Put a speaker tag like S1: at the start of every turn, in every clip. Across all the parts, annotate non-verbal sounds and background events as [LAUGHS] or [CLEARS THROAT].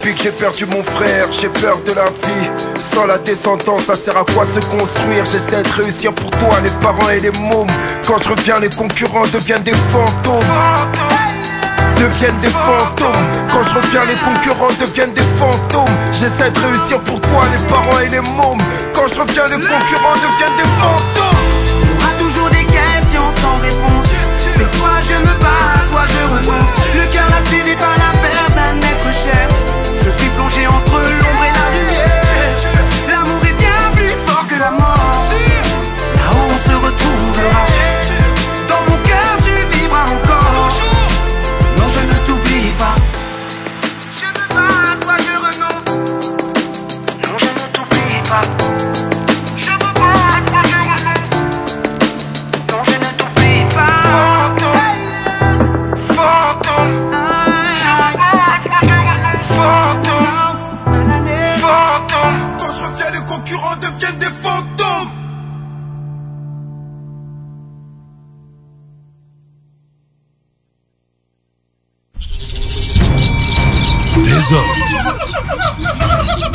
S1: Depuis que j'ai perdu mon frère, j'ai peur de la vie. Sans la descendance, ça sert à quoi de se construire J'essaie de réussir pour toi, les parents et les mômes. Quand je reviens, les concurrents deviennent des fantômes. Deviennent des fantômes. Quand je reviens, les concurrents deviennent des fantômes. J'essaie de réussir pour toi, les parents et les mômes. Quand je reviens, les concurrents deviennent des fantômes.
S2: Il y aura toujours des questions sans réponse. C'est soit je me bats, soit je renonce. Le cœur lacéré par la perte d'un être cher. Je suis plongé entre l'ombre et la lumière. L'amour est bien plus fort que la mort. Là-haut on se retrouvera. Dans mon cœur tu vivras encore. Non, je ne t'oublie pas. Je me bats, toi je renonce. Non, je ne t'oublie pas. Je me bats, toi je renonce. Non, je ne t'oublie pas. Fantôme, fantôme.
S1: Fantômes. Quand je reviens, les concurrents deviennent des fantômes.
S3: Des hommes,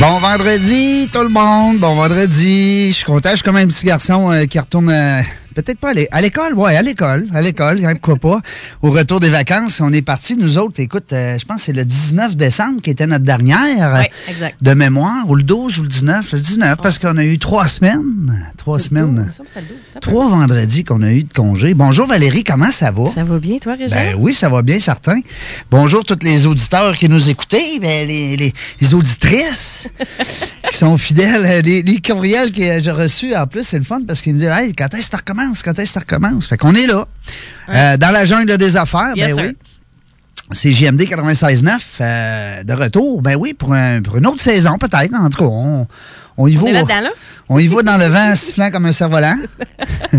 S4: Bon vendredi, tout le monde. Bon vendredi. Je suis content. Je suis comme un petit garçon euh, qui retourne euh, peut-être pas à l'é- à l'école. Ouais, à l'école. À l'école, hein, pourquoi pas. Au retour des vacances, on est parti, nous autres. Écoute, euh, je pense que c'est le 19 décembre qui était notre dernière euh,
S5: Oui, exact.
S4: de mémoire, ou le 12 ou le 19. Le 19, parce qu'on a eu trois semaines. Trois semaines. Trois vendredis qu'on a eu de congé. Bonjour Valérie, comment ça va?
S5: Ça va bien, toi, Régent?
S4: Ben oui, ça va bien, certain. Bonjour tous les auditeurs qui nous écoutaient, ben, les, les- les
S5: [LAUGHS]
S4: auditrices qui sont fidèles. Les, les courriels que j'ai reçus, en plus, c'est le fun parce qu'ils nous disent Hey, quand est-ce que ça recommence? Quand est-ce que ça recommence? Fait qu'on est là. Euh, dans la jungle des affaires,
S5: Yes,
S4: ben
S5: sir.
S4: oui. C'est JMD 96.9 euh, de retour. Ben oui, pour, un- pour une autre saison, peut-être. En tout cas, on, on y va.
S5: est là-dedans, là?
S4: On y va dans le vent, sifflant comme un cerf-volant. [LAUGHS]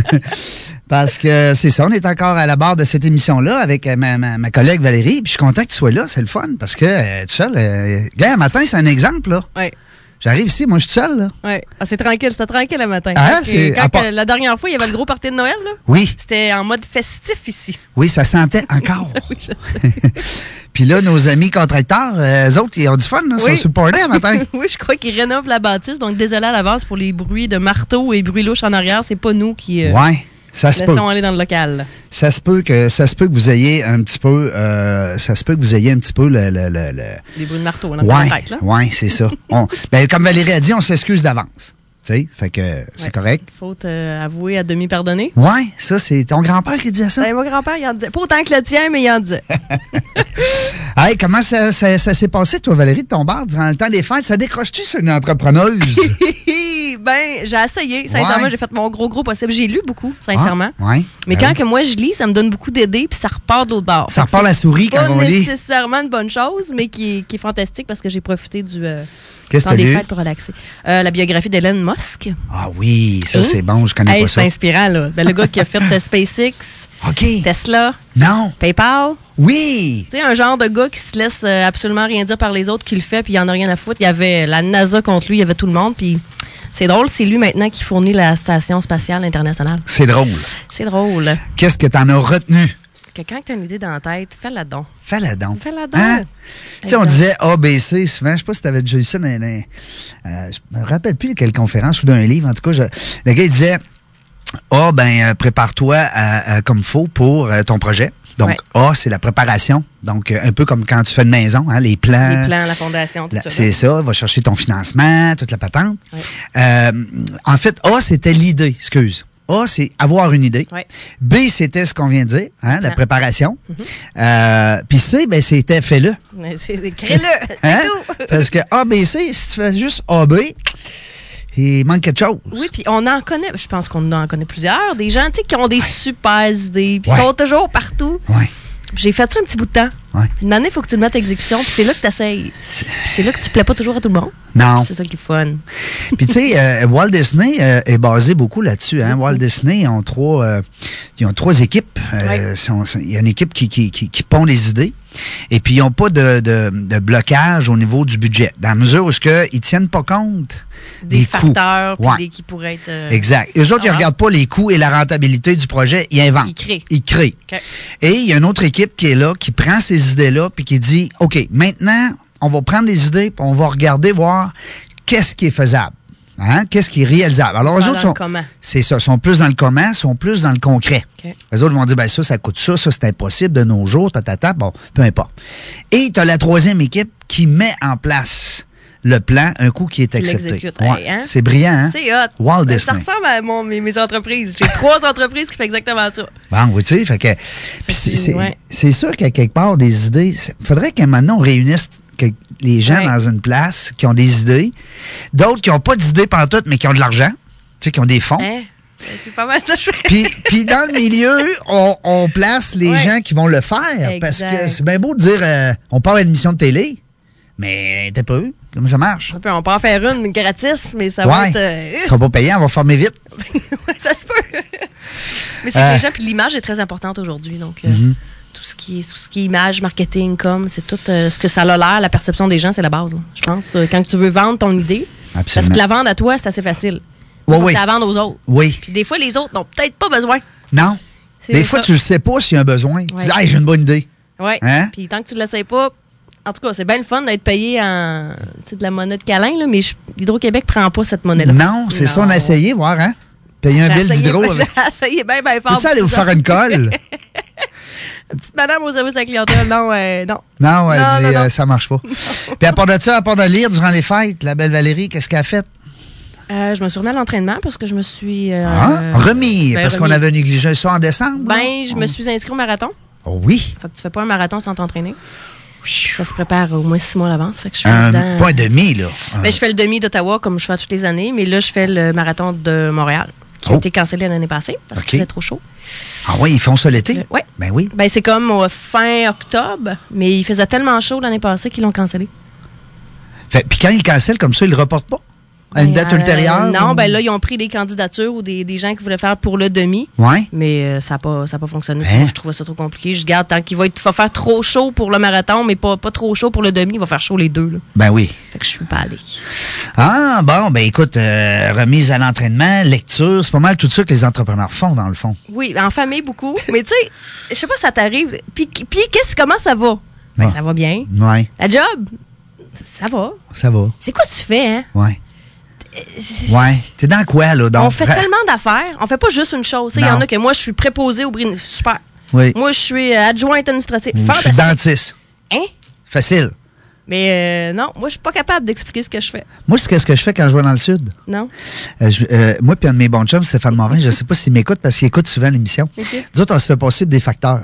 S4: Parce que c'est ça, on est encore à la barre de cette émission-là avec euh, ma, ma- ma collègue Valérie. Puis je suis content que tu sois là, c'est le fun. Parce que euh, tout seul, euh, gars, un matin, c'est un exemple, là.
S5: Oui.
S4: J'arrive ici, moi, je suis tout seul, là.
S5: Ouais. Ah, c'est tranquille, c'était tranquille le matin.
S4: Ah,
S5: Parce que
S4: c'est-
S5: quand
S4: à part-
S5: que la dernière fois, il y avait le gros party de Noël, là.
S4: Oui,
S5: C'était en mode festif ici. [LAUGHS]
S4: oui, ça sentait encore. [LAUGHS]
S5: Oui, je-
S4: Puis là, nos amis contracteurs, euh, eux autres, ils ont du fun, là. Ils
S5: Oui.
S4: sont supportés le
S5: [LAUGHS]
S4: matin.
S5: oui, je crois qu'ils rénovent la bâtisse, donc désolé à l'avance pour les bruits de marteau et bruits louches en arrière. C'est pas nous qui euh,
S4: ouais, ça se peut.
S5: laissons aller dans le local.
S4: Ça se peut que ça se peut que vous ayez un petit peu, euh, ça se peut que vous ayez un petit peu le- le- le- le
S5: Les bruits de marteau, on a
S4: Ouais,
S5: la tête, là.
S4: ouais, c'est
S5: [LAUGHS]
S4: ça. On- ben, comme Valérie a dit, on s'excuse d'avance. Tu sais, fait que euh, c'est
S5: Ouais.
S4: correct.
S5: Faute euh, avouée à demi pardonnée.
S4: Ouais, ça, c'est ton grand-père qui disait ça.
S5: Ben, mon grand-père, il en disait. Pas autant que le tien, mais il en disait.
S4: Hey, comment ça, ça- ça s'est passé, toi, Valérie, de ton bar durant le temps des fêtes? Ça décroche-tu sur une entrepreneuse?
S5: ben, j'ai essayé. Sincèrement,
S4: Ouais.
S5: j'ai fait mon gros, gros possible. J'ai lu beaucoup, [LAUGHS] sincèrement.
S4: Ah, ouais.
S5: Mais
S4: Ben
S5: quand
S4: oui.
S5: que moi je lis, ça me donne beaucoup d'idées, puis ça repart de l'autre bord.
S4: Ça
S5: Fait que
S4: repart la souris
S5: c'est
S4: quand
S5: pas
S4: on lit.
S5: nécessairement une bonne chose, mais qui est, qui est fantastique parce que j'ai profité du euh,
S4: Qu'est-ce que
S5: temps
S4: t'as
S5: des
S4: lu?
S5: fêtes pour relaxer. Euh, la biographie d'Elon Musk.
S4: Ah oui, ça,
S5: Hein?
S4: c'est bon, je connais
S5: Hey,
S4: pas ça.
S5: c'est inspirant, là. Ben, le gars qui a fait euh, SpaceX,
S4: [LAUGHS] OK.
S5: Tesla,
S4: Non.
S5: PayPal.
S4: Oui.
S5: Tu sais, un genre de gars qui se laisse euh, absolument rien dire par les autres, qui le fait, puis il en a rien à foutre. Il y avait euh, la NASA contre lui, il y avait tout le monde, puis c'est drôle, c'est lui maintenant qui fournit la station spatiale internationale.
S4: C'est drôle.
S5: C'est drôle.
S4: Qu'est-ce que t'en as retenu?
S5: Quelqu'un qui a une idée dans la tête, fais-la donc.
S4: Fais-la donc.
S5: Fais-la donc.
S4: Hein? Tu sais, on
S5: Exact.
S4: disait ABC souvent. Je sais pas si tu avais déjà eu ça dans, dans- euh, je me rappelle plus de quelle conférence ou d'un livre. En tout cas, je- le gars, il disait Ah, ben, euh, prépare-toi à- à comme faut pour euh, ton projet. Donc,
S5: Ouais.
S4: A, c'est la préparation. Donc, euh, un peu comme quand tu fais une maison, hein, les plans.
S5: Les plans, la fondation, tout
S4: La-
S5: ça.
S4: C'est ça, va chercher ton financement, toute la patente.
S5: Ouais.
S4: Euh, en fait, A, c'était l'idée, excuse. A, c'est avoir une idée.
S5: Ouais.
S4: B, c'était ce qu'on vient de dire, hein, la
S5: Ah.
S4: préparation. Euh, Puis C, ben, c'était fais-le.
S5: Mais c'est- c'est- Crée-le.
S4: Hein?
S5: tout.
S4: Parce que A, B, C, si tu fais juste A, B, il manque quelque chose.
S5: Oui, puis on en connaît, je pense qu'on en connaît plusieurs, des gens tu sais, qui ont des super idées, puis
S4: Ouais.
S5: sont toujours partout.
S4: Ouais.
S5: J'ai fait ça un petit bout de temps.
S4: Ouais.
S5: Une année, il faut que tu le mettes à exécution, puis c'est là que tu essayes.
S4: C'est-
S5: C'est là que tu plais pas toujours à tout le monde.
S4: Non.
S5: C'est ça qui est fun.
S4: Puis tu sais, euh, Walt Disney euh, est basé beaucoup là-dessus. Hein? Walt Disney ont trois, euh, ils ont trois équipes. Euh,
S5: Ouais.
S4: sont- sont- Il y a une équipe qui, qui, qui, qui pond les idées. Et puis ils n'ont pas de, de, de blocage au niveau du budget, dans la mesure où ce que ils tiennent pas compte
S5: Des,
S4: coûts.
S5: facteurs, puis
S4: Ouais.
S5: des qui pourraient être. euh,
S4: Exact. Les autres, ils
S5: Ah.
S4: regardent pas les coûts et la rentabilité du projet, ils inventent.
S5: Ils créent.
S4: Ils créent.
S5: OK.
S4: Et il y a une autre équipe qui est là, qui prend ces idées-là, puis qui dit, OK, maintenant, on va prendre les idées, puis on va regarder, voir qu'est-ce qui est faisable. Hein? Qu'est-ce qui est réalisable? Alors, les
S5: Dans
S4: autres
S5: le
S4: sont.
S5: comment.
S4: C'est ça. sont plus dans le comment, sont plus dans le concret.
S5: OK.
S4: Les autres vont dire, ben ça, ça coûte ça, ça, c'est impossible de nos jours, ta, ta, ta. Bon, peu importe. Et tu as la troisième équipe qui met en place le plan, un coup qui est accepté.
S5: l'exécute. Hey,
S4: Ouais.
S5: hein?
S4: C'est brillant, hein?
S5: C'est hot.
S4: Walt
S5: Ça-
S4: Disney.
S5: Ça ressemble à mon- mes, mes entreprises.
S4: [LAUGHS]
S5: J'ai trois entreprises qui font exactement ça.
S4: Bon, oui, tu sais, fait que. puis
S5: que,
S4: c'est- c'est
S5: ouais.
S4: c'est sûr qu'à quelque part, des idées. c'est- faudrait qu'à un moment donné, on réunisse que- les gens
S5: Ouais.
S4: dans une place qui ont des idées, d'autres qui n'ont pas d'idées pantoute, mais qui ont de l'argent, tu sais, qui ont des fonds.
S5: Hein? C'est pas mal ça que je fais.
S4: Puis, puis dans le milieu, on, on place les
S5: Ouais.
S4: gens qui vont le faire.
S5: Exact.
S4: Parce que c'est bien beau de dire euh, on part à une émission de télé, mais t'es pas eu. Comment ça marche?
S5: Puis On peut en faire une gratis, mais ça va
S4: ouais.
S5: être. euh,
S4: Ce sera pas payant, on va former
S5: [LAUGHS]
S4: vite.
S5: Ouais, ça se peut. Mais c'est
S4: Euh.
S5: que les gens, puis l'image est très importante aujourd'hui. Donc,
S4: Mhm.
S5: euh, tout, ce qui est, tout ce qui est image, marketing, com, c'est tout euh, ce que ça a l'air, la perception des gens, c'est la base. là. Je pense, euh, quand tu veux vendre ton idée, parce
S4: Absolument.
S5: que la vendre à toi, c'est assez facile.
S4: Ouais,
S5: Faut
S4: oui.
S5: que La vendre aux autres.
S4: Mhm. Oui.
S5: Puis des fois, les autres n'ont peut-être pas besoin.
S4: Non.
S5: C'est
S4: Des fois,
S5: ça.
S4: tu ne sais pas s'il y a un besoin. Tu
S5: Ouais.
S4: dis, hey, j'ai une bonne idée.
S5: Ouais.
S4: Hein?
S5: Puis tant que tu ne l'essayes pas, en tout cas, c'est bien le fun d'être payé en tu sais, de la monnaie de câlin, là, mais je- Hydro-Québec prend pas cette monnaie-là.
S4: Non, c'est ça, on a essayé, voir, hein? Payer un
S5: J'ai
S4: bill
S5: essayé-
S4: d'hydro.
S5: [LAUGHS] J'ai
S4: avec-
S5: essayé bien, bien fort.
S4: Peux-tu aller vous
S5: pour ça.
S4: faire une
S5: [LAUGHS]
S4: colle?
S5: Petite madame aux services à la clientèle, non, euh, non.
S4: Non, elle
S5: Non,
S4: dit,
S5: non, non.
S4: euh, ça marche
S5: [LAUGHS]
S4: pas. Puis à part de ça, à part de lire durant les fêtes, la belle Valérie, qu'est-ce qu'elle a fait?
S5: Euh, je me suis remis à l'entraînement parce que je me suis. euh,
S4: Hein? remis,
S5: ben,
S4: parce qu'on
S5: remis.
S4: avait hein? négligé ça en décembre.
S5: Ben, je me
S4: suis...
S5: suis inscrit au marathon.
S4: oui.
S5: Fait que tu fais pas un marathon sans t'entraîner. Ça se prépare au moins six mois à l'avance. Fait que je suis
S4: Un,
S5: dedans.
S4: pas un demi, là. Un-
S5: Ben, je fais le demi d'Ottawa comme je fais toutes les années, mais là, je fais le marathon de Montréal qui
S4: Oh.
S5: a été cancellé l'année passée parce
S4: Ok.
S5: qu'il faisait trop chaud.
S4: Ah oui, ils font ça l'été?
S5: Euh, ouais.
S4: Ben oui.
S5: Ben, c'est comme au fin octobre, mais il faisait tellement chaud l'année passée qu'ils l'ont cancellé.
S4: Fait- Puis quand ils cancellent comme ça, ils le reportent pas? À une
S5: Ben,
S4: date
S5: euh,
S4: ultérieure?
S5: Non,
S4: ou-
S5: ben là, ils ont pris des candidatures ou des, des gens qui voulaient faire pour le demi.
S4: Ouais.
S5: Mais euh, ça n'a pas, ça a pas fonctionné.
S4: Hein?
S5: Moi, je trouvais ça trop compliqué. Je garde tant qu'il va, être, va faire trop chaud pour le marathon, mais pas, pas trop chaud pour le demi. Il va faire chaud les deux. Là.
S4: Ben oui.
S5: Fait que je suis pas allée.
S4: Ah, bon, ben écoute, euh, remise à l'entraînement, lecture, c'est pas mal tout ça que les entrepreneurs font, dans le fond.
S5: Oui, en famille beaucoup. mais tu sais, je sais pas si ça t'arrive. Puis, puis qu'est-ce, comment ça va? Ben,
S4: Ouais.
S5: ça va bien.
S4: Ouais,
S5: La job? Ça va.
S4: ça va.
S5: C'est quoi tu fais, hein?
S4: Ouais. Ouais. T'es dans quoi, là? Donc,
S5: on fait
S4: ra-
S5: tellement d'affaires. On fait pas juste une chose. Tu sais, Il y en
S4: Non.
S5: a que moi, je suis préposée au brin. Super.
S4: Oui.
S5: Moi, je suis euh, adjointe administrative.
S4: Ou Je suis
S5: Fantastique.
S4: dentiste.
S5: Hein?
S4: Facile.
S5: Mais euh, non, moi, je suis pas capable d'expliquer ce que je fais.
S4: Moi, c'est ce que je fais quand je vais dans le Sud.
S5: Non?
S4: Euh, je- euh, moi, puis un de mes bons chums, Stéphane Morin, je sais pas s'il m'écoute parce qu'il écoute souvent l'émission.
S5: Ok.
S4: Nous autres, on se fait passer pour des
S5: [LAUGHS]
S4: facteurs.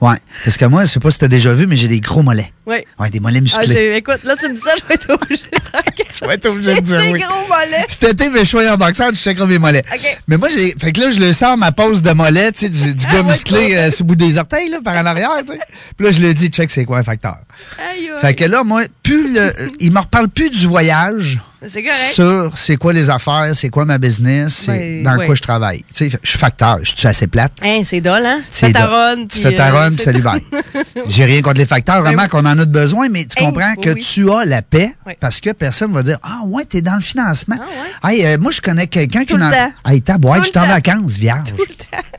S4: ouais. Parce que moi, je sais pas si t'as déjà vu, mais j'ai des gros mollets.
S5: Oui.
S4: Ouais, des mollets
S5: Ah,
S4: musclés.
S5: j'ai- écoute, là, tu me dis ça, je vais être obligée.
S4: [LAUGHS] tu vas être obligé
S5: J'ai des gros mollets.
S4: [LAUGHS] Cet été, mes choix en boxeur, je checkerai mes mollets.
S5: OK. Ah,
S4: Mais moi, j'ai. Fait que là, je le sors ma pose de mollet, tu sais, du, du gars
S5: ouais,
S4: musclé euh, sur le bout des orteils, là, par en arrière, tu sais. Puis là, je le dis, check, c'est quoi un facteur.
S5: Aïe, aïe.
S4: euh, Fait que là, moi, plus le- il me reparle plus du voyage.
S5: C'est correct.
S4: sur c'est quoi les affaires, c'est quoi ma business, c'est
S5: Ben,
S4: dans
S5: ouais.
S4: quoi je travaille. Tu sais, je suis facteur, je suis assez plate.
S5: Hein, c'est dole, hein? Tu
S4: C'est
S5: fais ta
S4: de-
S5: run. euh,
S4: Tu fais ta run, puis salut, bye.
S5: [LAUGHS]
S4: J'ai rien contre les facteurs, vraiment qu'on en a de besoin, mais tu
S5: Ben Hey,
S4: comprends
S5: oui,
S4: que
S5: oui.
S4: tu as la paix
S5: Oui.
S4: parce que personne va dire Ah, ouais, t'es dans le financement.
S5: Ah
S4: Hey, euh, moi, je connais quelqu'un qui
S5: Tout
S4: est
S5: le
S4: dans.
S5: temps.
S4: Hey, ta
S5: Tout
S4: boîte, je suis en
S5: le temps.
S4: vacances, vierge.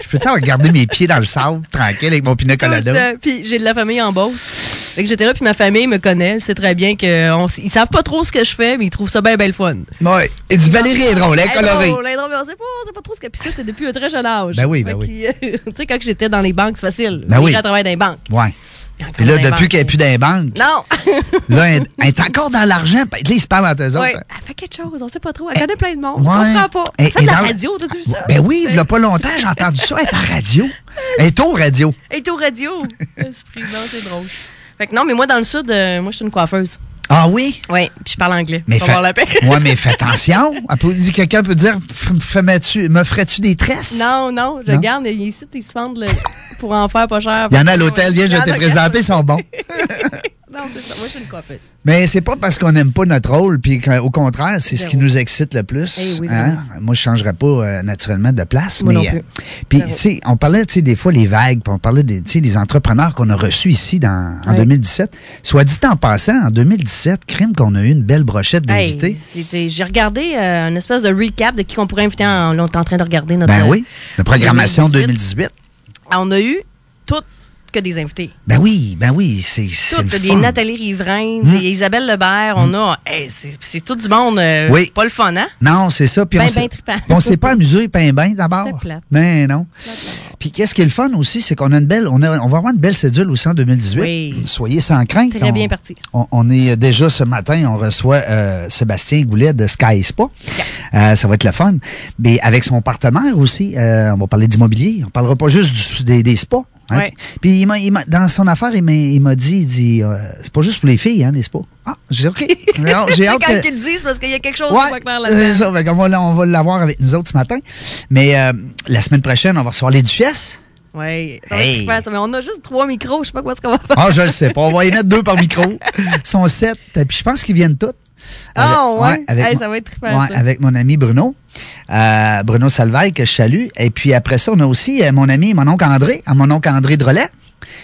S4: Je peux-tu avoir gardé mes pieds dans le sable, tranquille, avec mon pinot colada?
S5: Puis j'ai de la famille en Beauce. Fait que j'étais là, puis ma famille me connaît. C'est très bien qu'ils savent pas trop ce que je fais, mais ils trouvent ça bien, bien le fun.
S4: Ouais. Et du Valérie est drôle, elle est
S5: Elle est
S4: colorée.
S5: drôle, elle est drôle, mais on sait pas, on sait pas trop ce que. Puis ça, c'est depuis un très jeune âge.
S4: Ben oui,
S5: Fait
S4: ben oui.
S5: qu'il- [LAUGHS] tu sais, quand j'étais dans les banques, c'est facile.
S4: Ben
S5: J'ai
S4: oui.
S5: à travailler dans les banques.
S4: Ouais.
S5: Encore
S4: Puis là,
S5: dans les
S4: depuis
S5: banques,
S4: qu'elle n'est plus dans les banques, [LAUGHS]
S5: Non!
S4: là, elle elle est encore dans l'argent. Puis Là, ils se parlent entre eux
S5: ouais.
S4: autres. ben. Eh,
S5: Elle fait quelque chose, on sait pas trop. Elle connaît plein de monde.
S4: Ouais.
S5: On comprend pas.
S4: Et-
S5: Elle fait de
S4: et
S5: la
S4: dans-
S5: radio, t'as vu ça?
S4: Ben oui,
S5: Fait-
S4: il n'y a pas longtemps, j'ai entendu ça. Elle est en radio. Elle est au radio.
S5: Elle est
S4: [LAUGHS]
S5: au radio. Esprit, non, c'est drôle. Fait que non, mais moi, dans le sud, euh, moi, je suis une coiffeuse.
S4: Ah oui?
S5: Oui, puis je parle anglais.
S4: Mais
S5: Faut avoir la paix.
S4: ouais,
S5: [LAUGHS]
S4: mais fais attention. Elle peut- si Quelqu'un peut dire F- fais-tu- Me ferais-tu des tresses?
S5: Non, non, je
S4: Non?
S5: garde. les- Ici, ils se vendent le- pour en faire pas cher.
S4: Il y en a à l'hôtel, viens,
S5: Il
S4: je
S5: y
S4: vais
S5: en
S4: te
S5: a-
S4: présenter, ils sont bons.
S5: [LAUGHS]
S4: [LAUGHS]
S5: Non, c'est ça. Bah, Moi, je suis une coiffeuse.
S4: Mais c'est pas parce qu'on n'aime pas notre rôle, puis qu'au contraire, c'est ce qui nous excite le plus.
S5: Ben Eh oui,
S4: hein. Moi, je changerais pas euh, naturellement de place,
S5: Moi
S4: mais
S5: non plus. Ben
S4: euh, puis tu sais, on parlait tu sais des fois les vagues, puis on parlait des tu sais, des entrepreneurs qu'on a reçus ici dans en
S5: Ouais.
S4: 2017. Soit dit en passant, en 2017, crime qu'on a eu une belle brochette d'invités.
S5: Hey, c'était- j'ai regardé euh, une espèce de recap de qui qu'on pourrait inviter. En, là, on est en train de regarder notre. euh,
S4: ben oui, la programmation
S5: 2018.
S4: 2018.
S5: Ah, On a eu toutes que des invités.
S4: Ben oui, ben oui, c'est c'est
S5: Toutes.
S4: le
S5: Des
S4: fun. Hmm.
S5: Nathalie Riverain, des Isabelle Lebert. On a. hey, c'est c'est tout du monde. euh,
S4: Oui.
S5: Pas le fun, hein?
S4: Non, c'est ça. Puis on
S5: Ben,
S4: s'est-
S5: ben trippant.
S4: puis [LAUGHS] on s'est pas amusé, ben, ben d'abord.
S5: C'est plate.
S4: Ben non. Puis qu'est-ce qui est le fun aussi, c'est qu'on a une belle, on, a- on va avoir une belle cédule aussi en 2018.
S5: Oui.
S4: Soyez sans crainte.
S5: Très
S4: on,
S5: bien parti.
S4: On, on est euh, déjà ce matin, on reçoit euh, Sébastien Goulet de Sky Spa. Euh, ça va être le fun. Mais avec son partenaire aussi, euh, on va parler d'immobilier. On parlera pas juste du- des, des spas. hein.
S5: Ouais.
S4: Puis il m'a- il m'a- dans son affaire, il m'a il m'a dit, il dit, euh, c'est pas juste pour les filles, hein, les spas. Ah, j'ai dit,
S5: [LAUGHS]
S4: OK. Non, J'ai hâte
S5: quand
S4: que-
S5: qu'ils le disent, parce qu'il y a quelque chose qui
S4: Ouais,
S5: va clair
S4: c'est
S5: là-dedans.
S4: ça. Fait qu'on va- on va l'avoir avec nous autres ce matin. Mais euh, la semaine prochaine, on va recevoir les duchesses.
S5: [LAUGHS] Oui. Ça va être
S4: Hey.
S5: super, ça. Mais on a juste trois micros. Je sais pas quoi ce qu'on va faire.
S4: Ah, je le sais pas. On va y mettre deux par micro. Ils sont sept. Et puis je pense qu'ils viennent toutes.
S5: Ah,
S4: Avec-
S5: ouais.
S4: avec
S5: Hey,
S4: mon-
S5: ça va être trippant,
S4: ouais,
S5: ça.
S4: avec mon ami Bruno. Euh, Bruno Salvaille, que je salue. Et puis après ça, on a aussi euh, mon ami, mon oncle André, ah, mon oncle André Drolet.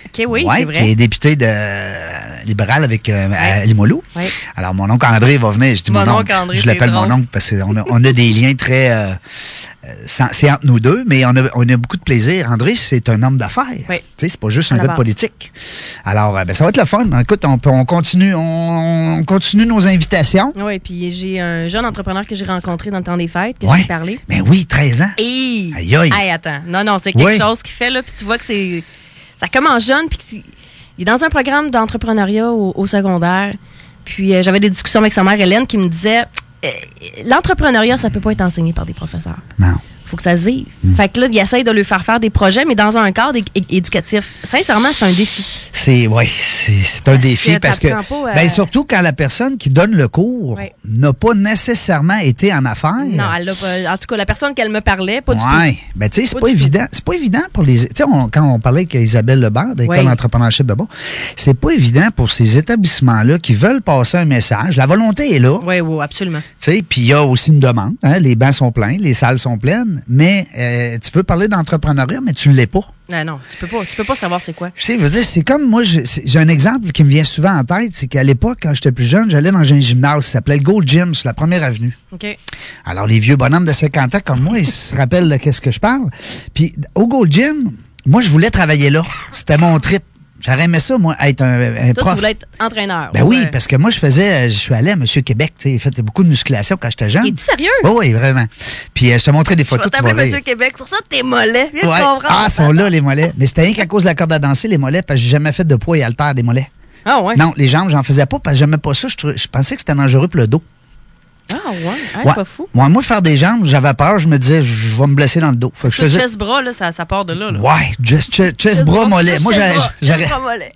S5: OK, oui,
S4: Ouais,
S5: c'est
S4: Qui
S5: vrai.
S4: est député de euh, libéral avec euh, à Limoilou.
S5: Ouais.
S4: Alors, mon oncle André va venir. Je dis mon,
S5: Mon
S4: oncle.
S5: oncle André,
S4: je l'appelle
S5: c'est
S4: mon
S5: drôle.
S4: oncle parce qu'on a, on a des liens très. euh, euh, sans- c'est entre nous deux, mais on a, on a beaucoup de plaisir. André, c'est un homme d'affaires.
S5: Oui.
S4: Tu sais, c'est pas juste un
S5: la
S4: gars de
S5: base.
S4: politique. Alors, euh, ben, ça va être le fun. Écoute, on, peut- on continue, on, on continue nos invitations.
S5: Oui, puis j'ai un jeune entrepreneur que j'ai rencontré dans le temps des fêtes, que
S4: Ouais.
S5: j'ai parlé.
S4: Ben oui, 13 ans.
S5: Et...
S4: Aïe, aïe.
S5: Hey, attends. Non, non, c'est quelque
S4: Oui.
S5: chose qu'il fait, là, puis tu vois que c'est... Ça commence jeune, puis qu'il- il est dans un programme d'entrepreneuriat au, au secondaire. Puis euh, j'avais des discussions avec sa mère, Hélène, qui me disait... euh, L'entrepreneuriat, ça peut pas être enseigné par des professeurs.
S4: Non. Mm.
S5: faut que ça se vive. Fait que là, il essaye de lui faire faire des projets, mais dans un cadre é- é- éducatif. Sincèrement, c'est un défi.
S4: C'est ouais, c'est c'est un
S5: Parce
S4: défi
S5: que
S4: parce que
S5: t'apprends pas à-
S4: ben surtout quand la personne qui donne le cours
S5: Ouais.
S4: n'a pas nécessairement été en affaires.
S5: Non, elle l'a pas... En tout cas, la personne qu'elle me parlait, pas du tout.
S4: Ouais, ben tu sais c'est
S5: Pas
S4: pas
S5: du tout.
S4: évident, c'est pas évident pour les tu sais on- quand on parlait avec Isabelle Lebert de l'école
S5: Ouais.
S4: d'entrepreneurship de bon, c'est pas évident pour ces établissements là qui veulent passer un message, la volonté est là,
S5: Oui, oui, absolument.
S4: tu sais, puis il y a aussi une demande, hein, les bancs sont pleins, les salles sont pleines, mais euh, tu veux parler d'entrepreneuriat mais tu ne l'es pas.
S5: Non, Ah non, tu peux pas, tu peux pas savoir c'est quoi.
S4: Tu sais, je veux dire, c'est comme moi, je- c'est- j'ai un exemple qui me vient souvent en tête, c'est qu'à l'époque, quand j'étais plus jeune, j'allais dans un gymnase, ça s'appelait le Gold Gym sur la première avenue.
S5: OK.
S4: Alors, les vieux bonhommes de 50 ans comme moi, ils se rappellent de qu'est-ce que je parle. Puis, au Gold Gym, moi, je voulais travailler là. C'était mon trip. J'aurais aimé ça, moi, être un, un
S5: Toi,
S4: prof.
S5: tu voulais être Ah, entraîneur.
S4: Ben oui, parce que moi, je faisais, euh, je suis allé à Monsieur Québec, tu sais, j'ai fait beaucoup de musculation quand j'étais jeune.
S5: Es-tu sérieux?
S4: Oh oui, vraiment. Puis, euh, je te montrais des
S5: Je vais
S4: photos, tu vas
S5: t'appeler
S4: rire.
S5: Monsieur Québec. Pour ça, t'es mollet. Viens
S4: Ouais.
S5: te comprendre.
S4: Ah, sont là, les mollets. Mais c'était rien qu'à cause de la corde à danser, les mollets, parce que j'ai jamais fait de poids et haltère des mollets.
S5: Ah, ouais.
S4: Non, les jambes, j'en faisais pas parce que j'aimais pas ça. Je, trou- je pensais que c'était dangereux pour le dos.
S5: Ah, ouais. Hein,
S4: Ouais.
S5: pas fou.
S4: Ouais, moi, faire des jambes, j'avais peur. Je me disais, je je vais me blesser dans le dos. Fait que je
S5: Le
S4: faisais.
S5: chest bras, là, ça, ça part de là. là.
S4: Ouais, chest, chest- chest bras, mollet. Moi, j'aurais- j'aurais.
S5: mollet.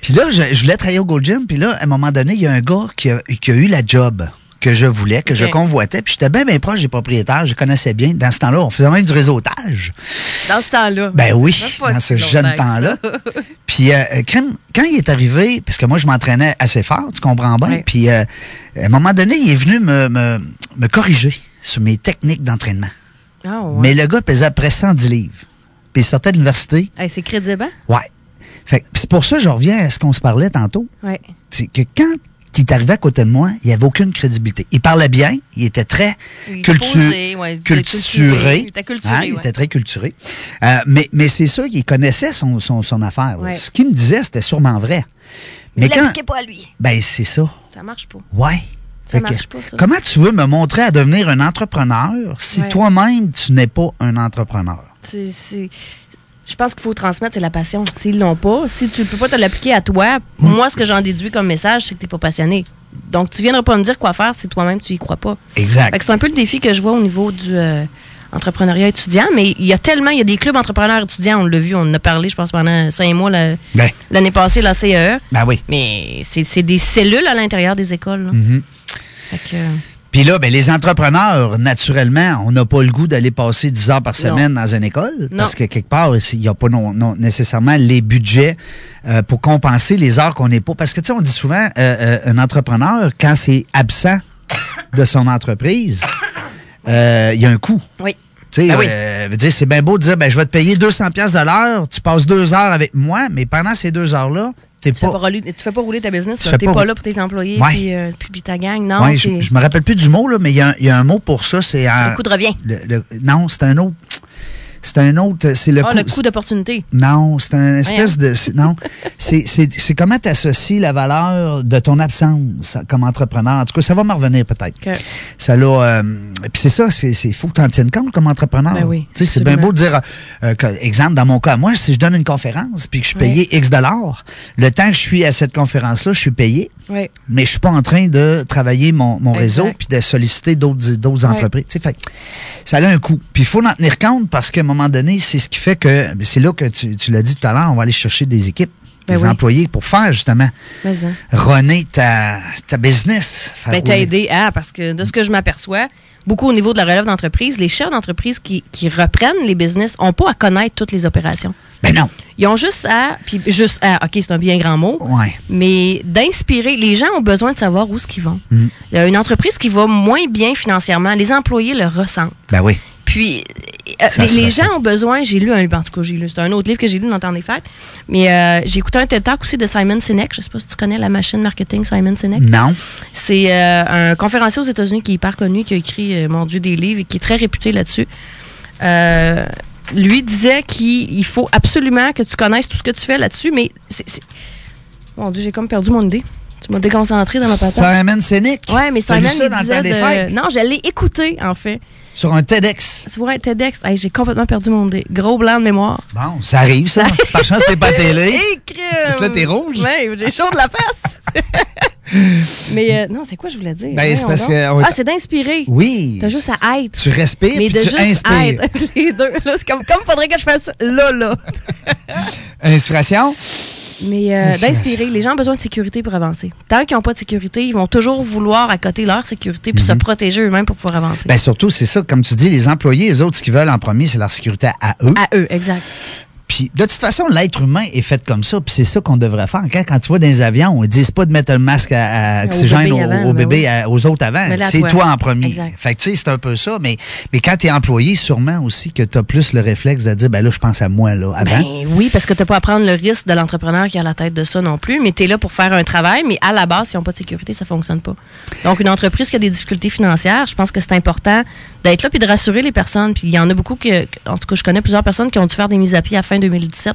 S4: Puis là, je, je voulais travailler au Gold Gym. Puis là, à un moment donné, il y a un gars qui a, qui a eu la job que je voulais, que je
S5: Ok.
S4: convoitais. Puis j'étais bien, bien proche des propriétaires, je connaissais bien. Dans ce temps-là, on faisait même du réseautage.
S5: Dans ce temps-là.
S4: Ben oui,
S5: Ça va pas
S4: dans ce
S5: si
S4: jeune
S5: longtemps que
S4: temps-là.
S5: ça. [LAUGHS]
S4: Puis euh, quand, quand il est arrivé, parce que moi, je m'entraînais assez fort, tu comprends bien.
S5: Ouais.
S4: Puis euh, à un moment donné, il est venu me, me, me corriger sur mes techniques d'entraînement.
S5: Ah ouais.
S4: Mais le gars pesait après 110 livres. Puis il sortait de l'université.
S5: Hey, c'est crédible, hein?
S4: Ouais. Fait que c'est pour ça que je reviens à ce qu'on se parlait tantôt.
S5: Ouais.
S4: C'est que quand il est arrivé à côté de moi, il n'y avait aucune crédibilité. Il parlait bien, il était très
S5: Il
S4: cultu-
S5: posait, ouais, il était
S4: culturé. Hein,
S5: culturé, il était culturé,
S4: Il
S5: ouais.
S4: était très culturé. Euh, mais mais c'est sûr qu'il connaissait son, son, son affaire. là.
S5: Ouais.
S4: Ce qu'il me disait, c'était sûrement vrai. Mais quand.
S5: pas à lui.
S4: Ben, c'est ça.
S5: Ça marche pas.
S4: Ouais.
S5: Ça
S4: Fait que,
S5: marche pas, ça.
S4: Comment tu veux me montrer à devenir un entrepreneur si
S5: Ouais.
S4: toi-même, tu n'es pas un entrepreneur?
S5: C'est- c'est- Je pense qu'il faut transmettre, c'est la passion. S'ils l'ont pas, si tu peux pas te l'appliquer à toi, moi, ce que j'en déduis comme message, c'est que t'es pas passionné. Donc, tu viendras pas me dire quoi faire si toi-même, tu y crois pas. Fait que
S4: Exact.
S5: c'est un peu le défi que je vois au niveau du euh, entrepreneuriat étudiant, mais il y a tellement, il y a des clubs entrepreneurs étudiants, on l'a vu, on en a parlé, je pense, pendant cinq mois la-
S4: Ben,
S5: l'année passée, la CEE.
S4: ben oui.
S5: Mais c'est c'est des cellules à l'intérieur des écoles. là.
S4: Hmm.
S5: Fait que, euh,
S4: Puis là, ben, les entrepreneurs, naturellement, on n'a pas le goût d'aller passer 10 heures par semaine dans une école.
S5: Non.
S4: Parce que quelque part, il n'y a pas non, non nécessairement les budgets euh, pour compenser les heures qu'on n'est pas. Parce que, tu sais, on dit souvent, euh, euh, un entrepreneur, quand c'est absent de son entreprise, euh, il y a un coût.
S5: oui.
S4: Tu sais,
S5: Ben oui.
S4: euh, veut dire, c'est bien beau de dire, ben, je vais te payer 200 pièces de l'heure, tu passes deux heures avec moi, mais pendant ces deux heures-là, t'es
S5: Tu, fais pas
S4: pas...
S5: rouler- tu fais pas rouler ta business,
S4: Tu
S5: là.
S4: fais
S5: t'es
S4: pas
S5: pas,
S4: rou-
S5: là pour tes employés,
S4: Ouais.
S5: puis, euh, puis- puis ta gang. Non,
S4: Ouais, je,
S5: c'est
S4: je me rappelle plus du mot, là, mais il y, a un- il y a un mot pour ça, c'est... en-
S5: le coup de revient.
S4: Le, le- non, c'est un autre. C'est un autre. C'est le
S5: Ah,
S4: coup.
S5: le coup d'opportunité.
S4: Non, c'est un espèce de. c'est- Non. [LAUGHS] C'est- C'est c'est comment tu associes la valeur de ton absence comme entrepreneur. En tout cas, ça va me revenir peut-être.
S5: OK.
S4: Ça l'a. euh, Puis c'est ça, il faut que tu en tiennes compte comme entrepreneur.
S5: Ben oui,
S4: Tu sais, c'est bien
S5: absolument.
S4: beau de dire, euh, que- exemple, dans mon cas, moi, si je donne une conférence puis que je suis payé X dollars, le temps que je suis à cette conférence-là, je suis payé
S5: Ouais.
S4: mais je suis pas en train de travailler mon, mon
S5: Exact.
S4: réseau puis de solliciter d'autres d'autres
S5: Ouais.
S4: entreprises. Tu sais, fait, ça a un coût. Puis il faut en tenir compte parce qu'à un moment donné, c'est ce qui fait que ben, c'est là que tu, tu l'as dit tout à l'heure, on va aller chercher des équipes,
S5: Ben
S4: des
S5: oui.
S4: employés pour faire justement
S5: Mais, hein.
S4: runner ta, ta business. Faire
S5: Ben, t'as
S4: rouler.
S5: aidé à, parce que de ce que je m'aperçois, beaucoup au niveau de la relève d'entreprise, les chefs d'entreprise qui, qui reprennent les business n'ont pas à connaître toutes les opérations.
S4: Ben non.
S5: Ils ont juste à, puis juste à, OK, c'est un bien grand mot,
S4: Ouais.
S5: mais d'inspirer. Les gens ont besoin de savoir où ce qu'ils vont.
S4: Hmm.
S5: Il y a une entreprise qui va moins bien financièrement, les employés le ressentent.
S4: Ben oui.
S5: Puis, euh,
S4: Ça
S5: les,
S4: se
S5: les
S4: ressent.
S5: gens ont besoin, j'ai lu un, en tout cas, j'ai lu, c'est un autre livre que j'ai lu dans le temps des fêtes, mais euh, j'ai écouté un TED Talk aussi de Simon Sinek, je sais pas si tu connais la machine marketing Simon Sinek.
S4: Non.
S5: C'est euh, un conférencier aux États-Unis qui est hyper connu, qui a écrit, euh, mon Dieu, des livres et qui est très réputé là-dessus. Euh, lui disait qu'il il faut absolument que tu connaisses tout ce que tu fais là-dessus, mais c'est. c'est- Mon Dieu, j'ai comme perdu mon idée. Tu m'as déconcentré dans ma patate.
S4: Simon Sinek.
S5: Ouais, mais
S4: T'as
S5: Simon
S4: lu ça
S5: il
S4: dans le
S5: disait
S4: temps des
S5: de-
S4: fêtes?
S5: euh, Non, je l'ai écouté, en fait.
S4: Sur un TEDx.
S5: C'est pour un TEDx. Hey, j'ai complètement perdu mon idée. Gros blanc de mémoire.
S4: Bon, ça arrive, ça. Par chance, t'es pas à télé.
S5: [LAUGHS] Hey, crème!
S4: Parce que là, t'es rouge.
S5: Ouais, j'ai chaud de
S4: [LAUGHS]
S5: la face. mais euh, non, c'est quoi je voulais dire?
S4: Ben, c'est
S5: Voyons
S4: parce
S5: donc.
S4: que on-
S5: Ah, c'est d'inspirer.
S4: Oui.
S5: T'as juste à être.
S4: Tu respires
S5: mais
S4: puis
S5: de
S4: tu
S5: juste
S4: inspires.
S5: être [LAUGHS] les deux. Là, c'est comme, comme faudrait que je fasse là, là.
S4: Inspiration.
S5: Mais euh,
S4: Inspiration.
S5: d'inspirer. Les gens ont besoin de sécurité pour avancer. Tant qu'ils n'ont pas de sécurité, ils vont toujours vouloir à côté leur sécurité
S4: Mhm.
S5: puis se protéger eux-mêmes pour pouvoir avancer.
S4: Ben surtout, c'est ça, comme tu dis, les employés, les autres, ce qu'ils veulent en premier, c'est leur sécurité à eux.
S5: à eux, exact.
S4: Puis, de toute façon, l'être humain est fait comme ça, puis c'est ça qu'on devrait faire. Quand, quand tu vois dans les avions, ils disent pas de mettre le masque à, à oxygène au
S5: bébé
S4: au bébé,
S5: avant, ben oui.
S4: à- aux autres avant.
S5: Mais là,
S4: C'est
S5: toi.
S4: toi en premier.
S5: Exact.
S4: Fait que, tu sais, c'est un peu ça, mais, mais quand tu es employé, sûrement aussi que tu as plus le réflexe de dire, ben là, je pense à moi, là, avant.
S5: Ben oui, parce que t'as pas à prendre le risque de l'entrepreneur qui a la tête de ça non plus, mais t'es là pour faire un travail, mais à la base, s'ils n'ont pas de sécurité, ça fonctionne pas. Donc, une entreprise qui a des difficultés financières, je pense que c'est important d'être là puis de rassurer les personnes. Puis il y en a beaucoup que, que- en tout cas, je connais plusieurs personnes qui ont dû faire des mises à pied à fin 2017.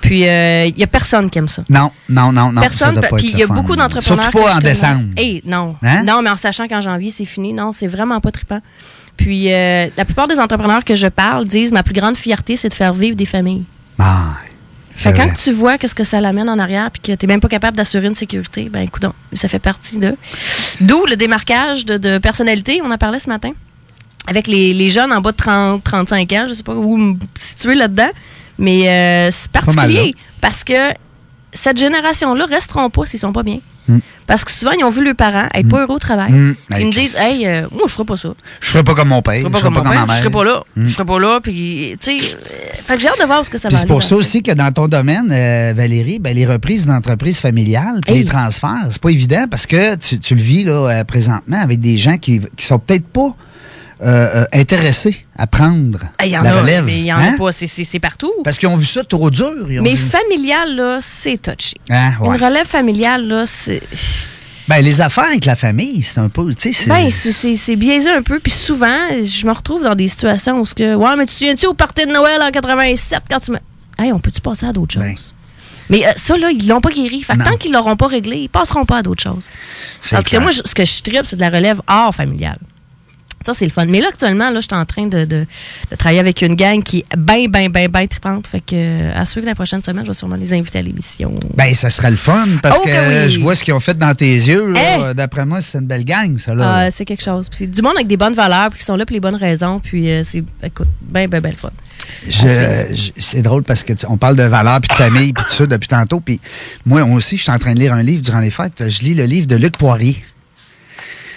S5: Puis euh, il y a personne qui aime ça.
S4: non, non, non, non. ça
S5: Personne,
S4: doit pas
S5: puis
S4: être
S5: il y a
S4: le fun.
S5: beaucoup d'entrepreneurs.
S4: Surtout
S5: que
S4: pas
S5: je
S4: en
S5: connais.
S4: décembre.
S5: Eh, non.
S4: Hein?
S5: Non, mais en sachant qu'en janvier, c'est fini. Non, c'est vraiment pas trippant. Puis euh, la plupart des entrepreneurs que je parle disent ma plus grande fierté, c'est de faire vivre des familles.
S4: Ah,
S5: Fait que
S4: c'est
S5: quand
S4: vrai.
S5: tu vois qu'est-ce que ça l'amène en arrière puis que t'es même pas capable d'assurer une sécurité, ben écoute, ça fait partie de. D'où le démarquage de, de personnalité, on en parlait ce matin, avec les, les jeunes en bas de 30, 35 ans, je sais pas où me situer là-dedans, mais euh, c'est
S4: Pas mal,
S5: particulier parce que cette génération-là resteront pas s'ils sont pas bien. Parce que souvent, ils ont vu leurs parents être pas heureux au travail.
S4: Mm. Hey,
S5: Ils me
S4: Chris.
S5: disent, hey, euh, moi, je ferai pas ça.
S4: Je serais pas comme mon père, je
S5: Je
S4: serais
S5: serai pas, comme mon
S4: ma mère.
S5: père,
S4: Hmm.
S5: je serai pas là. Je serai pas là, puis, tu sais. euh, fait que j'ai hâte de voir où ce que ça
S4: Puis
S5: va
S4: c'est
S5: aller.
S4: pour
S5: dans
S4: ça
S5: le-
S4: aussi que dans ton domaine, euh, Valérie, ben, les reprises d'entreprises familiales, puis
S5: Hey.
S4: les transferts, c'est pas évident parce que tu, tu le vis là euh, présentement avec des gens qui, qui sont peut-être pas euh, euh, intéressés à prendre
S5: Hey, Il y en
S4: la
S5: a,
S4: relève.
S5: mais il y en
S4: hein?
S5: a pas. C'est- C'est c'est partout.
S4: Parce qu'ils ont vu ça trop dur. Ils ont
S5: Mais
S4: dit-
S5: familial, là, c'est touché.
S4: Ah, ouais.
S5: Une relève familiale, là, c'est.
S4: Ben, les affaires avec la famille, c'est un peu. Tu sais, c'est-
S5: Ben, c'est- c'est c'est biaisé un peu. Puis souvent, je me retrouve dans des situations où ce que. Ouais, mais tu te souviens-tu au party de Noël en 87 quand tu me. Hey, on peut-tu passer à d'autres choses?
S4: Ben.
S5: Mais euh, ça, là, ils l'ont pas guéri. Fait que
S4: Non.
S5: tant qu'ils l'auront pas réglé, ils passeront pas à d'autres choses.
S4: c'est
S5: En tout cas,
S4: clair.
S5: moi, je- ce que je tripe, c'est de la relève hors familiale. Ça, c'est le fun. Mais là, actuellement, là, je suis en train de, de, de travailler avec une gang qui est bien, bien, bien, bien tripante. Fait que, euh, à suivre la prochaine semaine, je vais sûrement les inviter à l'émission.
S4: Ben, ça serait le fun parce
S5: Oh,
S4: que
S5: que oui.
S4: euh, je vois ce qu'ils ont fait dans tes yeux. là.
S5: Hey.
S4: Euh, D'après moi, c'est une belle gang, ça. Là.
S5: Ah, c'est quelque chose. Puis c'est du monde avec des bonnes valeurs, puis qui sont là pour les bonnes raisons. Puis euh, c'est, écoute, ben, ben, ben le fun.
S4: Je- je- c'est drôle parce que tu- on parle de valeurs puis de famille puis tout ça depuis tantôt. Puis moi aussi, je suis en train de lire un livre durant les fêtes. Je lis le livre de Luc Poirier.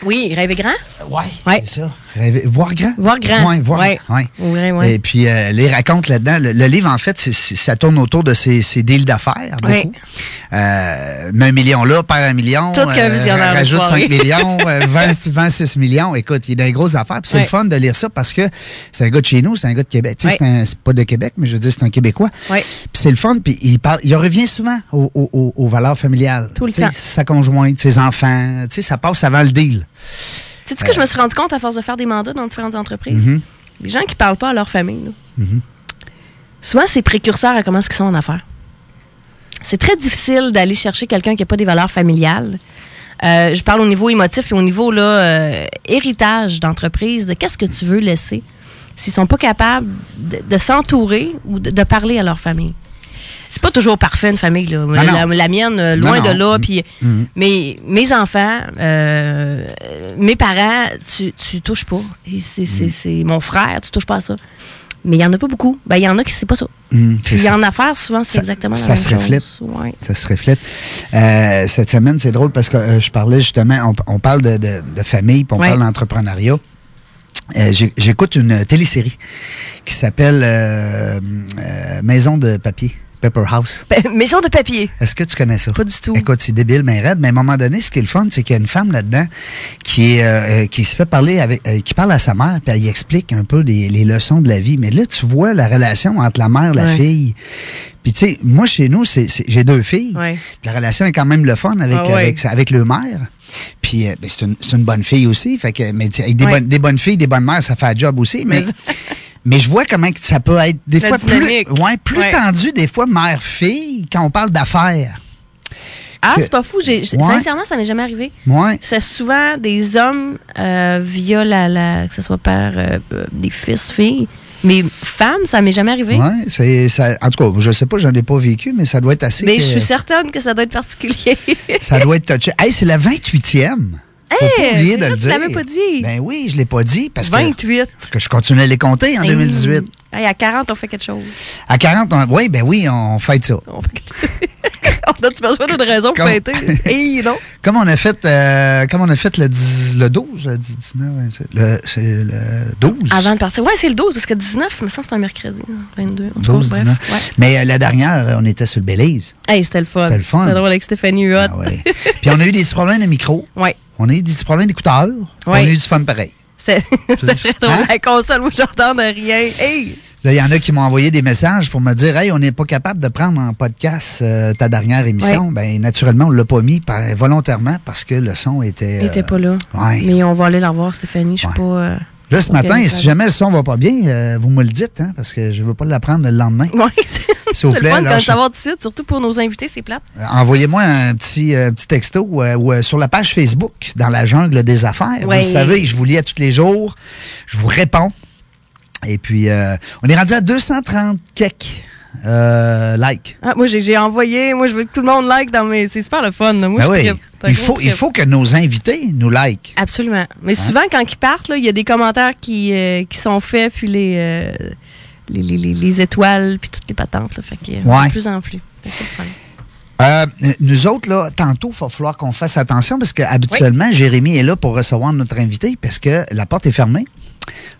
S5: Oui, rêver grand.
S4: Euh, Ouais.
S5: Ouais.
S4: C'est ça. Rêver- voir grand.
S5: Voir grand.
S4: Ouais, voir.
S5: Ouais.
S4: ouais.
S5: Ouais, ouais.
S4: Et puis euh, les racontes là-dedans. Le, le livre, en fait, c'est- c'est- ça tourne autour de ces, ces deals d'affaires. beaucoup.
S5: Ouais.
S4: Euh, mets un million là, perd un million. euh,
S5: Tout qu'un visionnaire de
S4: Rajoute
S5: soirée.
S4: 5
S5: [LAUGHS]
S4: millions, euh, 20 26 millions. Écoute, il y a des grosses affaires. Puis c'est
S5: Ouais.
S4: le fun de lire ça parce que c'est un gars de chez nous, c'est un gars de Québec. Tu sais,
S5: Ouais.
S4: c'est un- c'est pas de Québec, mais je veux dire, c'est un Québécois.
S5: Ouais.
S4: Puis c'est le fun, puis il parle, il revient souvent aux, aux- aux- aux valeurs familiales.
S5: Tout le
S4: Tu sais,
S5: temps.
S4: Sa conjointe, ses enfants, tu sais, ça passe avant le deal.
S5: Tu
S4: ben
S5: sais, ce que je me suis rendu compte à force de faire des mandats dans différentes entreprises?
S4: Mm-hmm. Mhm.
S5: Les gens qui parlent pas à leur famille, là, souvent, c'est précurseur à comment ils sont en affaires. C'est très difficile d'aller chercher quelqu'un qui n'a pas des valeurs familiales. Euh, je parle au niveau émotif et au niveau là, euh, héritage d'entreprise, de qu'est-ce que tu veux laisser s'ils sont pas capables de, de s'entourer ou de, de parler à leur famille. C'est pas toujours parfait une famille là.
S4: non.
S5: La, la mienne, euh,
S4: Non,
S5: loin
S4: non. Mm,
S5: de là, puis mes, mes enfants, euh, mes parents, tu, tu touches pas. Et C'est
S4: Mm.
S5: c'est- c'est mon frère, tu touches pas à ça. Mais il y en a pas beaucoup. Ben, il y en a qui c'est pas ça.
S4: Hum, c'est
S5: Puis
S4: ça.
S5: en affaires, souvent, c'est
S4: Ça-
S5: exactement la
S4: ça
S5: même
S4: se
S5: chose. [LAUGHS]
S4: reflète.
S5: Ouais.
S4: Ça se reflète. Euh, cette semaine, c'est drôle parce que euh, je parlais justement, on, on parle de, de- de famille, puis on
S5: Ouais.
S4: parle d'entrepreneuriat. Euh, j'ai- J'écoute une télésérie qui s'appelle euh, euh, Maison de papier, Pepper House.
S5: Ben, maison de papier.
S4: Est-ce que tu connais ça?
S5: Pas du tout.
S4: Écoute, c'est débile, mais raide. Mais à un moment donné, ce qui est le fun, c'est qu'il y a une femme là-dedans qui, est, euh, euh, qui se fait parler avec, euh, qui parle à sa mère, puis elle y explique un peu des- les leçons de la vie. Mais là, tu vois la relation entre la mère et la
S5: Ouais.
S4: fille. Puis tu sais, moi, chez nous, c'est, c'est- j'ai deux filles.
S5: Ouais.
S4: Puis La relation est quand même le fun avec,
S5: Ah ouais.
S4: avec, avec le maire. Puis euh, ben, c'est, une, c'est une bonne fille aussi. Fait que, mais tu sais, avec des,
S5: Ouais.
S4: bonnes, des bonnes filles, des bonnes mères, ça fait un job aussi.
S5: [LAUGHS]
S4: Mais, mais je vois comment que ça peut être des
S5: La
S4: fois plus, ouais,
S5: dynamique.
S4: plus
S5: Ouais.
S4: tendu, des fois mère-fille, quand on parle d'affaires.
S5: Ah,
S4: Que-
S5: c'est pas fou. J'ai- j'ai-
S4: Ouais.
S5: Sincèrement, ça m'est jamais arrivé.
S4: Ouais.
S5: C'est souvent des hommes euh, via la, la- que ce soit par euh, euh, des fils, filles. Mais femmes, ça m'est jamais arrivé.
S4: Ouais, c'est, ça, en tout cas, je sais pas, j'en ai pas vécu, mais ça doit être assez.
S5: Mais
S4: que-
S5: je suis certaine que ça doit être particulier. [LAUGHS]
S4: ça doit être touché. Hey, c'est la 28e. Faut
S5: Hey,
S4: pas oublier
S5: c'est
S4: de
S5: vrai,
S4: le
S5: tu
S4: dire.
S5: l'avais pas dit.
S4: Ben oui, je l'ai pas dit parce
S5: 28.
S4: que, que je continuais à les compter en 2018.
S5: Hey, à 40, on fait quelque chose. [LAUGHS]
S4: À 40, on- oui, ben oui, on fête ça.
S5: On, fait quelque- on a-tu besoin d'une raison pour
S4: Comme- [LAUGHS]
S5: fêter? Hey, non.
S4: Comme on a fait, euh, comme on a fait le, 10 le 12, le 10 19, 27, le, c'est le 12.
S5: Avant de partir. Ouais, c'est le 12, parce que 19, il me semble que c'est un mercredi. 22. En tout cas,
S4: 12,
S5: bref.
S4: 19.
S5: Ouais.
S4: Mais euh, la dernière, on était sur le Belize.
S5: Hey, c'était le fun.
S4: C'était le fun.
S5: C'était drôle avec Stéphanie Huot.
S4: Ah ouais. Puis on a eu des petits problèmes de micro.
S5: Ouais.
S4: On a eu des petits problèmes d'écouteurs. On a eu du fun pareil.
S5: C'est c'est très [LAUGHS] drôle.
S4: Hein?
S5: La console, moi, j'entends de rien. Hey!
S4: Là, il y en a qui m'ont envoyé des messages pour me dire Hey, on n'est pas capable de prendre en podcast euh, ta dernière émission. Ben, naturellement, on l'a pas mis par- volontairement parce que le son était.
S5: Il était
S4: euh,
S5: pas là.
S4: ouais.
S5: Mais on va aller la voir, Stéphanie. Je suis
S4: Ouais.
S5: pas. euh,
S4: Là, ce
S5: Ok,
S4: matin,
S5: ça
S4: si
S5: va.
S4: jamais le son va pas bien, euh, vous me le dites, hein, parce que je veux pas l'apprendre le lendemain.
S5: Ouais, [LAUGHS] c'est
S4: S'il vous
S5: c'est
S4: plaît,
S5: le fun de
S4: là,
S5: le
S4: je-
S5: savoir tout de suite, surtout pour nos invités, c'est plate.
S4: Euh, Envoyez-moi un petit, euh, un petit texto euh, ou euh, sur la page Facebook, dans la jungle des affaires.
S5: Ouais.
S4: Vous le savez, je vous lis à tous les jours. Je vous réponds. Et puis, euh, on est rendu à 230 quelques euh, likes.
S5: Ah, moi, j'ai j'ai envoyé. Moi, je veux que tout le monde like dans mes. C'est super le fun. là. Moi,
S4: Ben
S5: je
S4: oui.
S5: trippe. T'as
S4: il,
S5: gros
S4: faut, il
S5: trip.
S4: faut Hein? que nos invités nous likent.
S5: Absolument. Mais souvent, quand ils partent, là, il y a des commentaires qui, euh, qui sont faits, puis les, euh, les, les- les- les étoiles, puis toutes les patentes. là. Fait que, euh,
S4: Ouais.
S5: de plus en plus. Fait que C'est le fun.
S4: Euh, nous autres, là, tantôt, il va falloir qu'on fasse attention parce qu'habituellement, Jérémy est là pour recevoir notre invité parce que la porte est fermée.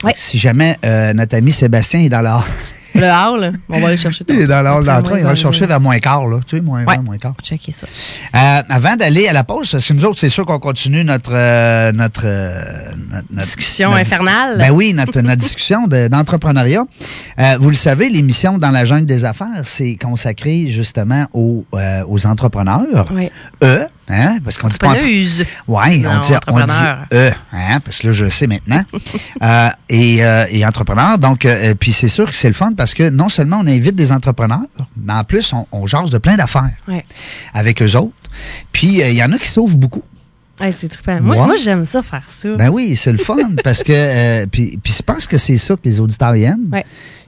S5: Oui.
S4: Si jamais euh, notre ami Sébastien est dans la [LAUGHS]
S5: Le hall, on va aller chercher ton.
S4: il est dans la hall
S5: Après,
S4: d'entrée,
S5: ouais,
S4: il va
S5: dans
S4: le
S5: le-
S4: chercher vers moins quart, là. Tu sais, moins
S5: Ouais.
S4: vingt, moins quart.
S5: Checker ça.
S4: Euh, avant d'aller à la pause, parce que nous autres, c'est sûr qu'on continue notre, euh, notre, euh, notre- notre-
S5: Discussion
S4: notre-
S5: infernale.
S4: Ben oui, notre, notre discussion de- d'entrepreneuriat. Euh, vous le savez, l'émission Dans la jungle des affaires, c'est consacré justement aux, euh, aux entrepreneurs.
S5: Oui.
S4: Eux, hein, parce qu'on dit pas... entre-
S5: Preneuse.
S4: Ouais, on
S5: Non,
S4: dit, on dit
S5: entrepreneur.
S4: eux, hein, parce que là, je le sais
S5: [LAUGHS]
S4: maintenant. Euh, et, euh, et entrepreneur, donc, euh, puis c'est sûr que c'est le fun parce que non seulement on invite des entrepreneurs, mais en plus, on, on jase de plein d'affaires
S5: Ouais.
S4: avec eux autres. Puis, euh, il y en a qui sauvent beaucoup.
S5: Ouais, c'est trippant. Moi,
S4: Moi?
S5: moi j'aime ça faire ça.
S4: Ben oui, c'est le
S5: [LAUGHS]
S4: fun parce que euh, puis, puis je pense que c'est ça que les auditeurs aiment.
S5: Ouais.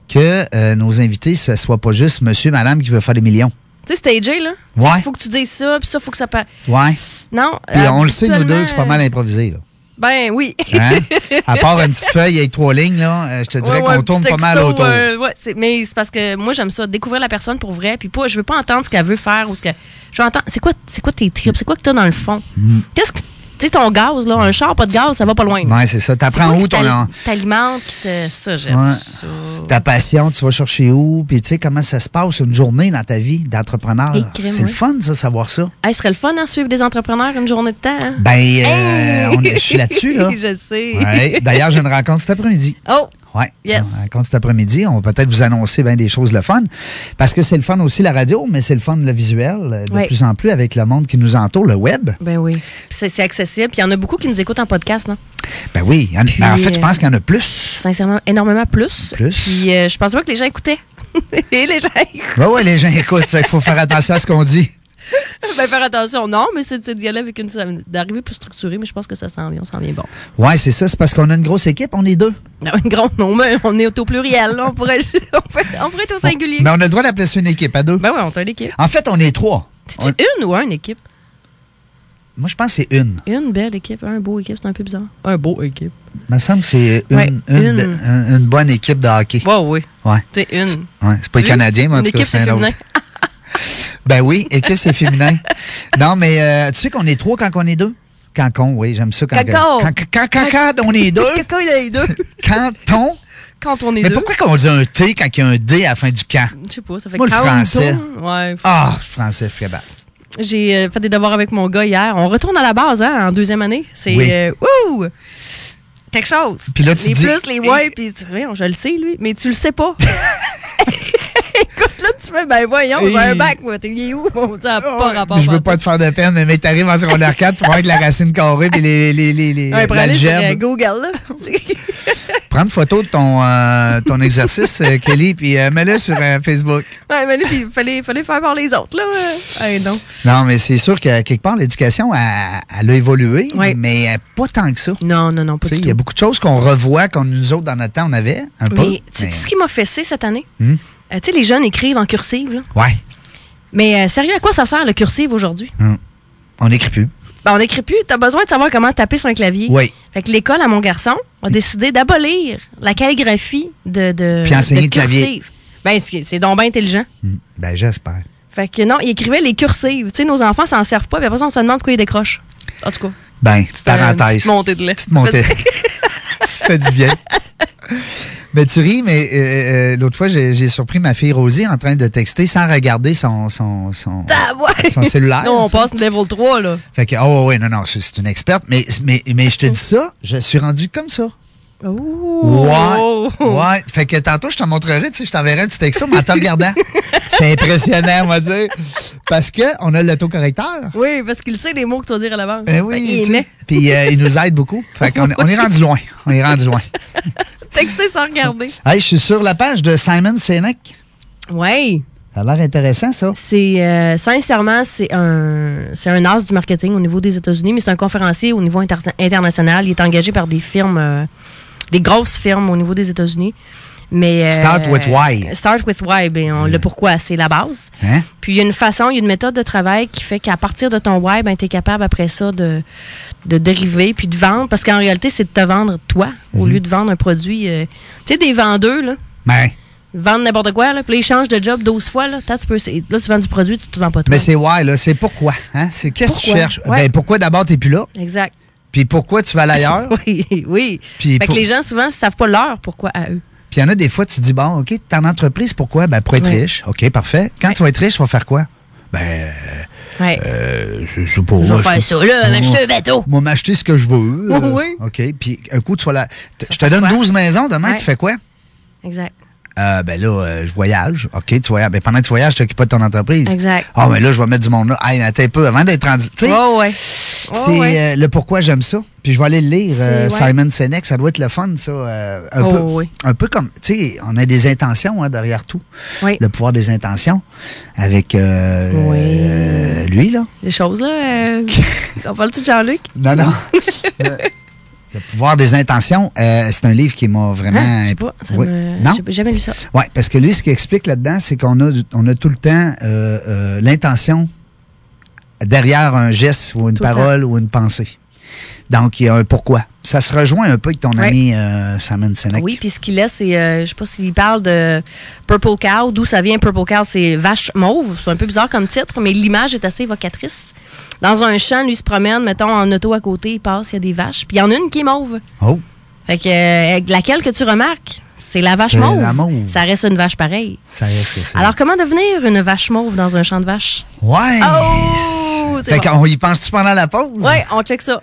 S4: Que euh, nos invités, ce soit pas juste monsieur, madame qui veut faire des millions.
S5: Tu sais, stagé, là.
S4: Ouais.
S5: Faut que tu dises ça, puis ça, faut que ça passe.
S4: Ouais.
S5: Non.
S4: Puis
S5: euh,
S4: on le sait, nous deux, que c'est pas
S5: habituellement,
S4: mal improvisé. Là.
S5: Ben oui. [LAUGHS]
S4: Hein? à part une petite feuille avec trois lignes, là, euh, je te dirais
S5: Ouais, ouais,
S4: qu'on tourne
S5: petit
S4: pas mal
S5: texto,
S4: autour.
S5: euh, ouais, c'est- mais c'est parce que moi, j'aime ça, découvrir la personne pour vrai, puis pas, je veux pas entendre ce qu'elle veut faire ou ce que. Je veux entendre. C'est quoi, c'est quoi tes tripes? C'est quoi que t'as dans le fond?
S4: Mm.
S5: Qu'est-ce que. Tu sais, ton gaz, là, un char, pas de gaz, ça va pas loin.
S4: Ouais, c'est Ben, ça. T'apprends où ton
S5: T'alimentes, qui te- euh, ça, j'aime
S4: Ouais.
S5: ça.
S4: ta passion, tu vas chercher où, puis tu sais comment ça se passe une journée dans ta vie d'entrepreneur.
S5: Et crème,
S4: C'est le
S5: ouais.
S4: fun, ça, savoir ça.
S5: Hey, serait le fun, hein, suivre des entrepreneurs une journée de temps. hein?
S4: Ben, euh, on est- je suis là-dessus, là.
S5: [LAUGHS] je sais.
S4: Ouais. D'ailleurs, j'ai une rencontre cet après-midi.
S5: Oh!
S4: Oui.
S5: Yes.
S4: Quand cet après-midi, on va peut-être vous annoncer bien des choses le fun. Parce que c'est le fun aussi la radio, mais c'est le fun le visuel euh, de
S5: Oui.
S4: plus en plus avec le monde qui nous entoure, le web.
S5: Ben oui. Puis C'est c'est accessible. Puis il y en a beaucoup qui nous écoutent en podcast, non?
S4: Ben oui. il y en- ben en
S5: Puis,
S4: fait, je
S5: euh,
S4: pense qu'il y en a plus.
S5: Sincèrement, énormément plus.
S4: Plus.
S5: Puis euh, je pensais pas que les gens écoutaient. [LAUGHS] Et les gens écoutent.
S4: Ben oui, les gens écoutent. Il faut faire attention à ce qu'on dit.
S5: Ben faire attention. Non, mais c'est c'est d'y aller avec une d'arrivée plus structurée, mais je pense que ça s'en vient, on s'en vient bon.
S4: Oui, c'est ça. C'est parce qu'on a une grosse équipe. On est deux.
S5: Non, une grande, on, on est au pluriel. là. On pourrait, [LAUGHS] on, peut- on pourrait être au singulier.
S4: Mais on a le droit d'appeler ça une équipe à deux.
S5: Ben oui, on t'a une équipe.
S4: En fait, on est trois.
S5: C'est une ou un équipe?
S4: On- moi, je pense que c'est une.
S5: Une belle équipe, un beau équipe, c'est un peu bizarre. Un beau équipe.
S4: Il me semble que c'est une,
S5: Ouais,
S4: une-
S5: une.
S4: une- une bonne équipe de hockey.
S5: Ouais, oui.
S4: Ouais.
S5: C'est une.
S4: Ouais, c'est pas les Canadiens, mais en
S5: Une
S4: tout cas,
S5: équipe,
S4: c'est
S5: c'est
S4: un autre.
S5: féminin.
S4: Ben oui, équipe, c'est féminin. [LAUGHS] Non, mais euh, tu sais qu'on est trois quand on est deux? Quand on, oui, j'aime ça. Quand,
S5: Quand on.
S4: quand, quand, quand- quand on est
S5: [LAUGHS]
S4: deux.
S5: Quand il y a les deux.
S4: Quand on.
S5: Quand on est
S4: Mais
S5: deux.
S4: pourquoi qu'on dit un T quand il y a un D à la fin du camp?
S5: Je sais pas, ça fait
S4: Moi, le
S5: quand
S4: français.
S5: on tourne. Ouais.
S4: Ah, français, je suis capable.
S5: J'ai euh, fait des devoirs avec mon gars hier. On retourne à la base, hein, en deuxième année. C'est
S4: Oui.
S5: euh, ouh, quelque chose.
S4: Puis là, tu
S5: les
S4: dis-
S5: plus, les ouais, puis tu voyons, je le sais, lui, mais tu le
S4: [LAUGHS]
S5: sais pas. Écoute, là, tu fais, ben voyons, j'ai un bac, moi. T'es il est où? On dit, ah, pas rapport.
S4: je veux
S5: pantoute.
S4: pas te faire de peine, mais t'arrives en secondaire 4, tu vas avec la racine carrée et les, les, les, les,
S5: Ouais, pour aller sur euh,
S4: l'algèbre.
S5: Google, là.
S4: Prends une photo de ton, euh, ton exercice, euh, Kelly, puis euh, mets-le sur euh, Facebook.
S5: ouais, mais là, puis, fallait, fallait faire voir les autres, là. ouais. Ouais, non.
S4: Non, mais c'est sûr que quelque part, l'éducation, elle, elle a évolué,
S5: Oui.
S4: mais euh, pas tant que ça.
S5: Non, non, non, pas
S4: Tu sais,
S5: du
S4: Il y a
S5: tout.
S4: beaucoup de choses qu'on revoit, qu'on nous autres, dans notre temps, on avait un peu.
S5: Mais tu sais ce qui m'a fessé cette année?
S4: Hum.
S5: Euh, tu sais, les jeunes écrivent en cursive, là.
S4: Ouais,
S5: Mais euh, sérieux, à quoi ça sert le cursive aujourd'hui?
S4: on n'écrit plus.
S5: Ben, on n'écrit plus. T'as besoin de savoir comment taper sur un clavier.
S4: Oui,
S5: Fait que l'école à mon garçon a décidé d'abolir la calligraphie de. de
S4: Puis enseigner
S5: de
S4: le clavier.
S5: cursive. Ben, c'est c'est donc bien intelligent.
S4: Mm. ben j'espère.
S5: Fait que non, il écrivait les cursives. Tu sais, nos enfants s'en servent pas, puis après ça, on se demande pourquoi ils décrochent. En tout cas,
S4: Ben, petite
S5: c'était une
S4: parenthèse.
S5: petite montée de lait.
S4: Petite
S5: [LAUGHS]
S4: montée. [LAUGHS] Ça fait du bien. Mais tu ris, mais euh, euh, l'autre fois, j'ai j'ai surpris ma fille Rosie en train de texter sans regarder son, son, son,
S5: Ah, ouais.
S4: son cellulaire.
S5: Non, on
S4: tu sais.
S5: passe de level 3, là.
S4: Fait que, oh oui, non, non, c'est- c'est une experte, mais, mais, mais je te dis ça, je suis rendu comme ça.
S5: Ouh.
S4: Ouais. Ouais. Fait que tantôt, je te montrerai, tu sais, je t'enverrai un petit texto, mais en te
S5: [LAUGHS]
S4: regardant. C'était impressionnant, on va dire. Parce qu'on a l'autocorrecteur.
S5: Oui, parce qu'il sait les mots que tu vas dire à l'avance.
S4: Eh
S5: Fait
S4: oui,
S5: qu'il
S4: tu sais.
S5: met.
S4: Puis euh, il nous aide beaucoup. Fait qu'on est- on est rendu loin. On est rendu loin.
S5: Texter sans regarder.
S4: Hey, je suis sur la page de Simon Sinek.
S5: Ouais.
S4: Ça a l'air intéressant, ça.
S5: C'est euh, sincèrement, c'est un, c'est un as du marketing au niveau des États-Unis, mais c'est un conférencier au niveau inter- international. Il est engagé par des firmes, euh, des grosses firmes au niveau des États-Unis. Mais euh,
S4: Start with why.
S5: Start with why, ben on, le pourquoi, c'est la base.
S4: Hein?
S5: Puis il y a une façon, il y a une méthode de travail qui fait qu'à partir de ton why, ben, tu es capable après ça de, de dériver puis de vendre. Parce
S4: Mm-hmm.
S5: qu'en réalité, c'est de te vendre toi au lieu de vendre un produit. euh, tu sais, des vendeurs, là.
S4: Ben,
S5: Vendre n'importe quoi, là. Puis là, ils changent de job 12 fois, là. Tant, tu peux, c'est- là, tu vends du produit, tu te vends Ah, pas toi.
S4: Mais c'est why, là. C'est pourquoi. Hein? C'est qu'est-ce que tu
S5: Pourquoi?
S4: cherches?
S5: Ouais.
S4: Ben, pourquoi d'abord t'es plus là?
S5: Exact.
S4: Puis pourquoi tu vas
S5: [LAUGHS]
S4: aller ailleurs?
S5: Oui, oui.
S4: Puis
S5: fait
S4: pour-
S5: que les gens, souvent, ne savent pas leur pourquoi à eux.
S4: Puis il y en a des fois, tu te dis, bon, OK, t'es en entreprise, pourquoi? Ben, pour être
S5: Ouais.
S4: riche. OK, parfait. Quand tu vas être riche, tu vas faire quoi? Ben,
S5: Ouais.
S4: euh, je je sais pas.
S5: je
S4: moi,
S5: vais faire ça, là,
S4: moi,
S5: m'acheter un bateau.
S4: Moi, m'acheter ce que je veux. euh,
S5: Oui.
S4: OK, puis un coup, tu vas la... t- Je te
S5: fait
S4: donne
S5: quoi?
S4: 12 maisons, demain,
S5: Ouais.
S4: tu fais quoi?
S5: Exact.
S4: Euh, ben là, euh, je voyage. OK, tu voyages. Ben, pendant que tu voyages, tu t'occupes pas de ton entreprise.
S5: Exact.
S4: Ah, ben là, je vais mettre du monde là. Ah, mais attends un peu, avant d'être rendu. Tu sais,
S5: Oh, ouais. Oh,
S4: c'est
S5: ouais.
S4: euh, le pourquoi j'aime ça. Puis je vais aller le lire,
S5: C'est-
S4: euh,
S5: ouais.
S4: Simon Sinek. Ça doit être le fun, ça. euh, un,
S5: Oh,
S4: peu,
S5: oui.
S4: un peu comme, tu sais, on a des intentions hein, derrière tout.
S5: Oui.
S4: Le pouvoir des intentions avec euh,
S5: Oui.
S4: euh, lui, là.
S5: Les choses, là.
S4: [LAUGHS]
S5: euh, on parle-tu de Jean-Luc?
S4: Non,
S5: [LAUGHS]
S4: non. le, le pouvoir des intentions, euh, c'est un livre qui m'a vraiment...
S5: Hein? Je sais pas. Ça
S4: Oui.
S5: me-
S4: Non?
S5: J'ai jamais lu ça.
S4: Oui, parce que lui, ce qu'il explique là-dedans, c'est qu'on a, du- on a tout le temps euh, euh, l'intention derrière un geste ou une
S5: Tout le
S4: parole ou une pensée. Donc, il y a un pourquoi. Ça se rejoint un peu avec ton
S5: Ouais.
S4: ami euh, Simon Sinek.
S5: Oui, puis ce qu'il laisse, c'est, euh, je sais pas s'il parle de Purple Cow, d'où ça vient Purple Cow, c'est vache mauve, c'est un peu bizarre comme titre, mais l'image est assez évocatrice. Dans un champ, lui il se promène, mettons, en auto à côté, il passe, il y a des vaches, puis il y en a une qui est mauve.
S4: Oh,
S5: Fait que euh, laquelle que tu remarques, c'est la vache
S4: C'est
S5: mauve.
S4: la mauve.
S5: Ça reste une vache pareille.
S4: ça reste que ça.
S5: Alors comment devenir une vache mauve dans un champ de vaches?
S4: ouais!
S5: Oh! c'est
S4: fait
S5: bon.
S4: qu'on y pense-tu pendant la pause?
S5: Ouais, on check ça.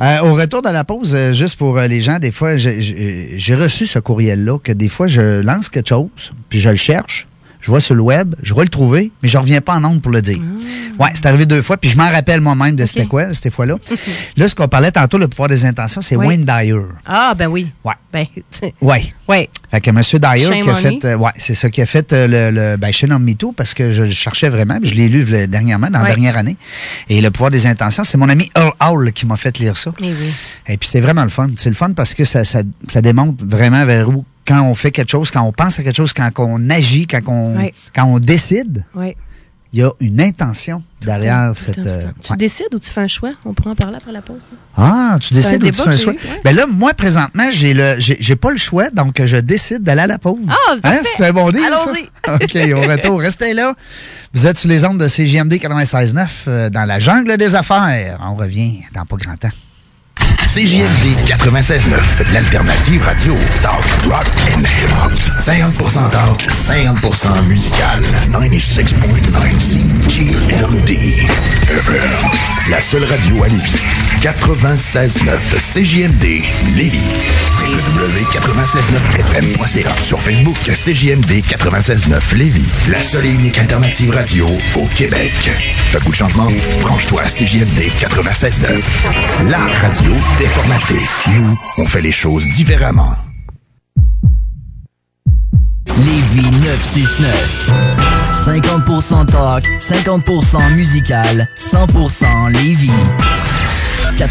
S4: Euh, au retour de la pause, euh, juste pour euh, les gens, des fois, j'ai- j'ai j'ai reçu ce courriel-là que des fois, je lance quelque chose, puis je le cherche, je vois sur le web, je vais le trouver, mais je reviens pas en nombre pour le dire. Ouais, c'est arrivé deux fois, puis je m'en rappelle moi-même de c'était quoi, cette fois-là. Là, ce qu'on parlait tantôt, le pouvoir des intentions, c'est
S5: Oui.
S4: Wayne Dyer.
S5: Ah, ben oui.
S4: Ouais.
S5: Ben,
S4: Ouais.
S5: ouais.
S4: Fait que M. Dyer
S5: Shame
S4: qui a
S5: on
S4: fait.
S5: me.
S4: euh, ouais, c'est ça qui a fait euh, le, le ben, Shame on Me Too parce que je le cherchais vraiment. puis Je l'ai lu le- dernièrement, dans la
S5: Ouais.
S4: dernière année. Et le pouvoir des intentions, c'est mon ami Earl Howell qui m'a fait lire ça.
S5: Mais Eh oui.
S4: Et puis c'est vraiment le fun. C'est le fun parce que ça, ça, ça démontre vraiment vers où, quand on fait quelque chose, quand on pense à quelque chose, quand on agit, quand on,
S5: Ouais.
S4: quand on décide,
S5: Ouais.
S4: il y a une intention derrière
S5: Tout
S4: cette.
S5: le temps, tout le
S4: euh,
S5: temps. Tu
S4: ouais.
S5: décides ou tu fais un choix? On pourra en parler après la pause. hein. ça.
S4: Ah, tu
S5: un
S4: décides ou tu
S5: débat
S4: fais un
S5: que j'ai
S4: choix.
S5: eu, ouais.
S4: Ben là, moi, présentement, j'ai le, j'ai j'ai pas le choix, donc euh, je décide d'aller à la pause. Hein,
S5: Ah, parfait.
S4: C'est un bon deal, ça?
S5: Allons-y.
S4: [LAUGHS] OK, au retour, restez là. Vous êtes sur les ondes de CGMD 96.9 euh, dans la jungle des affaires. On revient dans pas grand temps.
S3: CJMD 96.9, l'alternative radio. Talk, rock and hip-hop. 50% talk, 50% musical. 96.9 CJMD. La seule radio à Lévis. 96.9 CJMD Lévis. www.969fm.ca Sur Facebook, CJMD 96.9 Lévis. La seule et unique alternative radio au Québec. T'as le goût de changement? Branche-toi à CJMD 96.9. La radio déformatée. Nous, on fait les choses différemment.
S6: Lévis 969. 50% talk, 50% musical, 100% Lévis. 96.9.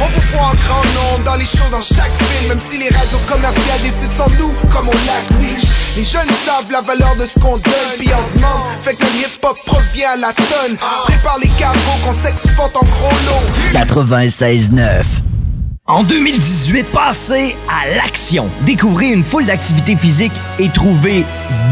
S7: On vous voit en grand nombre dans les shows dans chaque film Même si les radios commerciales décident sans nous comme on l'affiche Les jeunes savent la valeur de ce qu'on donne Puis on demande, fait que le hip-hop revient à la tonne Prépare les caveaux qu'on s'exporte en gros lot
S6: 96.9. En 2018, passez à l'action. Découvrez une foule d'activités physiques et trouvez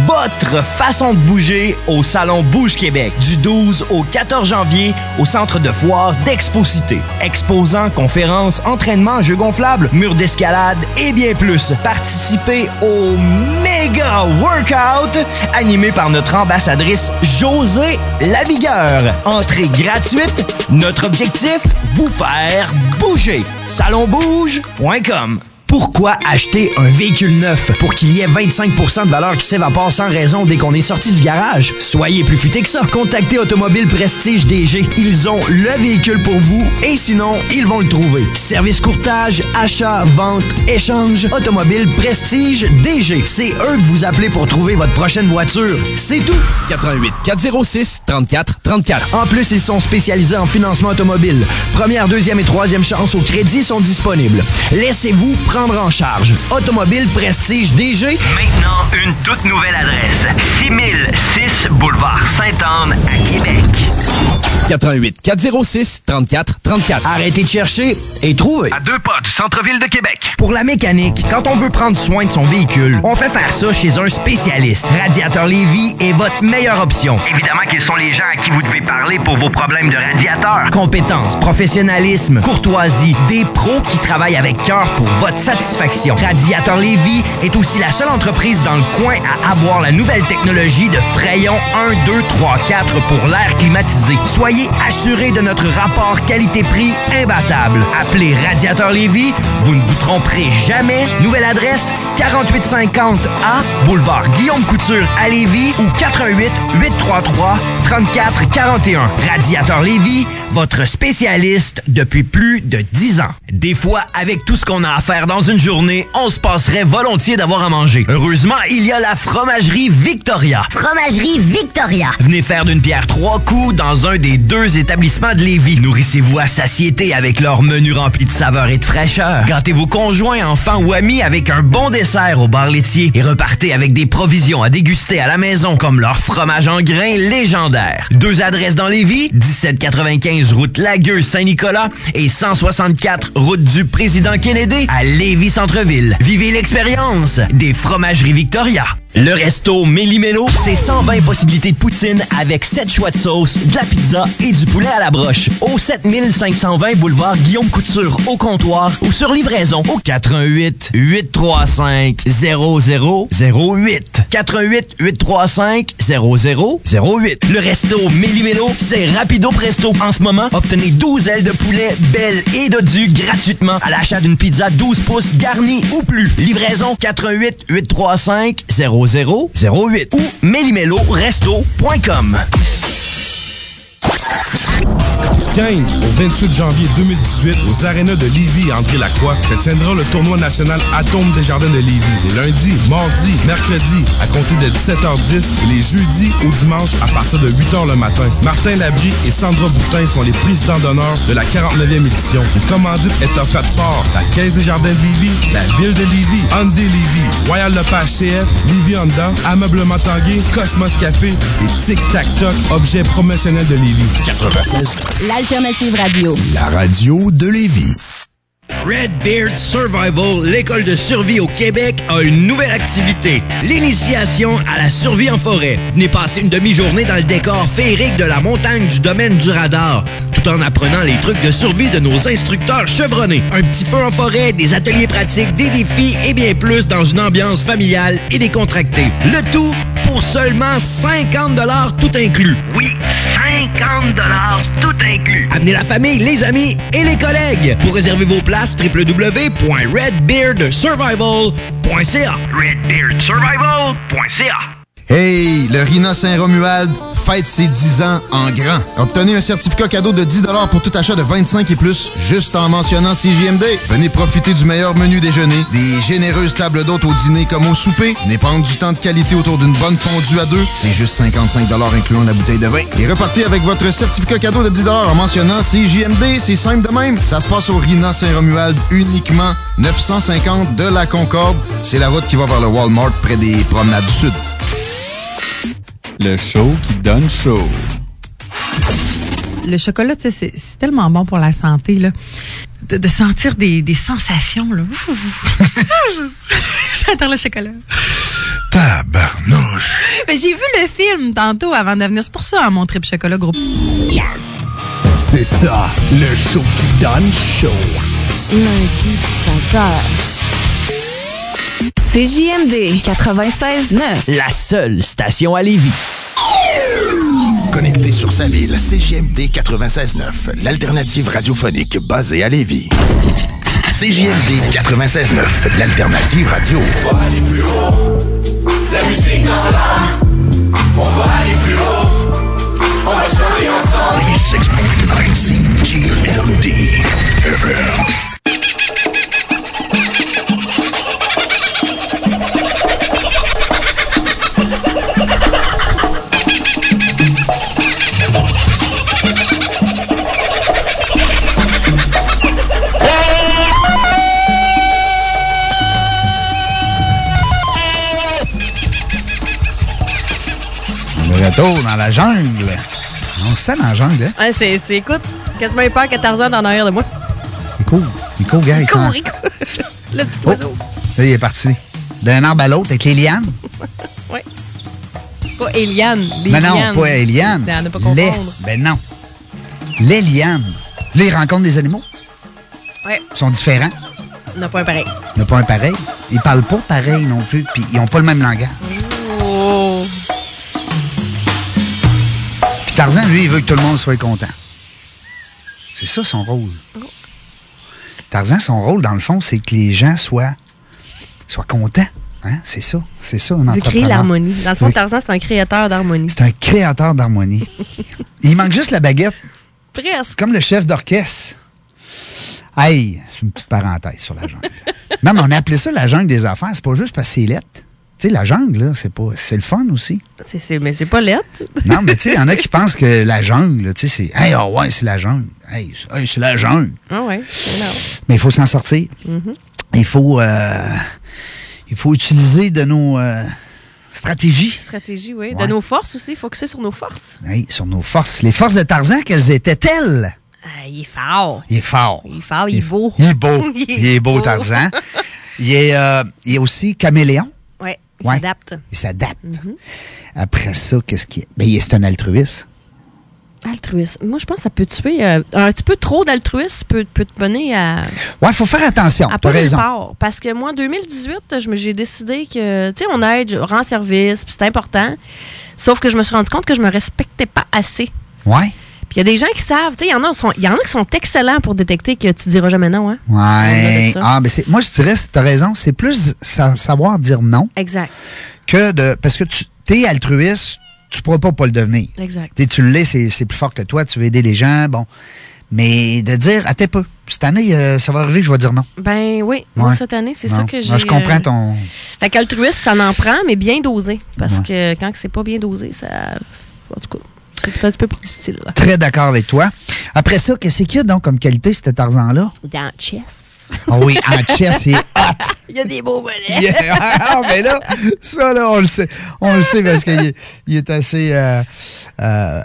S6: votre façon de bouger au Salon Bouge Québec du 12 au 14 janvier au centre de foire d'Exposité. Exposants, conférences, entraînements, jeux gonflables, murs d'escalade et bien plus. Participez au méga workout animé par notre ambassadrice José Lavigueur. Entrée gratuite. Notre objectif, vous faire bouger. Salonbouge.com pourquoi acheter un véhicule neuf pour qu'il y ait 25 de valeur qui s'évapore sans raison dès qu'on est sorti du garage? Soyez plus futé que ça. Contactez Automobile Prestige DG. Ils ont le véhicule pour vous et sinon, ils vont le trouver. Service courtage, achat, vente, échange. Automobile Prestige DG. C'est eux que vous appelez pour trouver votre prochaine voiture. C'est tout.
S8: 88 406 34 34.
S6: En plus, ils sont spécialisés en financement automobile. Première, deuxième et troisième chance au crédit sont disponibles. Laissez-vous prendre prendre en charge. Automobile Prestige DG.
S9: Maintenant, une toute nouvelle adresse. 6006 Boulevard Sainte-Anne à Québec.
S8: 88 406 34 34.
S6: Arrêtez de chercher et trouvez.
S9: À deux pas du centre-ville de Québec.
S6: Pour la mécanique, quand on veut prendre soin de son véhicule, on fait faire ça chez un spécialiste. Radiateur Lévy est votre meilleure option.
S9: Évidemment qu'ils sont les gens à qui vous devez parler pour vos problèmes de radiateur.
S6: Compétence, professionnalisme, courtoisie, des pros qui travaillent avec cœur pour votre satisfaction. Radiateur Lévy est aussi la seule entreprise dans le coin à avoir la nouvelle technologie de Frayon 1, 2, 3, 4 pour l'air climatisé. Soyez assurés de notre rapport qualité-prix imbattable. Appelez Radiateur Lévy, vous ne vous tromperez jamais. Nouvelle adresse 4850 A boulevard Guillaume Couture à Lévis ou 88 833 34 41. Radiateur Lévy, votre spécialiste depuis plus de 10 ans. Des fois, avec tout ce qu'on a à faire dans une journée, on se passerait volontiers d'avoir à manger. Heureusement, il y a la fromagerie Victoria.
S10: Fromagerie Victoria.
S6: Venez faire d'une pierre trois coups dans un des deux établissements de Lévis. Nourrissez-vous à satiété avec leur menu rempli de saveurs et de fraîcheur. Gâtez vos conjoints, enfants ou amis avec un bon dessert au bar laitier et repartez avec des provisions à déguster à la maison comme leur fromage en grains légendaire. Deux adresses dans Lévis, 1795 route Lagueux Saint-Nicolas et 164 route du Président Kennedy à Lévis Centreville. Vivez l'expérience des fromageries Victoria. Le resto Méli-Mélo, c'est 120 possibilités de poutine avec 7 choix de sauce, de la pizza et du poulet à la broche. Au 7520 boulevard Guillaume Couture au comptoir ou sur livraison au 88 835 0008. 88 835 0008. Le resto Méli-Mélo, c'est rapido presto. En ce moment, obtenez 12 ailes de poulet belles et dodues gratuitement à l'achat d'une pizza 12 pouces garnie ou plus. Livraison 88 835 0008. 0008 ou melimeloresto.com.
S11: 15 au 28 janvier 2018 aux arénas de Lévis et André-Lacroix se tiendra le tournoi national Atome des Jardins de Lévis. Les lundis, mardis, mercredis à compter de 17h10 et les jeudis ou dimanches à partir de 8h le matin. Martin Labrie et Sandra Boutin sont les présidents d'honneur de la 49e édition. Une commandite est offerte par la Caisse des Jardins de Lévis, la Ville de Lévis, Andé Lévis, Royal Lepage CF, Lévis Honda, Ameublement Tanguay, Cosmos Café et Tic Tac Toc, objet promotionnel de Lévis.
S3: 96.
S10: L'alternative radio.
S3: La radio de Lévis.
S6: Red Beard Survival, l'école de survie au Québec, a une nouvelle activité. L'initiation à la survie en forêt. Venez passer une demi-journée dans le décor féerique de la montagne du domaine du radar, tout en apprenant les trucs de survie de nos instructeurs chevronnés. Un petit feu en forêt, des ateliers pratiques, des défis et bien plus dans une ambiance familiale et décontractée. Le tout pour seulement 50 tout inclus.
S9: Oui, 50 tout inclus.
S6: Amenez la famille, les amis et les collègues. Pour réserver vos places, www.redbeardsurvival.ca.
S9: Redbeardsurvival.ca
S1: Hey, le Rina Saint-Romuald fête ses 10 ans en grand. Obtenez un certificat cadeau de 10 pour tout achat de 25 et plus, juste en mentionnant CJMD. Venez profiter du meilleur menu déjeuner, des généreuses tables d'hôtes au dîner comme au souper. Venez prendre du temps de qualité autour d'une bonne fondue à deux. C'est juste 55 incluant la bouteille de vin. Et repartez avec votre certificat cadeau de 10 en mentionnant CJMD. C'est simple de même. Ça se passe au Rina Saint-Romuald uniquement 950 de la Concorde. C'est la route qui va vers le Walmart près des promenades du Sud.
S12: Le show qui donne chaud.
S13: Le chocolat, tu sais, c'est- c'est tellement bon pour la santé, là. De, de sentir des, des sensations, là. Ouh. [LAUGHS] J'adore le chocolat.
S14: Tabarnouche.
S13: Mais j'ai vu le film tantôt avant de venir. C'est pour ça, hein, mon trip chocolat, gros.
S3: C'est ça, le show qui donne chaud.
S15: Lundi, 5h. CJMD 96.9.
S6: La seule station à Lévis.
S3: Connecté sur sa ville, CJMD 96.9, l'alternative radiophonique basée à Lévis. CJMD 96.9, l'alternative radio. On va aller plus haut,
S7: Ah,
S3: la musique dans l'âme. On va aller plus haut, on va chanter ensemble. 96.9 CJMD FM.
S4: Retour dans la jungle. On se sent dans la jungle, hein?
S5: Ouais, c'est, c'est- écoute, quasiment peur que Tarzan en arrière de moi.
S4: Nico, Nico, gars, il
S5: Rico,
S4: s'en-
S5: Rico. Le petit oiseau.
S4: Là, il est parti. D'un arbre à l'autre avec les lianes.
S5: Pas Eliane. Les
S4: Mais Oh. non,
S5: lianes.
S4: pas les lianes.
S5: Non, ne pas
S4: les,
S5: confondre.
S4: ben non. Les lianes. Là, ils rencontrent des animaux.
S5: Ouais,
S4: Ils sont différents.
S5: on n'a pas un pareil.
S4: Il n'y en a pas un pareil. Ils parlent pas pareil non plus. Puis ils n'ont pas le même langage.
S5: Oh.
S4: Puis Tarzan, lui, il veut que tout le monde soit content. C'est ça son rôle. Tarzan, son rôle, dans le fond, c'est que les gens soient, soient contents. Hein? C'est ça. C'est ça, un
S5: Il veut créer
S4: entrepreneur.
S5: l'harmonie. Dans le fond,
S4: Oui.
S5: Tarzan, c'est un créateur d'harmonie.
S4: C'est un créateur d'harmonie. il manque juste la baguette.
S5: Presque.
S4: Comme le chef d'orchestre. Hey, c'est une petite parenthèse sur la jungle. non, mais on a appelé ça la jungle des affaires. C'est pas juste parce que c'est lettre. Tu sais, la jungle, là, c'est pas. C'est le fun aussi.
S5: C'est, c'est- mais c'est pas lettre.
S4: Non, mais tu sais, il y en a qui pensent que la jungle, là, tu sais, c'est. Hey, ah ouais, c'est la jungle. Hey, c'est- hey, c'est la jungle.
S5: [LAUGHS] Ah ouais. c'est
S4: Mais il faut s'en sortir.
S5: énorme. Mhm.
S4: Il faut. euh, il faut utiliser de nos euh, stratégies.
S5: Stratégie, oui.
S4: Ouais.
S5: De nos forces aussi. Focuser sur nos forces.
S4: Hey, sur nos forces. Les forces de Tarzan, quelles étaient-elles?
S5: Ah, il est fort.
S4: Il est fort.
S5: Il est fort, il est beau.
S4: Il est beau.
S5: [LAUGHS] Il est
S4: Il est beau,
S5: beau.
S4: Tarzan. Il est, euh, il est aussi caméléon.
S5: [LAUGHS] Ouais, il
S4: Ouais.
S5: s'adapte. Mhm.
S4: Il s'adapte. Après ça, qu'est-ce qu'il est? Ben, il est c'est un altruiste.
S5: Altruiste. Moi, je pense que ça peut tuer. euh, un petit peu trop d'altruisme peut, peut te mener à.
S4: Ouais, faut faire attention.
S5: à
S4: T'as
S5: pas nulle
S4: raison.
S5: part. Parce que moi, en 2018, je me- j'ai décidé que, tu sais, on aide, je rends service, puis c'est important. Sauf que je me suis rendu compte que je me respectais pas assez.
S4: Ouais.
S5: Puis il y a des gens qui savent, tu sais, il y, en a sont- il y en a qui sont excellents pour détecter que tu diras jamais non, hein? Au-delà
S4: Ouais.
S5: de ça.
S4: Ah, ben, c'est, moi, je dirais, t'as raison. C'est plus sa- savoir dire non
S5: Exact,
S4: que de, parce que tu, t'es altruiste, tu pourras pas pas le devenir.
S5: exact.
S4: Tu sais, tu l'es, c'est, c'est plus fort que toi, tu veux aider les gens, bon. Mais de dire, attends peu, cette année, euh, ça va arriver que je vais dire non.
S5: Ben oui, moi,
S4: Ouais.
S5: cette année, c'est
S4: Non.
S5: ça que j'ai.
S4: Non, je comprends
S5: euh,
S4: ton.
S5: Fait qu'altruiste, ça en prend, mais bien dosé. Parce que quand c'est pas bien dosé, ça. En tout cas, c'est peut-être un peu plus difficile. là.
S4: Très d'accord avec toi. Après ça, qu'est-ce qu'il y a donc comme qualité, cet
S5: [LAUGHS]
S4: Tarzan-là?
S5: Dans le chess.
S4: Ah oui, en chess,
S5: [LAUGHS]
S4: il est hot.
S5: Il y a des beaux volets.
S4: Il est- Ah, mais là, ça, là, on le sait. On le sait parce qu'il est- il est assez. euh, euh,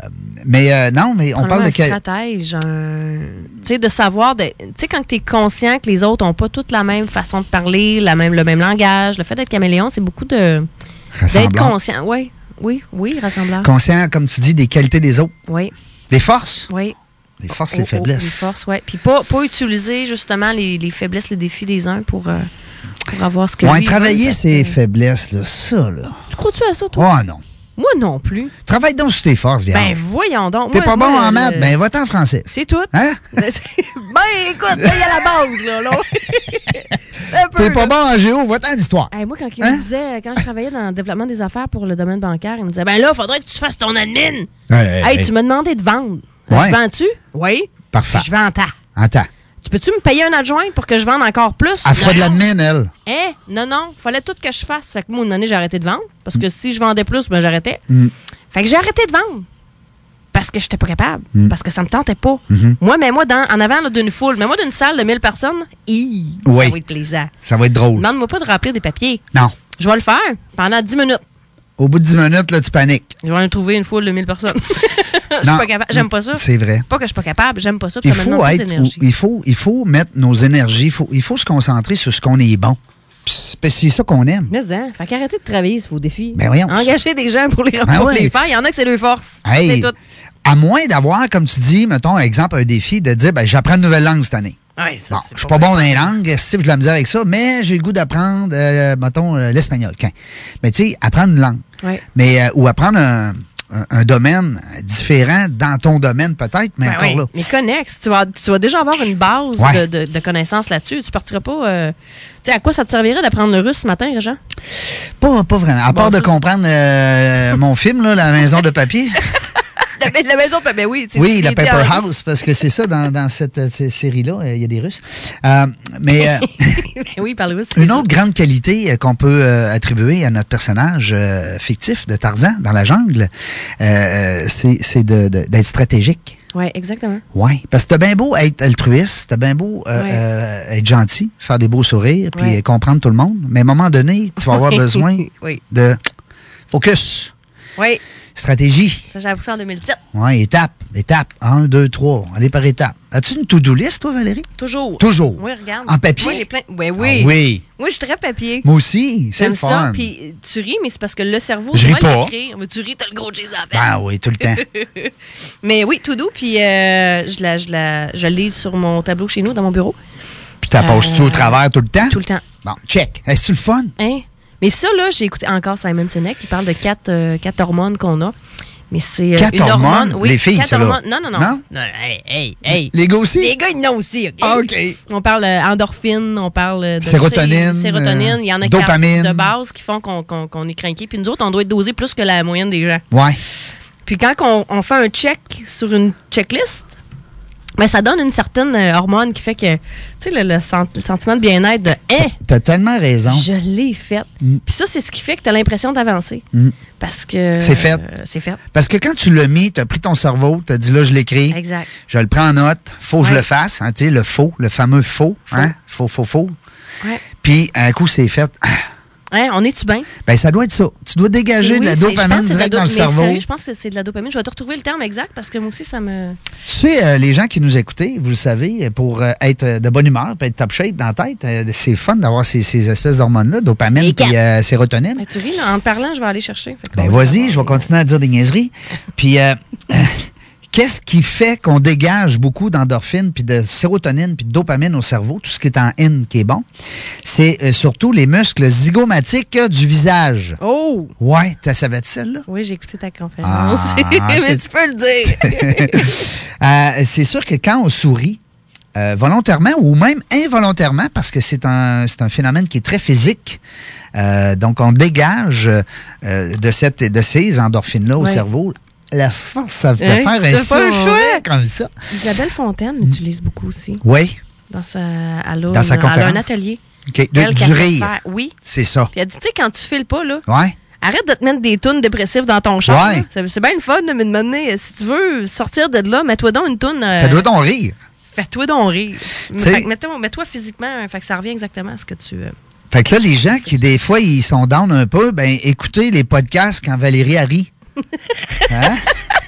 S4: mais euh, non, mais on parle de
S5: Probablement
S4: quel.
S5: un stratège, un- tu sais, de savoir, de- tu sais, quand tu es conscient que les autres n'ont pas toutes la même façon de parler, la même, le même langage, le fait d'être caméléon, c'est beaucoup de d'être
S4: Rassemblant.
S5: conscient. Oui, oui, oui, rassembleur.
S4: Conscient, comme tu dis, des qualités des autres,
S5: oui,
S4: des forces,
S5: oui.
S4: des forces,
S5: Oh,
S4: des
S5: oh, Les
S4: faiblesses.
S5: forces, oui. Puis pas, pas utiliser justement les, les faiblesses, les défis des uns pour, euh, pour avoir ce que.
S4: Ouais,
S5: lui
S4: travailler
S5: veut.
S4: ses faiblesses, là, ça, là.
S5: Tu crois-tu à ça, toi?
S4: Oh non.
S5: Moi non plus.
S4: Travaille donc sur tes forces, viens.
S5: Ben voyons donc.
S4: T'es
S5: Moi- euh,
S4: pas bon
S5: moi,
S4: en
S5: le-
S4: maths, ben va-t'en en français.
S5: [LAUGHS] C'est tout.
S4: Hein?
S5: [LAUGHS] ben écoute, là, il y a la base, là. là. Un peu,
S4: T'es pas
S5: là.
S4: bon en géo, va-t'en en histoire.
S5: Hey, moi, quand il
S4: Hein?
S5: me disait, quand je travaillais dans le développement des affaires pour le domaine bancaire, il me disait Ben là, faudrait que tu fasses ton admin.
S4: Hey,
S5: Hey,
S4: hey.
S5: tu m'as demandé de vendre.
S4: Ouais.
S5: Je vends-tu Oui.
S4: Parfait.
S5: Je vends ta.
S4: Attends.
S5: Tu peux-tu me payer un adjoint pour que je vende encore plus
S4: Elle fera de la
S5: Non.
S4: mine, elle.
S5: Eh, non, non, fallait tout que je fasse. Fait que moi, une année, j'ai arrêté de vendre. Parce que si je vendais plus, ben, j'arrêtais.
S4: Mm.
S5: Fait que j'ai arrêté de vendre. Parce que j'étais pas capable.
S4: Mm.
S5: Parce que ça me tentait pas.
S4: Mhm.
S5: Moi, mais moi, dans, en avant là, d'une foule, mais moi, d'une salle de 1000 personnes, hi,
S4: Oui.
S5: ça va être plaisant.
S4: Ça va être drôle.
S5: Demande-moi pas de remplir des papiers.
S4: Non.
S5: Je vais le faire pendant 10 minutes.
S4: Au bout de 10 minutes, là, tu paniques.
S5: Je vais en trouver une foule de 1000 personnes. [LAUGHS] Je suis
S4: Non.
S5: pas capable. J'aime pas ça.
S4: C'est vrai.
S5: Pas que je suis pas capable. J'aime pas ça. puis
S4: Il
S5: ça me
S4: faut,
S5: demande plus
S4: être,
S5: d'énergie.
S4: il, faut, il faut mettre nos énergies, il faut, il faut se concentrer sur ce qu'on est bon. Puis c'est- puis c'est ça qu'on aime.
S5: Mais hein, fait qu'arrêtez de travailler sur vos défis.
S4: Ben voyons.
S5: Engagez des gens pour les,
S4: Ben
S5: pour
S4: oui.
S5: les faire. Il y en a que c'est leur force.
S4: Hey,
S5: C'est tout.
S4: à moins d'avoir, comme tu dis, mettons, exemple, un défi de dire, ben, j'apprends une nouvelle langue cette année.
S5: Ouais, ça,
S4: Bon,
S5: c'est
S4: je suis pas bon dans les langues, si je vais me dire avec ça, mais j'ai le goût d'apprendre, euh, mettons, euh, l'espagnol. quand. Mais tu sais, apprendre une langue.
S5: Ouais.
S4: Mais, euh, ou apprendre un, un- un domaine différent dans ton domaine, peut-être, mais
S5: Ben
S4: encore
S5: oui.
S4: là.
S5: Mais connexe, tu vas, tu vas déjà avoir une base
S4: Ouais.
S5: de, de- de connaissances là-dessus. Tu partiras pas. euh, tu sais, à quoi ça te servirait d'apprendre le russe ce matin, Réjean?
S4: Pas, pas vraiment. À part de comprendre euh, mon film, là, La maison de papier.
S5: [LAUGHS] la, la maison, ben, ben oui. [LAUGHS] c'est-
S4: Oui, la
S5: il dit en
S4: Paper
S5: russe.
S4: House, parce que c'est ça, dans, dans cette, euh, cette série-là, euh, il y a des Russes. Euh, mais euh, [LAUGHS]
S5: Ben oui, par le russe.
S4: une autre grande qualité euh, qu'on peut euh, attribuer à notre personnage euh, fictif de Tarzan dans la jungle, euh, c'est c'est de- de- d'être stratégique.
S5: Oui, exactement.
S4: Oui, parce que t'as bien beau être altruiste, t'as bien beau euh,
S5: Ouais.
S4: euh, être gentil, faire des beaux sourires, puis
S5: Ouais.
S4: euh, comprendre tout le
S5: [LAUGHS]
S4: monde, mais à un moment donné, tu vas avoir besoin
S5: oui.
S4: de focus.
S5: Oui.
S4: Stratégie.
S5: Ça, j'ai appris ça en 2007.
S4: Ouais, étape, étape. Un, deux, trois. Allez par étape. As-tu une to-do list, toi, Valérie?
S5: Toujours.
S4: Toujours.
S5: Oui, regarde.
S4: En papier?
S5: Moi, j'ai plein. Ouais, oui.
S4: Ah oui.
S5: Moi, je suis très papier.
S4: Moi aussi. C'est le
S5: J'aime ça.
S4: fun.
S5: Puis tu ris, mais c'est parce que le cerveau,
S4: Je
S5: tu
S4: ris pas.
S5: Mais tu ris, t'as le gros cheese à faire.
S4: Ben oui, tout le temps.
S5: [LAUGHS] mais oui, tout doux. Puis euh, je la, je la, je l'ai sur mon tableau chez nous, dans mon bureau.
S4: Puis t'en passes-tu
S5: Euh,
S4: au travers tout le temps?
S5: Tout le temps.
S4: Bon, check. Est-ce le fun?
S5: Hein? Mais ça, là, j'ai écouté encore Simon Sinek qui parle de quatre, euh, quatre hormones qu'on a. Mais c'est euh,
S4: Quatre
S5: une hormone.
S4: hormones?
S5: Oui,
S4: Les filles,
S5: quatre
S4: ça, là.
S5: hormones. Non, non, non.
S4: Non?
S5: hey, hey, hey.
S4: Les gars aussi?
S5: Les gars, ils en ont aussi, OK?
S4: Ah, OK.
S5: On parle euh, endorphine, on parle euh, de...
S4: Sérotonine,
S5: tu sais, Sérotonine. Il y en a
S4: euh,
S5: qui-
S4: dopamine.
S5: de base qui font qu'on qu'on- qu'on est craqué. Puis nous autres, on doit être dosé plus que la moyenne des gens.
S4: Ouais.
S5: Puis quand on, on fait un check sur une checklist, ben, ça donne une certaine euh, hormone qui fait que, tu sais, le, le sent- le sentiment de bien-être de « Hein,
S4: T'as tellement raison.
S5: je l'ai faite. Puis ça, c'est ce qui fait que tu as l'impression d'avancer.
S4: Mm.
S5: Parce que.
S4: C'est fait.
S5: euh, c'est fait.
S4: Parce que quand tu l'as mis, t'as pris ton cerveau, t'as dit là, je l'écris.
S5: Exact.
S4: Je le prends en note. Faut que je
S5: Ouais.
S4: le fasse. hein, tu sais, le faux, le fameux faux. Hein? Faux, faux, faux.
S5: Ouais.
S4: Puis, un coup, c'est fait. [CLEARS THROAT] Ah,
S5: Hein, on est-tu bien?
S4: Ben, ça doit être ça. Tu dois dégager
S5: Oui,
S4: de la
S5: c'est- je pense que
S4: dopamine
S5: c'est de la
S4: direct dans le
S5: do- mais
S4: cerveau.
S5: sérieux, je pense que c'est de la dopamine. Je vais te retrouver le terme exact parce que moi aussi, ça me.
S4: Tu sais, euh, les gens qui nous écoutaient, vous le savez, pour euh, être euh, de bonne humeur, puis être top shape dans la tête, euh, c'est fun d'avoir ces, ces espèces d'hormones-là, dopamine et sérotonine.
S5: Ben, tu ris, là, en parlant, je vais aller chercher. Fait que-
S4: Ben vas-y, je vais continuer à dire des niaiseries. Puis euh, [LAUGHS] euh, qu'est-ce qui fait qu'on dégage beaucoup d'endorphines, puis de sérotonine, puis de dopamine au cerveau, tout ce qui est en N qui est bon, c'est euh, surtout les muscles zygomatiques euh, du visage.
S5: Oh!
S4: Ouais, t'as savais celle-là?
S5: Oui, j'ai écouté ta conférence.
S4: Ah,
S5: [LAUGHS] mais tu peux
S4: [LAUGHS]
S5: le [LAUGHS] dire. Hein?
S4: Euh, c'est sûr que quand on sourit, euh, volontairement ou même involontairement, parce que c'est un, c'est un phénomène qui est très physique. euh, donc, on dégage euh, de, cette, de ces endorphines-là au
S5: Ouais.
S4: cerveau la force à- de
S5: Hein?
S4: faire
S5: T'as
S4: un
S5: pas le
S4: sourire
S5: choix.
S4: comme ça. Mm.
S5: Isabelle Fontaine l'utilise beaucoup aussi.
S4: Oui,
S5: Dans sa, elle a
S4: Dans sa
S5: une- elle a
S4: conférence?
S5: un atelier.
S4: OK, de-
S5: Elle,
S4: du
S5: qu'elle fait
S4: rire.
S5: faire- Oui.
S4: c'est ça.
S5: Puis elle dit, tu sais, quand tu files pas, là,
S4: Ouais.
S5: Arrête de te mettre des tunes dépressives dans ton char.
S4: Ouais.
S5: là. C'est c'est bien le fun, là, mais de m'amener, euh, si tu veux sortir de là, mets-toi donc une tune. euh,
S4: Fais-toi donc rire.
S5: Fais-toi donc rire.
S4: sais-
S5: Fait que mettons- Mets-toi physiquement, hein, fait que ça revient exactement à ce que tu. euh,
S4: Fait que là, les gens qui, des fois, ils sont down un peu, ben écoutez les podcasts quand Valérie arrive. Hein?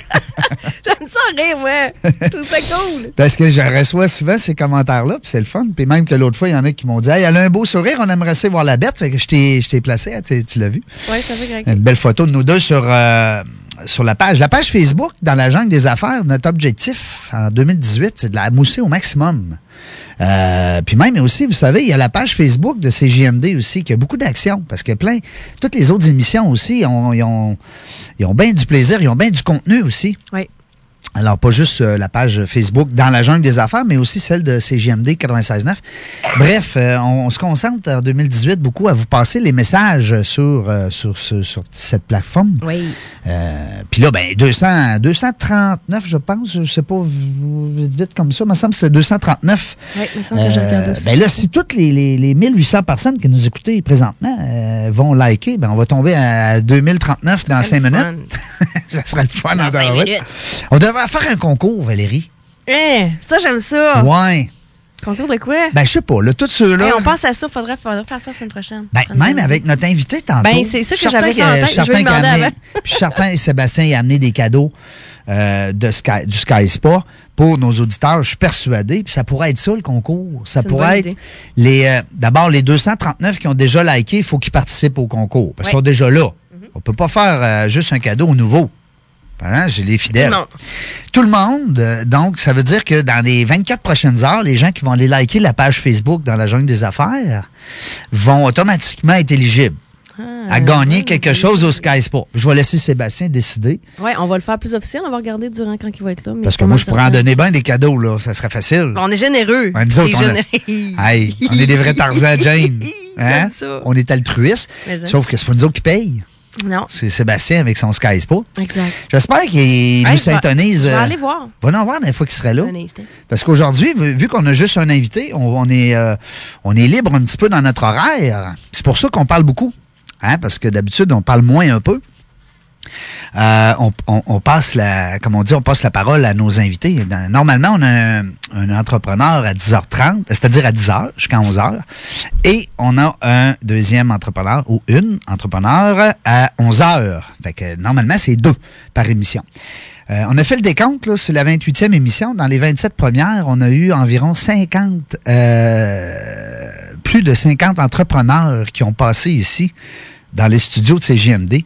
S5: [LAUGHS] J'aime ça rire, [LAUGHS] ouais. Je trouve ça cool.
S4: Parce que je reçois souvent ces commentaires-là, puis c'est le fun. Puis même que l'autre fois, il y en a qui m'ont dit Hey, elle a un beau sourire, on aimerait ça voir la bête. Fait que je t'ai je t'ai placé, hein, tu tu l'as vu.
S5: Ouais, ça fait
S4: Une belle photo de nous deux sur, euh, sur la page. La page Facebook, dans la jungle des affaires, notre objectif en 2018, c'est de la mousser au maximum. Euh, puis même aussi, vous savez, il y a la page Facebook de CJMD aussi, qui a beaucoup d'actions, parce que plein, toutes les autres émissions aussi, ont- ils ont, ils ont bien du plaisir, ils ont bien du contenu aussi.
S5: Oui.
S4: Alors, pas juste euh, la page Facebook dans la jungle des affaires, mais aussi celle de CGMD 96.9. Bref, euh, on, on se concentre en 2018 beaucoup à vous passer les messages sur, euh, sur, sur- sur cette plateforme.
S5: Oui.
S4: Euh, Puis là, ben 200, 239, je pense, je sais pas, vous- vous dites comme ça, il me semble que c'est 239.
S5: Oui, il me semble que j'ai regardé
S4: Euh,
S5: aussi.
S4: ben là, si toutes les, les- les 1800 personnes qui nous écoutez présentement euh, vont liker, ben on va tomber à 2039 dans 5
S5: le
S4: minutes.
S5: fun.
S4: [LAUGHS] ça serait le fun. hein,
S5: Dans
S4: en
S5: cinq
S4: tabarouette.
S5: minutes.
S4: On devrait faire un concours, Valérie.
S5: Hein, ça, j'aime ça.
S4: Ouais.
S5: Concours de quoi?
S4: Ben, je sais pas, là, tous ceux-là.
S5: Hey, on pense à ça, faudrait, faudrait faire ça la semaine prochaine.
S4: Ben, même avec notre invité tantôt.
S5: Ben, c'est ça que
S4: Certain
S5: j'avais ça en
S4: que-
S5: tête, je vais
S4: certain
S5: lui
S4: qu'il a
S5: demander
S4: amené-
S5: avant.
S4: [LAUGHS] puis certain, Sébastien il a amené des cadeaux euh, de Sky- du Sky Spa pour nos auditeurs, je suis persuadé. Puis ça pourrait être ça, le concours. Ça
S5: C'est une
S4: pourrait
S5: bonne
S4: être les euh, d'abord les 239 qui ont déjà liké, il faut qu'ils participent au concours. Parce qu'ils
S5: Ouais. Mhm.
S4: sont déjà là. On peut pas faire euh, juste un cadeau au nouveau. Hein, J'ai les fidèles.
S5: Non.
S4: Tout le monde. euh, Donc, ça veut dire que dans les 24 prochaines heures, les gens qui vont aller liker la page Facebook dans la jungle des affaires vont automatiquement être éligibles
S5: Ah,
S4: à gagner quelque chose au Sky Spa. Je vais laisser Sébastien décider.
S5: Ouais, on va le faire plus officiel, on va regarder durant quand il va être là. mais
S4: Parce que
S5: comment
S4: moi, je
S5: ça
S4: pourrais en
S5: va?
S4: donner bien des cadeaux, là. Ça serait facile.
S5: On est généreux.
S4: Ouais, nous autres,
S5: T'es
S4: on, a- Ah.
S5: généreux.
S4: Hey, on est des vrais Tarzan
S5: [LAUGHS]
S4: Jane. Hein? On est altruistes.
S5: Mais hein? ça.
S4: Sauf que c'est pas nous autres qui payent.
S5: Non.
S4: C'est Sébastien avec son Sky Spa.
S5: Exact.
S4: J'espère qu'il nous
S5: Hey, je vais-
S4: syntonise.
S5: je vais
S4: euh,
S5: aller voir.
S4: Va nous voir la fois qu'il serait là.
S5: Un instant.
S4: Parce qu'aujourd'hui, vu, vu qu'on a juste un invité, on, on est, euh, on est libre un petit peu dans notre horaire. C'est pour ça qu'on parle beaucoup. Hein, parce que d'habitude, on parle moins un peu. Euh, on, on- on passe la, comme on dit, on passe la parole à nos invités. Dans- Normalement, on a un, un entrepreneur à 10h30, c'est-à-dire à 10h jusqu'à 11h. Et on a un deuxième entrepreneur ou une entrepreneur à 11h. Fait que normalement, c'est deux par émission. Euh, on a fait le décompte, là, c'est la 28e émission. Dans les 27 premières, on a eu environ 50, euh, plus de 50 entrepreneurs qui ont passé ici dans les studios de CGMD.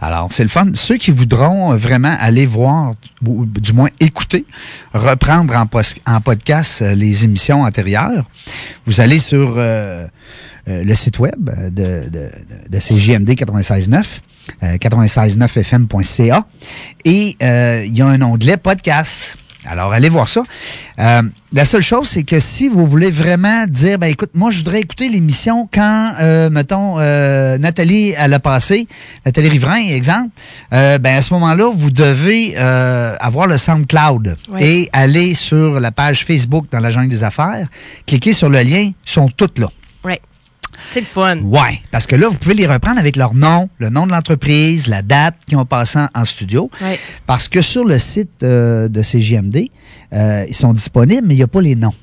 S4: Alors, c'est le fun. Ceux qui voudront euh, vraiment aller voir, ou ou du moins écouter, reprendre en, pos- en podcast euh, les émissions antérieures, vous allez sur euh, euh, le site web euh, de, de, de CGMD 96.9, euh, 96.9fm.ca, et euh, il y a un onglet podcast. Alors, allez voir ça. Euh, la seule chose, c'est que si vous voulez vraiment dire, ben écoute, moi, je voudrais écouter l'émission quand, euh, mettons, euh, Nathalie, elle a passé, Nathalie Riverain, exemple, euh, ben à ce moment-là, vous devez euh, avoir le SoundCloud
S16: Ouais.
S4: et aller sur la page Facebook dans la jungle des affaires, cliquez sur le lien, ils sont toutes là.
S5: Ouais. C'est le fun.
S4: Ouais, parce que là, vous pouvez les reprendre avec leur nom, le nom de l'entreprise, la date qu'ils ont passé en- en studio.
S5: Ouais.
S4: Parce que sur le site euh, de CJMD, euh, ils sont disponibles, mais il n'y a pas les noms.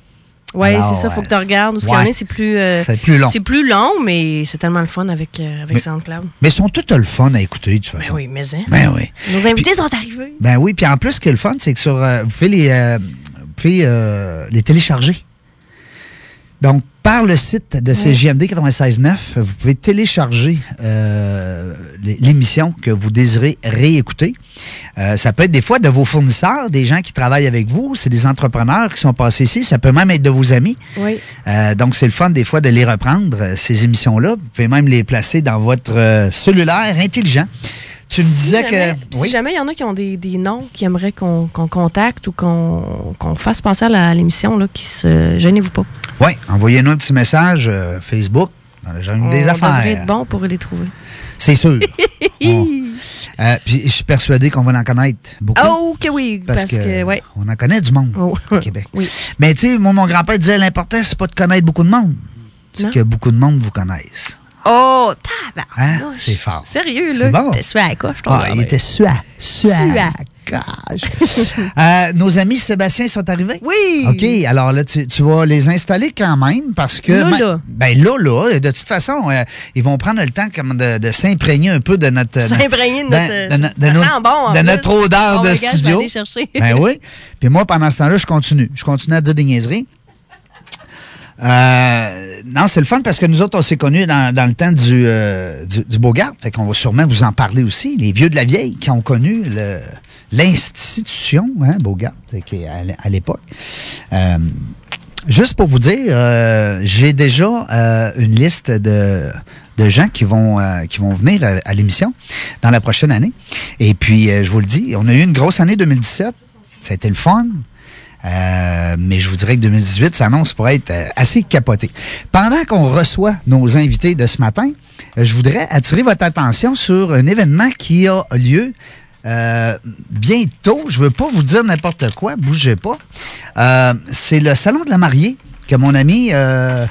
S5: Ouais,
S4: Alors,
S5: c'est ça, faut
S4: euh,
S5: que tu regardes où ce qu'il y en
S4: ouais.
S5: a, c'est plus euh,
S4: C'est plus long.
S5: C'est plus long, mais c'est tellement le fun avec euh, avec
S4: Mais-
S5: SoundCloud.
S4: Mais ils sont tout le fun à écouter, de toute
S5: Ben
S4: façon.
S5: oui, mais hein.
S4: Ben oui.
S5: Nos invités sont arrivés.
S4: Ben oui, puis en plus, ce qui est le fun, c'est que sur, euh, vous pouvez, les, euh, vous pouvez, euh, les télécharger. Donc, par le site de CJMD 96.9, vous pouvez télécharger euh, les- l'émission que vous désirez réécouter. Euh, ça peut être des fois de vos fournisseurs, des gens qui travaillent avec vous, c'est des entrepreneurs qui sont passés ici, ça peut même être de vos amis.
S5: Oui.
S4: Euh, donc, c'est le fun des fois de les reprendre, euh, ces émissions-là. Vous pouvez même les placer dans votre euh, cellulaire intelligent. Tu me disais
S5: jamais-
S4: que...
S5: Si jamais il y en a qui ont des, des noms qui aimeraient qu'on qu'on contacte ou qu'on qu'on fasse passer à la- l'émission, là, qui se gênez-vous pas.
S4: Oui, envoyez-nous un petit message euh, Facebook dans la jungle
S5: On
S4: des
S5: devrait
S4: affaires.
S5: être bon pour les trouver.
S4: C'est
S5: [LAUGHS]
S4: sûr. On- Euh, puis je suis persuadé qu'on va en connaître beaucoup.
S5: Oh, que oui,
S4: Parce
S5: parce,
S4: que-
S5: que, ouais. Oh.
S4: On en connaît du monde au Québec.
S5: Oui.
S4: Mais tu sais, moi, mon grand-père disait l'important, c'est pas de connaître beaucoup de monde, c'est
S5: Non.
S4: que beaucoup de monde vous connaissent.
S5: Oh, tabarnouche.
S4: Hein? C'est fort.
S5: Sérieux, là.
S4: bon.
S5: T'es sué à la coche, ton
S4: Ah, il
S5: grand-père.
S4: était suave. Suave.
S5: Sué à la
S4: Euh, nos amis Sébastien sont arrivés?
S5: Oui.
S4: OK, alors là, tu, tu vas les installer quand même parce que.
S5: Là,
S4: ma-
S5: là.
S4: Ben là, là, de toute façon, euh, ils vont prendre le temps comme de, de s'imprégner un peu de notre. euh,
S5: S'imprégner de notre-
S4: de no- de
S5: ça
S4: no-
S5: sent bon, en
S4: de
S5: plus.
S4: notre odeur
S5: Oh
S4: de
S5: my God, je vais
S4: studio.
S5: aller chercher.
S4: ben
S5: [LAUGHS]
S4: oui. Puis moi, pendant ce temps-là, je continue. Je continue à dire des niaiseries. Euh, non, c'est le fun parce que nous autres, on s'est connus dans, dans le temps du, euh, du, du Beaugarde. Fait qu'on va sûrement vous en parler aussi. Les vieux de la vieille qui ont connu le- l'institution, hein, Beaugarde, c'est qui- à l'é- à l'époque. Euh, juste pour vous dire, euh, j'ai déjà euh, une liste de, de gens qui vont, euh, qui vont venir à, à l'émission dans la prochaine année. Et puis, euh, je vous le dis, on a eu une grosse année 2017. Ça a été le fun. Euh, mais je vous dirais que 2018 s'annonce pour être euh, assez capoté. Pendant qu'on reçoit nos invités de ce matin, euh, je voudrais attirer votre attention sur un événement qui a lieu euh, bientôt. Je veux pas vous dire n'importe quoi, bougez pas. Euh, C'est le salon de la mariée que mon ami euh,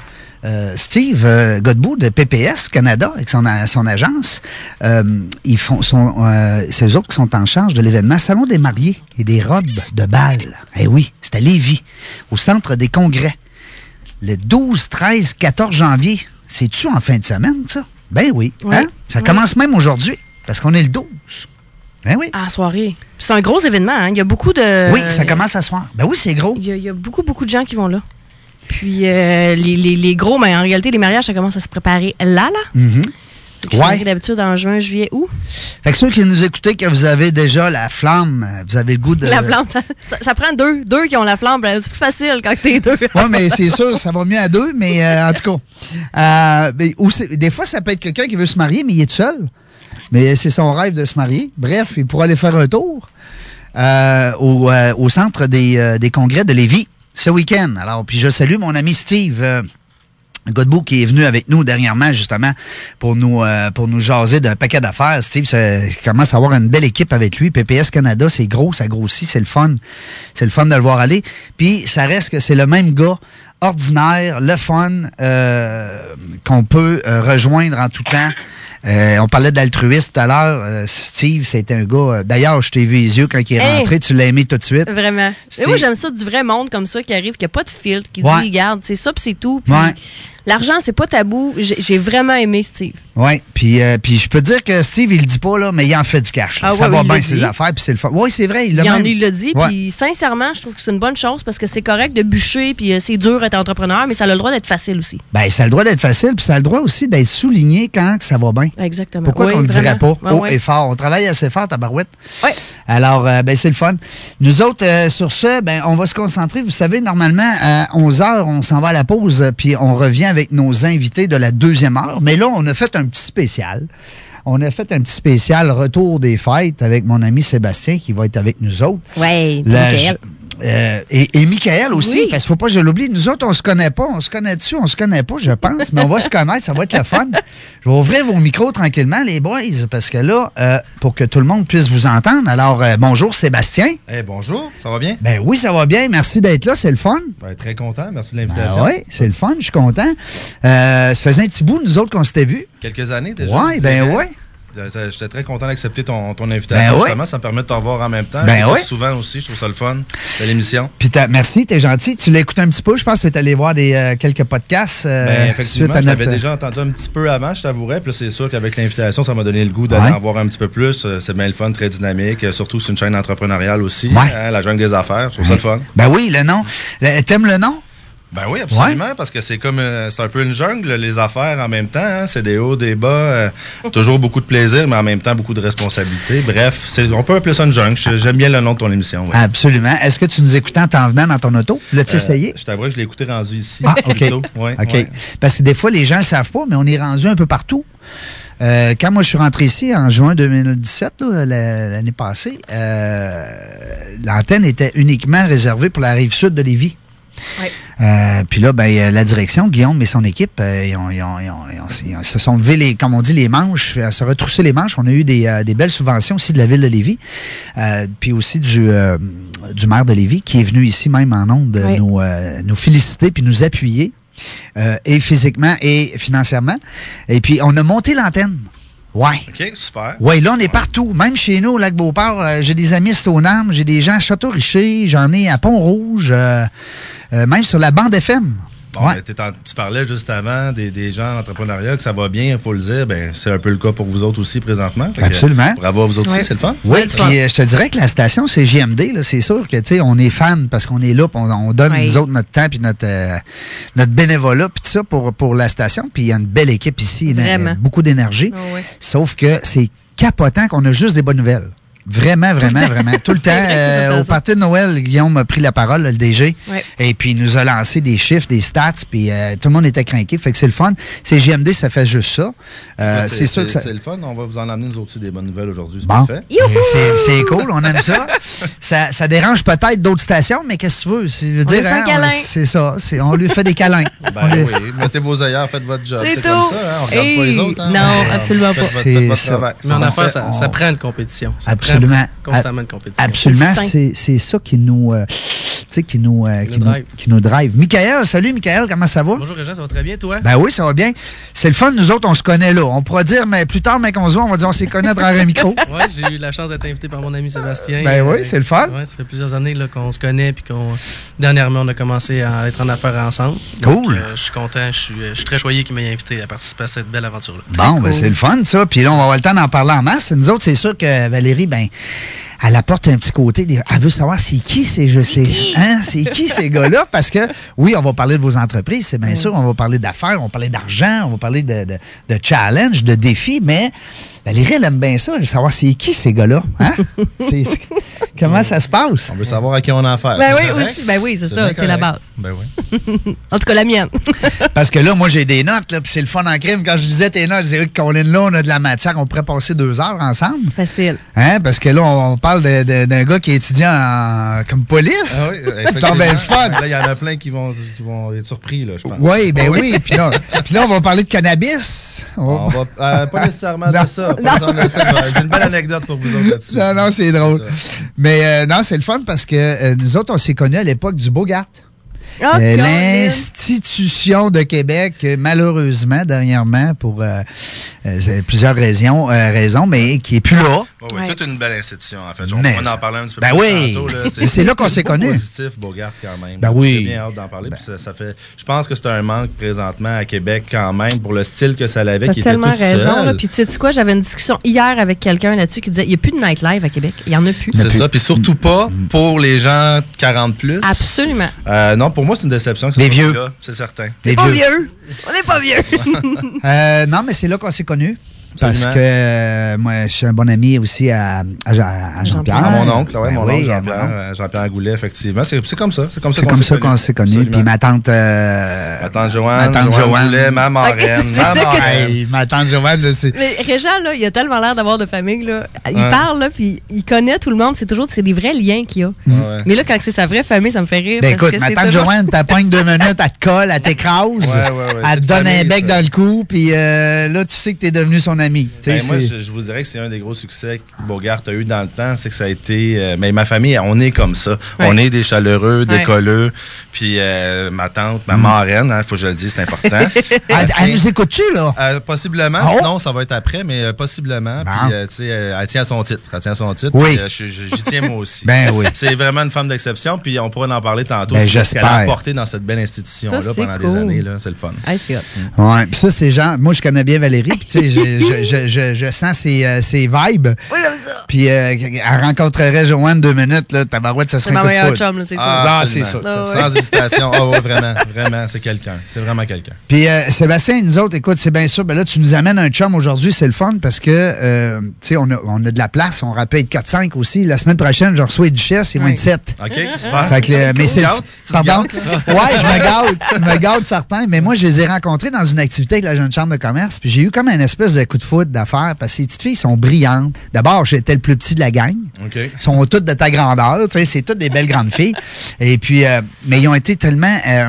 S4: euh, Steve euh, Godbout de PPS Canada avec son, a- son agence, euh, ils font, sont, euh, c'est eux autres qui sont en charge de l'événement Salon des mariés et des robes de bal. Eh oui, c'est à Lévis, au centre des congrès. Le 12, 13, 14 janvier, c'est-tu en fin de semaine, ça? Ben oui. hein? Ça
S5: oui.
S4: commence même aujourd'hui, parce qu'on est le 12. Ben oui.
S5: À la soirée. C'est un gros événement, hein. Il y a beaucoup de.
S4: oui, ça commence à soir. Ben oui, c'est gros.
S5: Il y, a- il y a beaucoup, beaucoup de gens qui vont là. Puis euh, les, les- les gros, mais en réalité, les mariages, ça commence à se préparer là, là.
S4: Mhm.
S5: Ils sont
S4: Ouais.
S5: mariés d'habitude en juin, juillet, août.
S4: Fait que ceux qui nous écoutez, que vous avez déjà la flamme, euh, vous avez le goût de...
S5: La flamme, ça, ça- ça prend deux. Deux qui ont la flamme, ben, c'est plus facile quand t'es deux.
S4: Oui, mais c'est sûr, ça va mieux à deux, mais euh, en tout cas. Euh, mais, ou c'est- des fois, ça peut être quelqu'un qui veut se marier, mais il est tout seul. Mais c'est son rêve de se marier. Bref, il pourra aller faire un tour euh, au, euh, au centre des, euh, des congrès de Lévis ce week-end. Alors, puis je salue mon ami Steve. euh, Godbout qui est venu avec nous dernièrement, justement, pour nous, euh, pour nous jaser d'un paquet d'affaires. Steve ça- il commence à avoir une belle équipe avec lui. PPS Canada, c'est gros, ça grossit, c'est le fun. C'est le fun de le voir aller. Puis, ça reste que c'est le même gars, ordinaire, le fun, euh, qu'on peut euh, rejoindre en tout temps Euh, on parlait d'altruiste tout à l'heure. Euh, Steve, c'était un gars. euh, D'ailleurs, je t'ai vu les yeux quand il est
S5: Hey! Euh,
S4: rentré. Tu l'as aimé tout de suite.
S5: [LAUGHS] Vraiment.
S4: C'est-
S5: Mais moi, j'aime ça du vrai monde comme ça qui arrive, qui n'a pas de filtre, qui
S4: Ouais.
S5: dit, regarde, c'est ça, puis c'est tout. Puis
S4: Ouais.
S5: L'argent, c'est pas tabou. J'ai j'ai vraiment aimé Steve.
S4: Oui, puis, euh, puis je peux te dire que Steve, il le dit pas, là, mais il en fait du cash. là.
S5: Ah
S4: ça
S5: ouais,
S4: va
S5: il
S4: bien
S5: l'a
S4: ses
S5: dit.
S4: affaires, puis c'est le fun. Oui, c'est vrai, il l'a
S5: Il en
S4: même-
S5: il l'a dit,
S4: Ouais.
S5: puis sincèrement, je trouve que c'est une bonne chose parce que c'est correct de bûcher, puis euh, c'est dur d'être entrepreneur, mais ça a le droit d'être facile aussi.
S4: Ben, ça a le droit d'être facile, puis ça a le droit aussi d'être souligné quand que ça va bien.
S5: Exactement.
S4: Pourquoi
S5: Oui,
S4: on ne le dirait pas
S5: vraiment. Ouais,
S4: haut
S5: ouais.
S4: et fort? On travaille assez fort, tabarouette.
S5: Oui.
S4: Alors, euh, ben, c'est le fun. Nous autres, euh, sur ce, ben, on va se concentrer. Vous savez, normalement, à 11 h on s'en va à la pause, euh, puis on revient avec nos invités de la deuxième heure. Mais là, on a fait un petit spécial. On a fait un petit spécial retour des fêtes avec mon ami Sébastien qui va être avec nous autres.
S5: Oui,
S4: La- euh, et, et Michael aussi,
S5: Oui.
S4: parce qu'il faut pas que je l'oublie. Nous autres, on se connaît pas. On se connaît dessus, on se connaît pas, je pense. mais on va se connaître, ça va être le fun. Je vais ouvrir vos micros tranquillement, les boys, parce que là, euh, pour que tout le monde puisse vous entendre. Alors, euh, bonjour Sébastien.
S16: Eh bonjour, ça va bien?
S4: Ben oui, ça va bien. Merci d'être là, c'est le fun.
S16: Ben, très content, merci de
S4: Ah
S16: l'invitation.
S4: oui, c'est le fun, je suis content. Euh, ça faisait un petit bout, nous autres, qu'on s'était vus.
S16: Quelques années déjà.
S4: Ouais,
S16: je
S4: ben
S16: dirais.
S4: ouais.
S16: Euh, J'étais très content d'accepter ton, ton invitation.
S4: Ben ouais.
S16: justement, ça me permet de te revoir en même temps.
S4: Ben
S16: Je t'écoute
S4: ouais.
S16: Souvent aussi, je trouve ça le fun de l'émission.
S4: Puis t'as- merci, t'es gentil. Tu l'as écouté un petit peu, je pense que t'es allé voir des, euh, quelques podcasts euh,
S16: Ben, effectivement, je l'avais
S4: notre-
S16: déjà entendu un petit peu avant, je t'avouerais. Puis là, c'est sûr qu'avec l'invitation, ça m'a donné le goût d'aller
S4: Ouais.
S16: en voir un petit peu plus. Euh, C'est bien le fun, très dynamique. Euh, Surtout, c'est une chaîne entrepreneuriale aussi. hein, la jungle des affaires, je trouve ça le fun.
S4: Ben oui, le nom. Le- T'aimes le nom?
S16: Ben oui, absolument, parce que c'est comme euh, c'est un peu une jungle, les affaires en même temps. hein. c'est des hauts, des bas. euh, toujours beaucoup de plaisir, mais en même temps beaucoup de responsabilités. Bref, c'est- on peut appeler ça une jungle. Je- J'aime bien le nom de ton émission. ouais.
S4: Absolument. Est-ce que tu nous écoutais en t'en venant dans ton auto? Ah, L'as-tu
S16: Euh,
S4: essayé?
S16: Je t'avoue que je l'ai écouté rendu ici.
S4: Ah, OK.
S16: plutôt. Ouais,
S4: OK.
S16: ouais.
S4: Parce que des fois, les gens ne savent pas, mais on est rendu un peu partout. Euh, quand moi, je suis rentré ici en juin 2017, là, la- l'année passée, euh, l'antenne était uniquement réservée pour la rive sud de Lévis. Euh, puis là, ben, euh, la direction, Guillaume et son équipe, euh, ils, ont- ils ont- ils ont- ils ont- ils ont- se sont levés, les, comme on dit, les manches, euh, se retrousser les manches. On a eu des, euh, des belles subventions aussi de la ville de Lévis, euh, puis aussi du, euh, du maire de Lévis, qui est venu ici même en ondes euh,
S17: Oui.
S4: nous, euh, nous féliciter puis nous appuyer, euh, et physiquement et financièrement. Et puis, on a monté l'antenne. Ouais.
S16: OK, super.
S4: Oui, là, on est partout. Même chez nous, au lac Beauport, euh, j'ai des amis à Stoneham, j'ai des gens à Château-Richer, j'en ai à Pont-Rouge, euh, euh, même sur la bande FM.
S16: Bon, ben, t'es en- tu parlais juste avant des, des gens d'entrepreneuriat, que ça va bien, il faut le dire. Ben, c'est un peu le cas pour vous autres aussi présentement. Fait que,
S4: Absolument.
S16: Bravo à vous autres
S4: Ouais.
S16: aussi, c'est le fun.
S4: Oui, puis euh, je te dirais que la station, c'est JMD, là, c'est sûr que, tu sais, on est fan parce qu'on est là, puis on, on donne,
S16: Oui.
S4: nous autres, notre temps, puis notre, euh, notre bénévolat, puis tout ça pour, pour la station. Puis il y a une belle équipe ici, une-
S5: Vraiment.
S4: beaucoup d'énergie. Sauf que c'est capotant qu'on a juste des bonnes nouvelles. Vraiment, vraiment, vraiment. [LAUGHS] Tout le temps, euh, au party de Noël, Guillaume a pris la parole, le DG,
S5: Ouais.
S4: et puis il nous a lancé des chiffres, des stats, puis euh, tout le monde était craqué. Fait que c'est le fun. C'est JMD, ça fait juste ça. Euh,
S16: Fait que
S4: c'est sûr que ça...
S16: C'est le fun, on va vous en amener nous aussi des bonnes nouvelles aujourd'hui, c'est
S4: Bon,
S16: parfait.
S4: c'est c'est cool, on aime ça. ça, ça dérange peut-être d'autres stations, mais qu'est-ce que tu veux? C'est- je
S16: On
S4: veux dire,
S16: lui
S4: hein,
S16: fait un
S4: on-
S16: câlin.
S4: C'est ça, c'est- on lui fait des
S18: [LAUGHS]
S4: câlins.
S16: Ben
S4: On lui-
S16: oui, mettez vos ailleurs, faites votre job.
S4: C'est
S16: C'est comme
S4: tout.
S16: ça, hein, on regarde pas les
S4: Hey,
S16: autres. hein.
S4: non,
S16: Ouais,
S4: absolument
S16: faites
S4: pas.
S16: votre-
S4: C'est
S16: faites votre
S4: ça.
S16: travail.
S18: Mais en
S4: On
S18: affaires,
S4: fait-
S18: ça,
S4: on-
S18: ça prend une compétition. Ça prend
S4: Absolument.
S18: constamment une compétition.
S4: Absolument, c'est c'est ça qui nous, euh, tu sais, qui nous, euh, qui nous,
S18: drive.
S4: qui nous drive. Michael, salut Michael, comment ça va?
S18: Bonjour Régent, ça va très bien, toi?
S4: Ben oui, ça va bien. C'est le fun, nous autres, on se connaît là. On pourra dire, mais plus tard, mais qu'on se voit, on va dire on s'est connaît à travers un micro.
S18: [LAUGHS] ouais, j'ai eu la chance d'être invité par mon ami Sébastien.
S4: Ben oui, c'est le fun.
S18: Ouais, ça fait plusieurs années là, qu'on se connaît puis qu'on dernièrement on a commencé à être en affaires ensemble. Donc,
S4: Cool.
S18: euh, je suis content, je suis, euh, je suis très joyeux qu'il m'ait invité à participer à cette belle aventure là.
S4: Bon, ben c'est le fun, ça. Puis là, on va avoir le temps d'en parler en masse. Nous autres, c'est sûr que Valérie, ben, elle apporte un petit côté. des- Elle veut savoir c'est qui ces je sais. Hein? C'est qui ces [LAUGHS] gars-là? Parce que, oui, on va parler de vos entreprises, c'est bien sûr. On va parler d'affaires, on va parler d'argent, on va parler de, de, de challenge, de défis. Mais Valérie, elle aime bien ça, elle veut savoir c'est qui ces gars-là. [LAUGHS] Hein? C'est- c'est- comment ça se passe?
S16: On veut savoir à qui on a affaire.
S5: Ben
S16: c'est
S5: oui,
S16: correct?
S5: aussi. Ben oui, c'est ça,
S16: bien
S5: c'est la
S16: correct.
S5: base.
S16: Ben oui.
S5: [LAUGHS] en tout cas, la mienne.
S4: Parce que là, moi, j'ai des notes, là, puis c'est le fun en crime. Quand je disais tes notes, je disais, qu'on est là, on a de la matière, on pourrait passer deux heures ensemble.
S5: Facile.
S4: Hein? Parce que là, on parle de- de- d'un gars qui est étudiant en- comme police.
S16: Ah oui,
S4: [LAUGHS] c'est donc bien le fun.
S16: Là, il y en a plein qui vont, qui vont être surpris, là, je pense.
S4: Oui, ben oui. Puis là, puis là, on va parler de cannabis.
S16: [LAUGHS] On va, euh, pas nécessairement de ça. pas besoin de ça. J'ai une belle anecdote pour vous autres là-dessus.
S4: Non, non, c'est drôle. Mais euh, non, c'est le fun parce que euh, nous autres, on s'est connus à l'époque du Bogart.
S5: Oh,
S4: Euh,
S5: Colin.
S4: L'Institution de Québec, euh, malheureusement, dernièrement, pour euh, euh, c'est plusieurs raisons, euh, raisons, mais qui est plus
S5: [LAUGHS]
S4: là.
S16: Ouais, ouais, Toute une belle institution, en fait.
S4: Mais
S16: on
S4: ça-
S16: en parlait un petit peu
S4: Ben
S16: plus
S4: oui.
S16: tantôt. là.
S4: C'est là qu'on s'est
S16: beaucoup
S4: connus.
S16: positif, Bogart, quand même.
S4: Ben oui. Ben.
S16: J'ai bien hâte d'en parler. puis ça, ça fait, je pense que c'est un manque présentement à Québec, quand même, pour le style que ça avait,
S5: T'as
S16: qui était tout
S5: tellement raison.
S16: seul.
S5: là. Puis tu sais quoi, j'avais une discussion hier avec quelqu'un là-dessus qui disait il n'y a plus de nightlife à Québec. Il n'y en a plus.
S16: C'est ça. Puis surtout pas
S4: Mm.
S16: pour les gens 40 plus.
S5: Absolument.
S16: Euh, non, pour moi, c'est une déception. Que
S4: Les
S16: les
S4: vieux.
S16: vieux. C'est certain.
S4: Les
S5: Pas
S4: vieux.
S5: vieux. On n'est pas vieux.
S4: Euh, non, mais c'est là qu'on s'est connus. Parce
S16: Absolument.
S4: que euh, moi, je suis un bon ami aussi à, à Jean- à Jean-Pierre.
S16: Ah, mon oncle, ouais,
S4: Ben
S16: mon
S4: oui,
S16: oncle
S4: à mon
S16: Jean-Pierre, euh, Jean-Pierre Goulet, effectivement. C'est c'est comme ça. C'est comme ça
S4: C'est
S16: qu'on
S4: comme
S16: s'est
S4: ça
S16: connus.
S4: qu'on s'est connus. Puis ma tante. euh,
S16: Ma tante Joanne,
S4: ma tante
S16: Joanne
S4: Joanne.
S16: Goulet, ma marraine,
S5: [LAUGHS] c'est
S16: ma
S5: ça que-
S16: marraine.
S4: Hey, ma tante Joanne, là, c'est.
S5: Mais Réjean, là, il a tellement l'air d'avoir de famille. Là. Il
S4: Ouais.
S5: parle, là, puis il connaît tout le monde. C'est toujours c'est des vrais liens qu'il y a. Mais là, quand c'est sa vraie famille, ça me fait rire.
S4: Ben
S5: parce
S4: écoute,
S5: que
S4: ma
S5: c'est
S4: tante
S5: toujours-
S4: Joanne, t'appoigne
S5: [LAUGHS]
S4: deux minutes, elle te colle, elle t'écrase,
S16: Ouais, ouais, ouais,
S4: elle
S16: c'est
S4: te
S16: de
S4: donne un
S16: famille,
S4: bec
S16: ça.
S4: dans le cou, puis euh, là, tu sais que t'es devenu son ami. Tu sais,
S16: Ben, moi,
S4: c'est-
S16: je, je vous dirais que c'est un des gros succès que Bogart a eu dans le temps, c'est que ça a été. euh, mais ma famille, on est comme ça. On est des chaleureux, des
S4: Ouais. Mm.
S16: colleux. Puis euh, ma tante, ma marraine, il faut que je le dise, c'est important.
S4: [LAUGHS] elle, elle nous écoute-tu, là?
S16: Euh, possiblement,
S4: Ah oh?
S16: sinon ça va être après, mais euh, possiblement. Puis, euh, tu sais, euh, elle tient à son titre. Elle tient à son titre.
S4: Oui.
S16: Puis, euh, je- je- J'y tiens moi aussi.
S4: Ben oui.
S16: [LAUGHS] C'est vraiment une femme d'exception, puis on pourra en parler tantôt.
S4: Ben,
S16: sur ce qu'elle a
S4: j'espère.
S16: apporté dans cette belle
S4: Ça,
S16: institution-là
S4: c'est
S16: pendant
S4: cool.
S16: des années. là. C'est le fun.
S4: Ouais, puis ça, c'est genre, moi, je connais bien Valérie, puis tu sais,
S5: [LAUGHS]
S4: je, je, je, je, je sens ses, euh, ses vibes. Oui, j'aime ça. Puis euh, elle rencontrerait Joanne deux minutes, là, tabarouette, ça
S5: C'est
S4: serait
S5: ma
S4: un coup de
S5: meilleure
S4: foudre.
S5: chum, là, c'est sûr.
S4: Ah, c'est ça.
S5: Ah ouais.
S16: Sans hésitation. Ah
S5: [LAUGHS]
S16: ouais, vraiment, vraiment, c'est quelqu'un. C'est vraiment quelqu'un.
S4: Puis euh, Sébastien, nous autres, écoute, c'est bien sûr. Ben là, tu nous amènes un chum aujourd'hui, c'est le fun parce que, euh, tu sais, on a, on a de la place. On rappelle 4-5 aussi. La semaine prochaine, je reçois Duchesse, il va être 7.
S16: OK, super.
S4: Fait que, euh, mais c'est le-
S16: Gâte, tu te
S4: Pardon?
S16: gâtes, là?
S4: ouais, je
S16: [LAUGHS]
S4: me gâte. Je me gâte certains. Mais moi, je les ai rencontrés dans une activité avec la Jeune Chambre de commerce. Puis j'ai eu comme un espèce de coup de foot d'affaires parce que ces petites filles sont brillantes. D'abord, j'étais le plus petit de la gang. [LAUGHS]
S16: OK.
S4: Ils sont toutes de ta grandeur. tu sais, C'est toutes des belles grandes filles. Et puis, euh, mais ils ont été tellement. euh,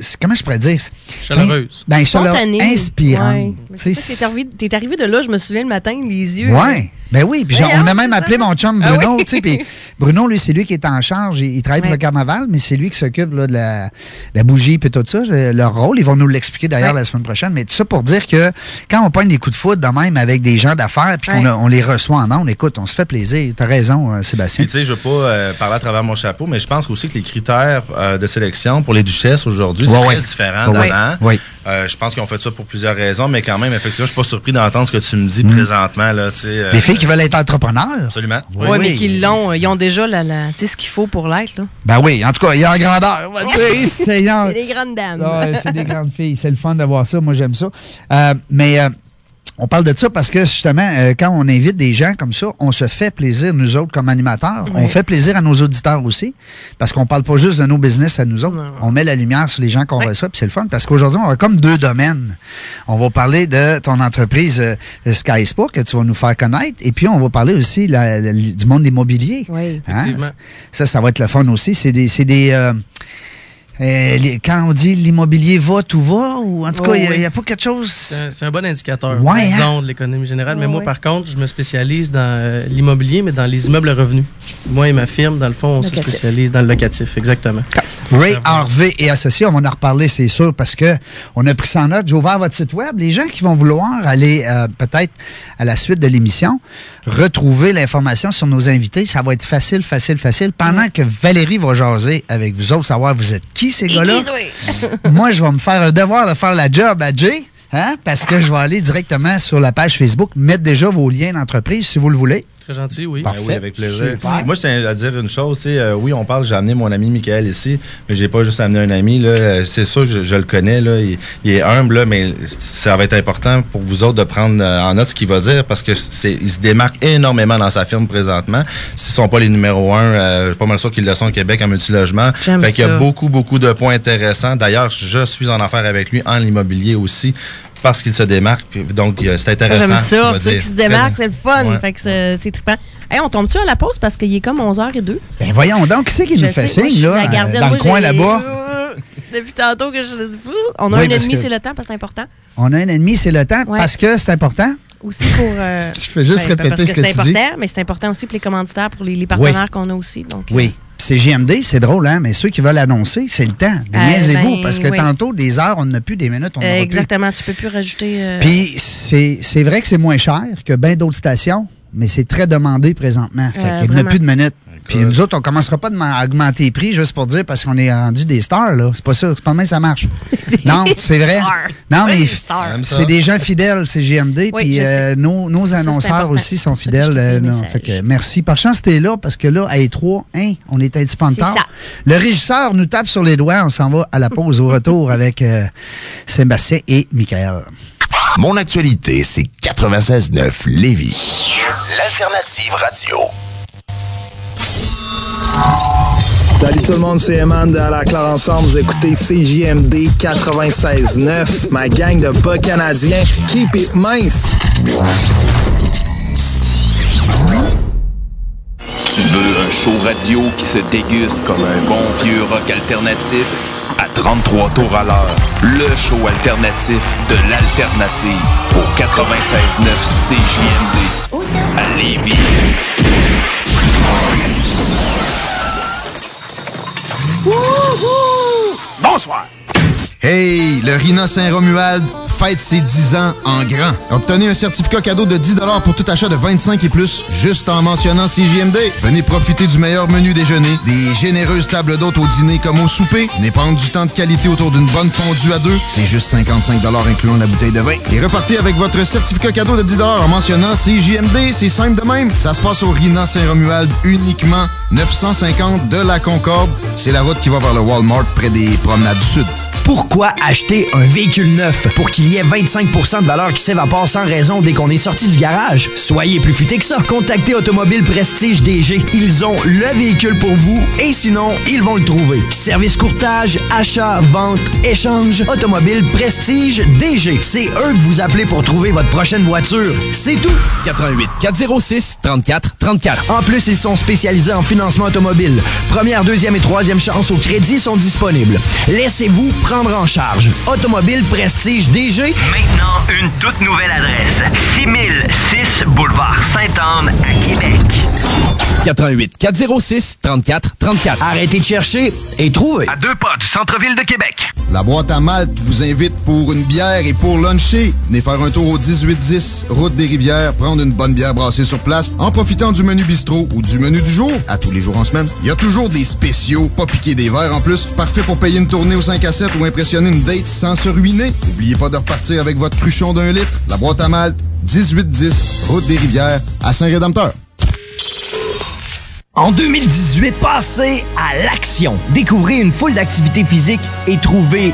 S4: c'est- comment je pourrais dire?
S18: Chaleureuses.
S4: Ben, chaleureuses,
S5: Spontanées.
S4: inspirantes.
S5: Ouais. Mais c'est
S4: Tu
S5: pour ça
S4: sais,
S5: que T'es arrivé, t'es arrivé de là, je me souviens le matin, les yeux.
S4: Ouais. Ben oui, puis
S5: Ouais,
S4: genre, on a
S5: hein,
S4: même
S5: c'est
S4: appelé
S5: ça.
S4: mon chum
S5: Ah
S4: Bruno,
S5: oui.
S4: tu sais, puis Bruno, lui, c'est lui qui est en charge, il, il travaille pour
S5: Ouais.
S4: le carnaval, mais c'est lui qui s'occupe là, de la, la bougie puis tout ça, le- leur rôle, ils vont nous l'expliquer d'ailleurs la semaine prochaine, mais tout ça pour dire que quand on pogne des coups de foot de même avec des gens d'affaires, puis qu'on
S16: Ouais.
S4: a- on les reçoit en ondes, écoute, on se fait plaisir, t'as raison, euh, Sébastien.
S16: Puis, tu sais, je veux pas euh, parler à travers mon chapeau, mais je pense aussi que les critères euh, de sélection pour les duchesses aujourd'hui, c'est
S4: Ouais,
S16: très
S4: ouais.
S16: différent
S4: Ouais,
S16: d'avant.
S4: ouais.
S16: Euh, je pense qu'ils ont fait ça pour plusieurs raisons, mais quand même, effectivement, je suis pas surpris d'entendre ce que tu me dis présentement. Là, tu sais, euh,
S4: Mm. Les filles qui veulent être entrepreneurs.
S16: Absolument.
S5: Ouais, mais qu'ils l'ont, euh, ils ont déjà la, la- tu sais, ce qu'il faut pour l'être. là.
S4: Ben oui, en tout cas, il y a en [LAUGHS] grandeur. on va
S5: [LAUGHS]
S4: dire. Hey, Seigneur.
S5: C'est des grandes dames.
S4: Ah, Ouais, c'est des grandes filles. C'est le fun d'avoir ça. Moi, j'aime ça. Euh, mais euh, on parle de ça parce que justement, euh, quand on invite des gens comme ça, on se fait plaisir, nous autres, comme animateurs.
S17: Ouais.
S4: On fait plaisir à nos auditeurs aussi. Parce qu'on parle pas juste de nos business à nous autres. On met la lumière sur les gens qu'on reçoit. Puis c'est le fun. Parce qu'aujourd'hui, on a comme deux domaines. On va parler de ton entreprise euh, Sky Spa que tu vas nous faire connaître. Et puis, on va parler aussi la- la- du monde de l'immobilier.
S5: Oui,
S4: Hein? Ça, ça va être le fun aussi. C'est des. c'est des, euh, euh, les- quand on dit l'immobilier va, tout va, ou en tout cas, il n'y a, pas quelque chose.
S18: C'est un- c'est un bon indicateur,
S4: Ouais, hein?
S18: disons, de l'économie générale. mais
S4: Ouais,
S18: moi,
S4: ouais.
S18: par contre, je me spécialise dans euh, l'immobilier, mais dans les immeubles à revenus. Moi et ma firme, dans le fond, on se
S4: Locatif.
S18: spécialise dans le locatif, exactement.
S4: Ray Harvey et associés, on va en reparler, c'est sûr, parce que on a pris ça en note. J'ai ouvert votre site web. Les gens qui vont vouloir aller euh, peut-être à la suite de l'émission, retrouver l'information sur nos invités, ça va être facile, facile, facile. Pendant que Valérie va jaser avec vous autres, savoir vous êtes qui ces gars-là. moi, je vais me faire un devoir de faire la job à Jay. Hein? Parce que je vais aller directement sur la page Facebook, mettre déjà vos liens d'entreprise si vous le voulez.
S18: Très gentil, oui. Ah
S16: Ben oui, avec plaisir.
S18: Super.
S16: Moi, je tiens à dire une chose, c'est euh, oui, on parle, j'ai amené mon ami Michael ici, mais j'ai pas juste amené un ami. là. Euh, C'est sûr que je, je le connais, là, il, il est humble, là, mais ça va être important pour vous autres de prendre euh, en note ce qu'il va dire parce que c'est, il se démarque énormément dans sa firme présentement. S'ils sont pas les numéros un, euh, je suis pas mal sûr qu'ils le sont au Québec en multilogement.
S19: J'aime
S16: Fait qu'il y
S19: ça.
S16: a beaucoup, beaucoup de points intéressants. D'ailleurs, je suis en affaire avec lui en immobilier aussi parce qu'il se démarque. Puis, Donc, euh, c'est [LAUGHS]
S5: Ça,
S16: intéressant.
S5: J'aime
S16: ce qu'il
S5: ça,
S16: va
S5: ceux
S16: dire.
S5: qui se démarquent,
S16: Très-
S5: c'est le fun.
S16: Ouais.
S5: Fait que c'est, c'est trippant. Hey, on tombe-tu à la pause parce qu'il est comme 11h02?
S4: Ben voyons donc, qui c'est qui
S5: Je
S4: nous fait
S5: sais, moi,
S4: signe,
S5: je suis
S4: là, Euh,
S5: la gardienne.
S4: dans
S5: Moi,
S4: le coin
S5: j'ai-
S4: là-bas?
S5: [LAUGHS] Depuis tantôt que je. On a
S4: Oui,
S5: un
S4: parce
S5: ennemi,
S4: que-
S5: c'est le temps parce que c'est important.
S4: On a un ennemi, c'est le temps, parce que c'est important.
S5: Aussi pour.
S4: [LAUGHS]
S5: euh,
S4: Tu fais juste répéter
S5: parce
S4: ce que
S5: c'est
S4: tu dis.
S5: important, Mais c'est important aussi pour les commanditaires, pour les, les partenaires qu'on a aussi. Donc, euh,
S4: Oui. Puis C'est JMD, c'est drôle, hein? Mais ceux qui veulent annoncer, c'est le temps. Déniaisez-vous,
S5: ben,
S4: parce que
S5: oui.
S4: tantôt, des heures, on n'a plus, des minutes, on
S5: Euh,
S4: n'a plus.
S5: exactement, tu peux plus rajouter. euh,
S4: Puis c'est c'est vrai que c'est moins cher que bien d'autres stations, mais c'est très demandé présentement. Fait qu'il
S5: Euh,
S4: n'y en a
S5: vraiment.
S4: plus de minutes. Puis nous autres, on commencera pas de ma- à augmenter les prix juste pour dire parce qu'on est rendu des stars, là. C'est pas ça. C'est pas demain que ça
S5: [LAUGHS]
S4: marche. non, c'est vrai. Non, mais c'est des gens fidèles, c'est GMD.
S5: Oui,
S4: puis
S5: je
S4: euh, nos, nos annonceurs
S5: important.
S4: aussi sont fidèles. euh, non. Fait que merci. Par chance, t'es là parce que là, à E3, hein, on est indépendant.
S5: C'est ça.
S4: Le régisseur nous tape sur les doigts. On s'en va à la pause au retour avec euh, Sébastien et Michael.
S3: Mon actualité, c'est 96.9 Lévis.
S9: L'alternative radio.
S17: Salut tout le monde, c'est Eman de À la Claire Ensemble. Vous écoutez CJMD 96.9, ma gang de bas canadiens. Keep it mince!
S19: Tu veux un show radio qui se déguste comme un bon vieux rock alternatif à 33 tours à l'heure. Le show alternatif de l'alternative au 96.9 CJMD à Lévis.
S1: Bonsoir! Hey, le Rina Saint-Romuald fête ses 10 ans en grand. Obtenez un certificat cadeau de 10 pour tout achat de 25 et plus, juste en mentionnant CJMD. Venez profiter du meilleur menu déjeuner, des généreuses tables d'hôtes au dîner comme au souper, venez prendre du temps de qualité autour d'une bonne fondue à deux, c'est juste 55 incluant la bouteille de vin. Et repartez avec votre certificat cadeau de 10 en mentionnant CJMD, c'est simple de même. Ça se passe au Rina Saint-Romuald uniquement 950 de la Concorde. C'est la route qui va vers le Walmart près des promenades du Sud.
S6: Pourquoi acheter un véhicule neuf pour qu'il y ait 25 de valeur qui s'évapore sans raison dès qu'on est sorti du garage? Soyez plus futé que ça. Contactez Automobile Prestige DG. Ils ont le véhicule pour vous et sinon, ils vont le trouver. Service courtage, achat, vente, échange, Automobile Prestige DG. C'est eux que vous appelez pour trouver votre prochaine voiture. C'est tout.
S8: 88 406 34 34.
S6: En plus, ils sont spécialisés en financement automobile. Première, deuxième et troisième chance au crédit sont disponibles. Laissez-vous prendre en charge. Automobile Prestige DG.
S9: Maintenant, une toute nouvelle adresse. 6006 Boulevard Sainte-Anne à Québec.
S8: 88 406 34 34.
S6: Arrêtez de chercher et trouvez.
S19: À deux pas du centre-ville de Québec.
S1: La boîte à Malte vous invite pour une bière et pour luncher. Venez faire un tour au 1810, route des Rivières, prendre une bonne bière brassée sur place en profitant du menu bistrot ou du menu du jour, à tous les jours en semaine. Il y a toujours des spéciaux, pas piquer des verres en plus, parfait pour payer une tournée au 5 à 7 ou impressionner une date sans se ruiner. N'oubliez pas de repartir avec votre cruchon d'un litre. La boîte à Malte, 1810, route des Rivières, à Saint-Rédempteur.
S6: En 2018, passez à l'action. Découvrez une foule d'activités physiques et trouvez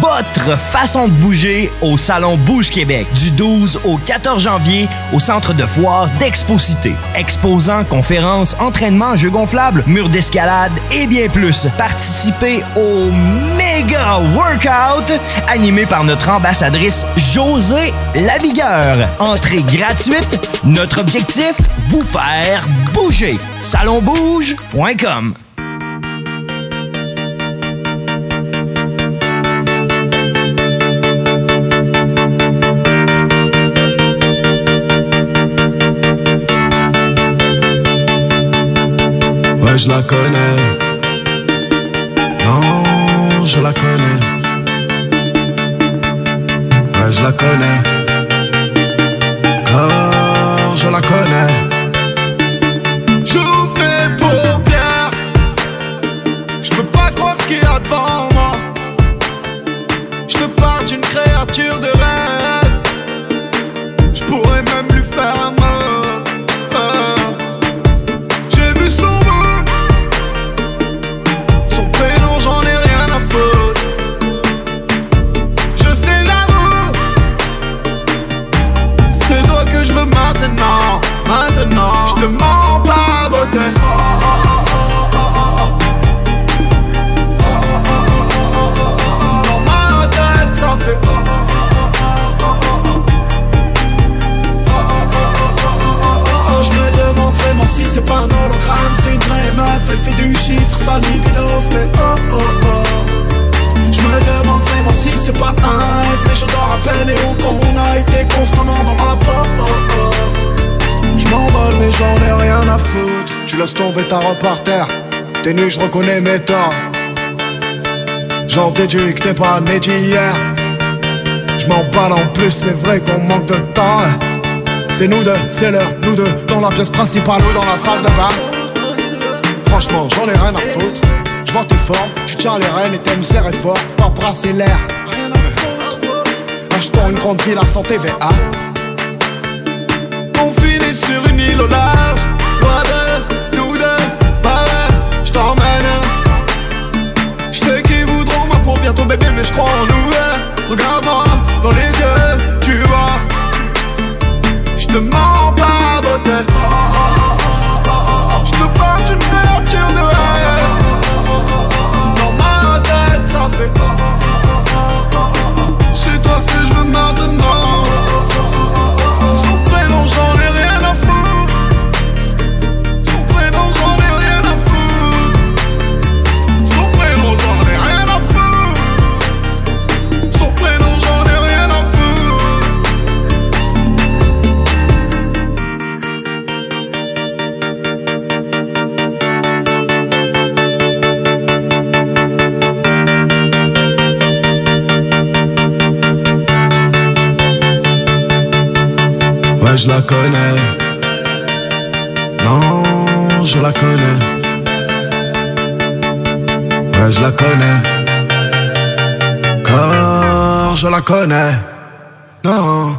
S6: votre façon de bouger au Salon Bouge Québec du 12 au 14 janvier au centre de foire d'Exposité. Exposants, conférences, entraînements, jeux gonflables, murs d'escalade et bien plus. Participez au méga workout animé par notre ambassadrice José Lavigueur. Entrée gratuite. Notre objectif, vous faire bouger. Salonbouge.com
S4: ah.
S20: Ouais, je la connais. Non, je la connais. Ouais, je la connais. Oh, je la connais.
S2: J'ouvre mes paupières. Je peux pas croire ce qu'il y a devant moi. Je te parle d'une créature de rêve. Je pourrais même lui faire un mot. J'ai vu son nom, son prénom, j'en ai rien à foutre. Je sais l'amour, c'est toi que je veux maintenant, maintenant. Je te mens pas, beauté. Dans ma tête, ça fait.
S21: Je me demande vraiment si c'est pas un hologramme, c'est une vraie meuf, elle fait du chiffre, sa libido fait oh oh oh. Je me demande vraiment si c'est pas un rêve, mais je dois rappeler où qu'on a été constamment dans ma peau. Oh oh. Je m'envole mais j'en ai rien à foutre, tu laisses tomber ta robe par terre.
S20: T'es nu, je reconnais mes torts. J'en déduis que t'es pas né d'hier. Je m'en parle en plus, c'est vrai qu'on manque de temps. hein. C'est nous deux, c'est l'heure, nous deux, dans la pièce principale ou dans la salle de bain. Franchement, j'en ai rien à foutre. Je vois tes formes, tu tiens les rênes et t'aimes serrer fort, pas brasser l'air. Achetons une grande ville à santé VA.
S2: On finit sur une île au large, loin de nous deux, bah ouais, je t'emmène. Je sais qu'ils voudront ma peau bientôt bébé, mais je crois en nous. ouais. Regarde-moi dans les yeux, tu vois. Je te mens pas, beauté. Je te parle d'une vertu de rêve. Dans ma tête, ça fait. C'est toi que je veux maintenant. Son prénom, j'en ai rien à foutre. Son prénom, j'en ai rien à foutre. Son prénom, j'en ai rien à foutre. Son prénom, j'en ai rien à
S20: Ouais, je la connais. Non, je la connais. Ouais, je la connais. Car je la connais. Non.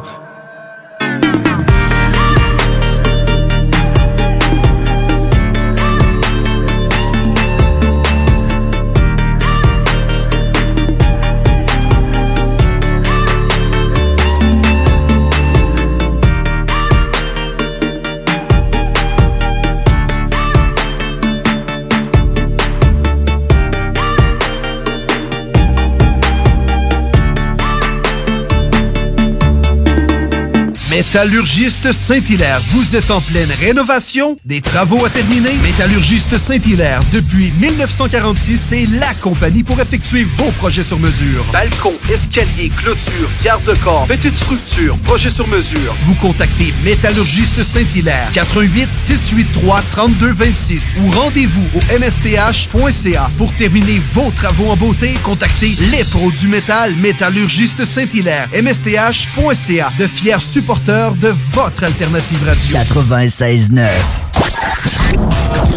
S22: Métallurgiste Saint-Hilaire, vous êtes en pleine rénovation, des travaux à terminer. Métallurgiste Saint-Hilaire, depuis 1946, c'est la compagnie pour effectuer vos projets sur mesure. Balcon, escalier, clôture, garde-corps, petite structure, projet sur mesure. Vous contactez Métallurgiste Saint-Hilaire, 88 683 3226 ou rendez-vous au msth.ca. Pour terminer vos travaux en beauté, contactez les pros du métal, Métallurgiste Saint-Hilaire, msth.ca, de fiers supporters de votre alternative radio.
S23: 96.9.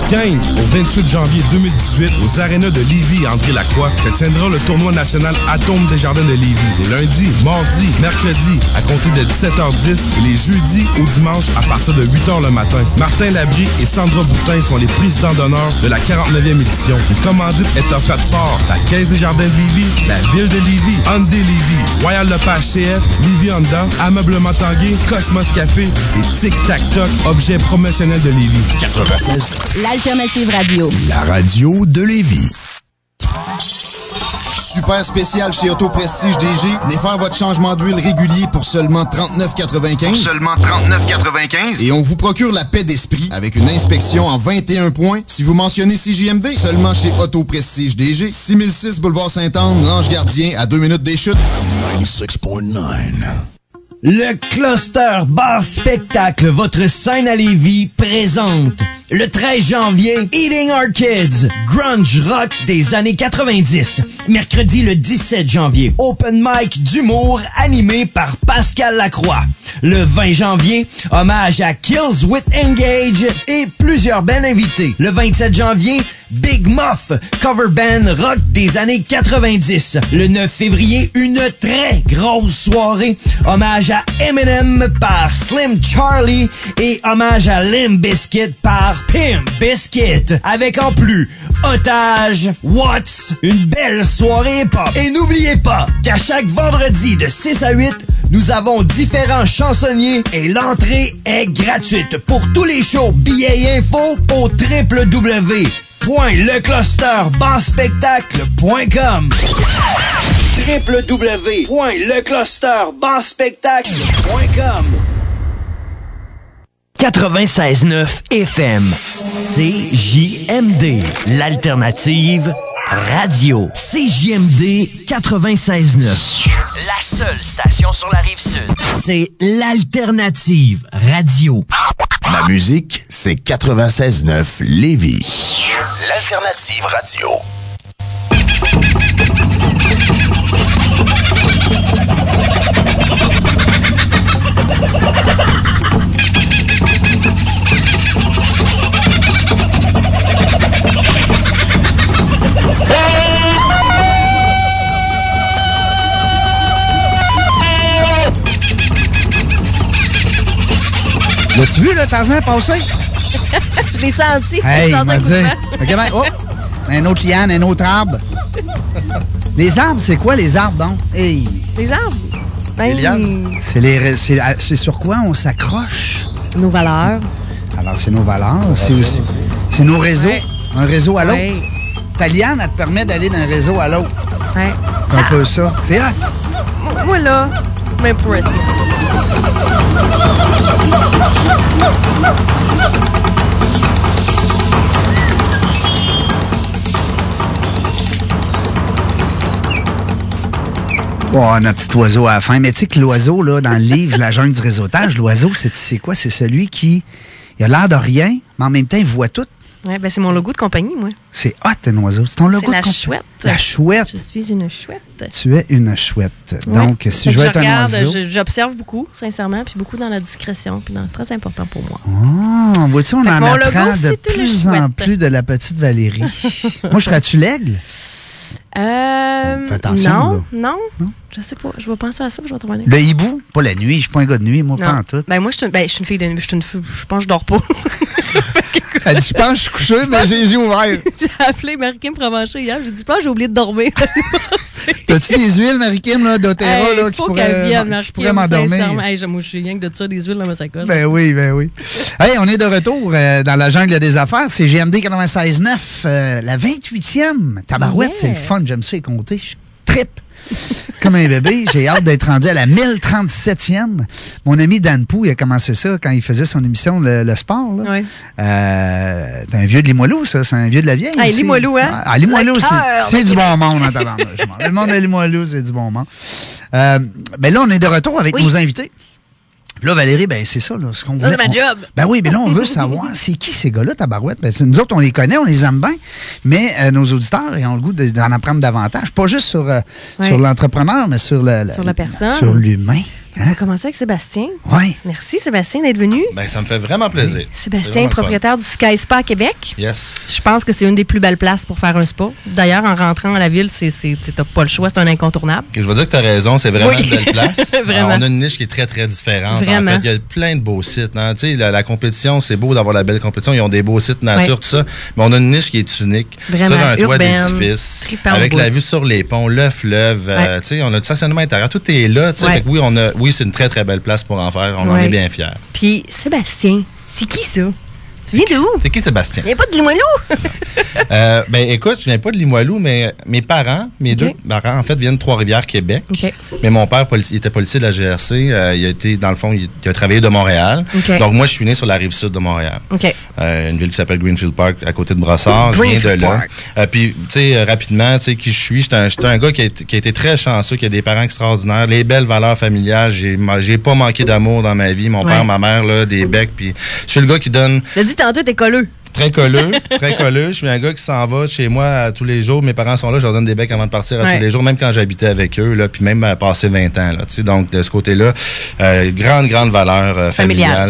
S11: 15 au 28 janvier 2018 aux arénas de Lévis et André-Lacroix se tiendra le tournoi national Atome des Jardins de Lévis. Les lundis, mardis, mercredis à compter de 17h10 et les jeudis ou dimanches à partir de 8h le matin. Martin Labrie et Sandra Boutin sont les présidents d'honneur de la 49e édition. Le commandite est offerte par la Caisse des Jardins de Lévis, la Ville de Lévis, Hyundai Lévis, Royal Lepage CF, Lévis Honda, Ameublement Tanguay, Cosmos Café et Tic Tac Toc, objet promotionnel de Lévis. 96.
S4: L'alternative radio.
S24: La radio de Lévis.
S1: Super spécial chez Auto Prestige DG. Venez faire votre changement d'huile régulier pour seulement 39,95. Seulement 39,95. Et on vous procure la paix d'esprit avec une inspection en 21 points si vous mentionnez CJMD. Seulement chez Auto Prestige DG. 6006 Boulevard Saint-Anne, l'Ange Gardien, à 2 minutes des chutes. 96.9.
S6: Le Cluster Bar Spectacle, votre scène à Lévis, présente le 13 janvier Eating Our Kids, grunge rock des années 90. Mercredi le 17 janvier, open mic d'humour animé par Pascal Lacroix. Le 20 janvier, hommage à Kills with Engage et plusieurs belles invités. Le 27 janvier, Big Muff, cover band rock des années 90. Le 9 février, une très grosse soirée. Hommage à Eminem par Slim Charlie et hommage à Lim Biscuit par Pim Biscuit. Avec en plus, Otage, Watts, une belle soirée hip-hop. Et n'oubliez pas qu'à chaque vendredi de 6 à 8, nous avons différents chansonniers et l'entrée est gratuite. Pour tous les shows, billets et info au www.leclusterbanspectacle.com www.leclusterbanspectacle.com
S11: 96.9 FM. CJMD, l'alternative radio. CJMD 96.9.
S6: La seule station sur la rive sud.
S11: C'est l'alternative radio.
S3: La musique, c'est 96.9 Lévis.
S19: L'alternative radio.
S4: L'as-tu vu, là, Tarzan
S5: [LAUGHS]
S4: passer?
S5: [LAUGHS] Je l'ai senti.
S4: Hey,
S5: dans
S4: il m'a
S5: un coup
S4: dit.
S5: de vent.
S4: [LAUGHS] Ok, ben, oh, un autre liane, un autre arbre. Les arbres, c'est quoi les arbres, donc? Hey.
S5: Les arbres. Ben,
S4: C'est les- c'est- ah, c'est sur quoi on s'accroche?
S5: Nos valeurs.
S4: Alors, c'est nos valeurs, c'est
S5: réseau
S4: aussi-
S5: aussi.
S4: c'est nos réseaux,
S5: Ouais.
S4: un réseau à l'autre.
S5: Ouais.
S4: Ta liane, elle te permet d'aller d'un réseau à l'autre.
S5: Ouais.
S4: C'est un peu ça. C'est hot.
S5: Moi- Moi, là, m'impressionne.
S4: Oh, notre petit oiseau à la fin. Mais tu sais que l'oiseau, là, dans le livre La jungle du réseautage, l'oiseau, c'est c'est quoi? C'est celui qui il a l'air de rien, mais en même temps, il voit tout.
S5: Ouais, ben, c'est mon logo de compagnie, moi.
S4: C'est hot, un oiseau. C'est ton
S5: C'est
S4: logo
S5: la
S4: de compagnie.
S5: chouette.
S4: La chouette.
S5: Je suis une chouette.
S4: Tu es une chouette. Donc,
S5: Ouais.
S4: si
S5: Fait
S4: je
S5: que
S4: veux être un
S5: regarde,
S4: oiseau.
S5: je- J'observe beaucoup, sincèrement, puis beaucoup dans la discrétion, puis dans- c'est très important pour moi.
S4: Oh, vois-tu, on
S5: Fait que
S4: en
S5: mon logo,
S4: apprend de
S5: c'est une
S4: plus en
S5: chouette.
S4: plus de la petite
S5: [LAUGHS]
S4: Valérie. [LAUGHS] Moi, je serais-tu l'aigle?
S5: Euh,
S4: Fais attention,
S5: non, non, je sais pas. Je vais penser à ça, puis je vais te revenir.
S4: Le hibou? Pas la nuit. Je suis pas un gars de nuit, moi,
S5: Non.
S4: pas en tout.
S5: Ben moi, je suis une, ben, je suis une fille de nuit. Je, suis une fou- je pense que je dors pas.
S4: [LAUGHS] Elle dit, je pense que je suis couché, mais j'ai les yeux ouverts.
S5: [LAUGHS] j'ai appelé Marie-Kim Provencher hier. J'ai dit, je pense que j'ai oublié de dormir. [LAUGHS]
S4: T'as-tu des huiles, Marie-Kim, là, d'Otera,
S5: Hey,
S4: là, qui
S5: faut qu'elle
S4: pourraient-
S5: vienne,
S4: qui
S5: Marie-Kim.
S4: pourraient m'endormir?
S5: sincèrement. Hey, je- moi, je suis rien que de ça, des huiles dans ma sacoche.
S4: Ben oui, ben oui. Hey, on est de retour euh, dans la jungle des affaires. C'est GMD 96.9, euh, la 28e. Tabarouette,
S5: Yeah.
S4: c'est le fun. J'aime ça y compter. Je trippe [LAUGHS] comme un bébé. J'ai hâte d'être rendu à la 1037e. Mon ami Dan Pou, il a commencé ça quand il faisait son émission Le, le Sport. Là. Euh, t'es un vieux de Limoilou, ça. C'est un vieux de la vieille.
S5: Ah,
S4: aussi.
S5: Limoilou, hein?
S4: Ah, Limoilou,
S5: Le
S4: c'est-
S5: cœur
S4: c'est
S5: de
S4: du bon
S5: Québec.
S4: monde en tabarnouche. Le monde de Limoilou, c'est du bon monde. Euh, ben là, on est de retour avec nos invités. Là, Valérie, ben c'est ça, là, ce qu'on
S5: Ça,
S4: voulait.
S5: c'est ma
S4: on-
S5: job.
S4: Ben oui, mais là, on veut
S5: [LAUGHS]
S4: savoir, c'est qui ces gars-là, Tabarouette? Ben, c'est- nous autres, on les connaît, on les aime bien, mais euh, nos auditeurs, ils ont le goût de- d'en apprendre davantage. Pas juste sur, euh,
S5: Ouais.
S4: sur l'entrepreneur, mais sur le- le-
S5: Sur la personne.
S4: Sur l'humain. hein?
S5: On va commencer avec Sébastien.
S4: Oui.
S5: Merci, Sébastien, d'être venu.
S16: Ben, ça me fait vraiment plaisir. C'est
S5: Sébastien,
S16: vraiment le fun.
S5: propriétaire du Sky Spa à Québec.
S16: Yes.
S5: Je pense que c'est une des plus belles places pour faire un spa. D'ailleurs, en rentrant à la ville, c'est, c'est, c'est- t'as pas le choix, c'est un incontournable.
S16: Que Je veux dire que tu as raison, c'est vraiment
S5: Oui.
S16: une belle
S5: [LAUGHS]
S16: place.
S5: Vraiment.
S16: Alors, on a une niche qui est très, très différente.
S5: Vraiment.
S16: En fait, il y a plein de beaux sites. hein. Tu sais, la, la compétition, c'est beau d'avoir la belle compétition. Ils ont des beaux sites nature,
S5: Ouais.
S16: tout ça. Mais on a une niche qui est unique.
S5: Vraiment,
S16: Sur un toit
S5: urbaine,
S16: d'édifice,
S5: trippant
S16: avec
S5: bout.
S16: la vue sur les ponts, le fleuve. euh,
S5: Ouais.
S16: tu sais, on a du stationnement intérieur. Tout est là. tu sais.
S5: Ouais.
S16: Fait que oui, on a, oui, c'est une très, très belle place pour en faire. On en
S5: Ouais.
S16: est bien fiers.
S5: Puis, Sébastien, c'est qui ça? Tu viens de où?
S16: C'est qui Sébastien?
S5: [LAUGHS] Il n'y a pas de Limoilou?
S16: [LAUGHS] Euh, ben écoute, je viens pas de Limoilou, mais mes parents, mes deux parents, en fait, viennent de Trois-Rivières, Québec.
S5: OK.
S16: Mais mon père, polici- il était policier de la GRC. euh, il a été, dans le fond, il, il a travaillé de Montréal.
S5: OK.
S16: Donc, moi, je suis né sur la rive sud de Montréal.
S5: OK.
S16: Euh, une ville qui s'appelle Greenfield Park, à côté de Brossard. Je viens de
S5: Greenfield
S16: là.
S5: Park.
S16: Euh, puis, tu sais, euh, rapidement, tu sais, qui je suis. J'étais un, j'étais un gars qui a, été- qui a été très chanceux, qui a des parents extraordinaires, les belles valeurs familiales. J'ai ma- j'ai pas manqué d'amour dans ma vie. Mon
S5: Ouais.
S16: père, ma mère, là, des becs. Puis, je suis le gars qui donne
S5: L'as dit tantôt, t'es colleux.
S16: Très colleux, très colleux. Je suis un gars qui s'en va chez moi à tous les jours. Mes parents sont là, je leur donne des becs avant de partir à
S5: Ouais.
S16: tous les jours, même quand j'habitais avec eux, là, puis même à passer 20 ans. Là, tu sais. donc, de ce côté-là, euh, grande, grande valeur euh,
S5: Familiale,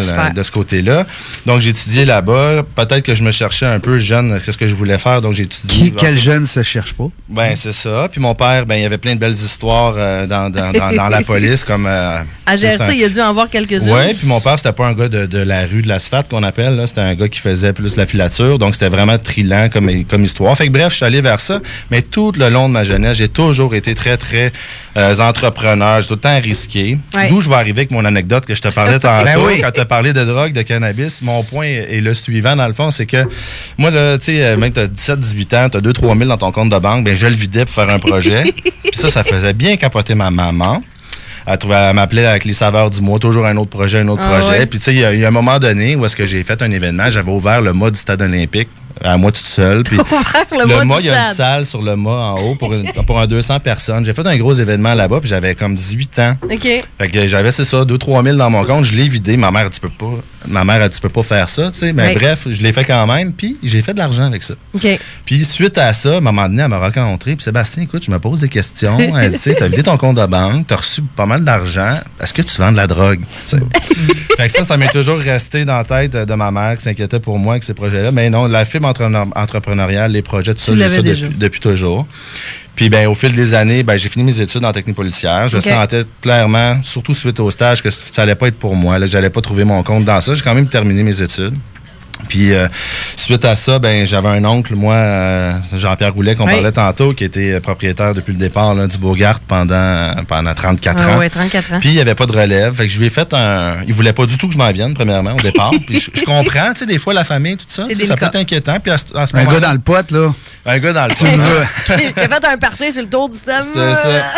S16: familiale euh,
S5: super.
S16: de ce côté-là. Donc, j'ai étudié là-bas. Peut-être que je me cherchais un peu jeune, c'est ce que je voulais faire, donc j'ai étudié.
S4: Qui, quel jeune se cherche pas?
S16: Ben, c'est ça. Puis mon père, ben, il y avait plein de belles histoires euh, dans, dans, dans, dans
S5: [LAUGHS]
S16: la police, comme... euh,
S5: À
S16: juste un-
S5: GRC, il a dû en voir quelques-unes.
S16: oui, puis mon père, c'était pas un gars de, de la rue, de l'asphalte qu'on appelle. là. C'était un gars qui faisait plus la filature. Donc, c'était vraiment trillant comme, comme histoire. Fait que bref, je suis allé vers ça. Mais tout le long de ma jeunesse, j'ai toujours été très, très euh, entrepreneur. J'ai tout le temps risqué.
S7: Ouais.
S16: D'où je vais arriver avec mon anecdote que je te parlais tantôt.
S7: Ben oui.
S16: Quand tu as parlé de drogue, de cannabis, mon point est le suivant, dans le fond, c'est que moi, là, tu sais, euh, même que t'as 17, 18 ans, t'as 2, 3 000 dans ton compte de banque, ben, je le vidais pour faire un projet. Puis ça, ça faisait bien capoter ma maman. Elle, trouvait- elle m'appelait avec les saveurs du mois, toujours un autre projet, un autre
S7: Ah
S16: projet.
S7: ouais.
S16: Puis tu sais, il y, a- il y a un moment donné où est-ce que j'ai fait un événement, j'avais ouvert le mât du stade olympique à moi toute seule.
S7: [LAUGHS]
S16: Puis
S7: le mât du
S16: il y a une
S7: stade.
S16: salle sur le mât en haut pour, une- pour un 200 personnes. J'ai fait un gros événement là-bas, puis j'avais comme 18 ans.
S5: OK.
S16: Fait que j'avais, c'est ça, 2-3 000 dans mon compte, je l'ai vidé. Ma mère, tu peux pas ma mère a dit, tu peux pas faire ça, tu sais. Mais
S5: Ouais.
S16: bref, je l'ai fait quand même, puis j'ai fait de l'argent avec ça.
S5: OK.
S16: Puis suite à ça, à un moment donné, elle m'a rencontré, puis Sébastien, écoute, je me pose des
S5: [LAUGHS]
S16: questions. Elle dit, tu sais, t'as vidé ton compte de banque, t'as reçu pas mal d'argent, est-ce que tu vends de la drogue?
S5: [LAUGHS]
S16: Tu sais. fait que ça, ça m'est toujours resté dans la tête de ma mère qui s'inquiétait pour moi avec ces projets-là. Mais non, la fibre entrepreneur- entrepreneuriale, les projets, tout ça,
S5: Tu
S16: j'ai
S5: l'avais
S16: ça
S5: déjà.
S16: depuis, depuis toujours. Puis ben, au fil des années, ben, j'ai fini mes études en technique policière. Je
S5: Ok.
S16: sentais clairement, surtout suite au stage, que ça allait pas être pour moi. Là, j'allais pas trouver mon compte dans ça. J'ai quand même terminé mes études. Puis euh, suite à ça, ben j'avais un oncle, moi, euh, Jean-Pierre Roulet, qu'on
S5: Oui.
S16: parlait tantôt, qui était euh, propriétaire depuis le départ là, du Beaugarde pendant, pendant 34
S5: Ah
S16: ans.
S5: ouais, 34 ans. [LAUGHS]
S16: Puis il n'y avait pas de relève. Fait que je lui ai fait un. Il voulait pas du tout que je m'en vienne, premièrement, au départ. Puis je, je comprends, tu sais, des fois, la famille, tout ça,
S5: C'est
S16: tu sais, ça peut
S5: délicat.
S16: être inquiétant. Puis à, ce- à ce
S4: Un
S16: moment-là-
S4: gars dans le pote, là.
S16: Un gars
S4: [LAUGHS]
S16: dans le
S4: Tu le veux.
S5: [LAUGHS] J'ai fait un party sur le tour du stade.
S16: C'est ça.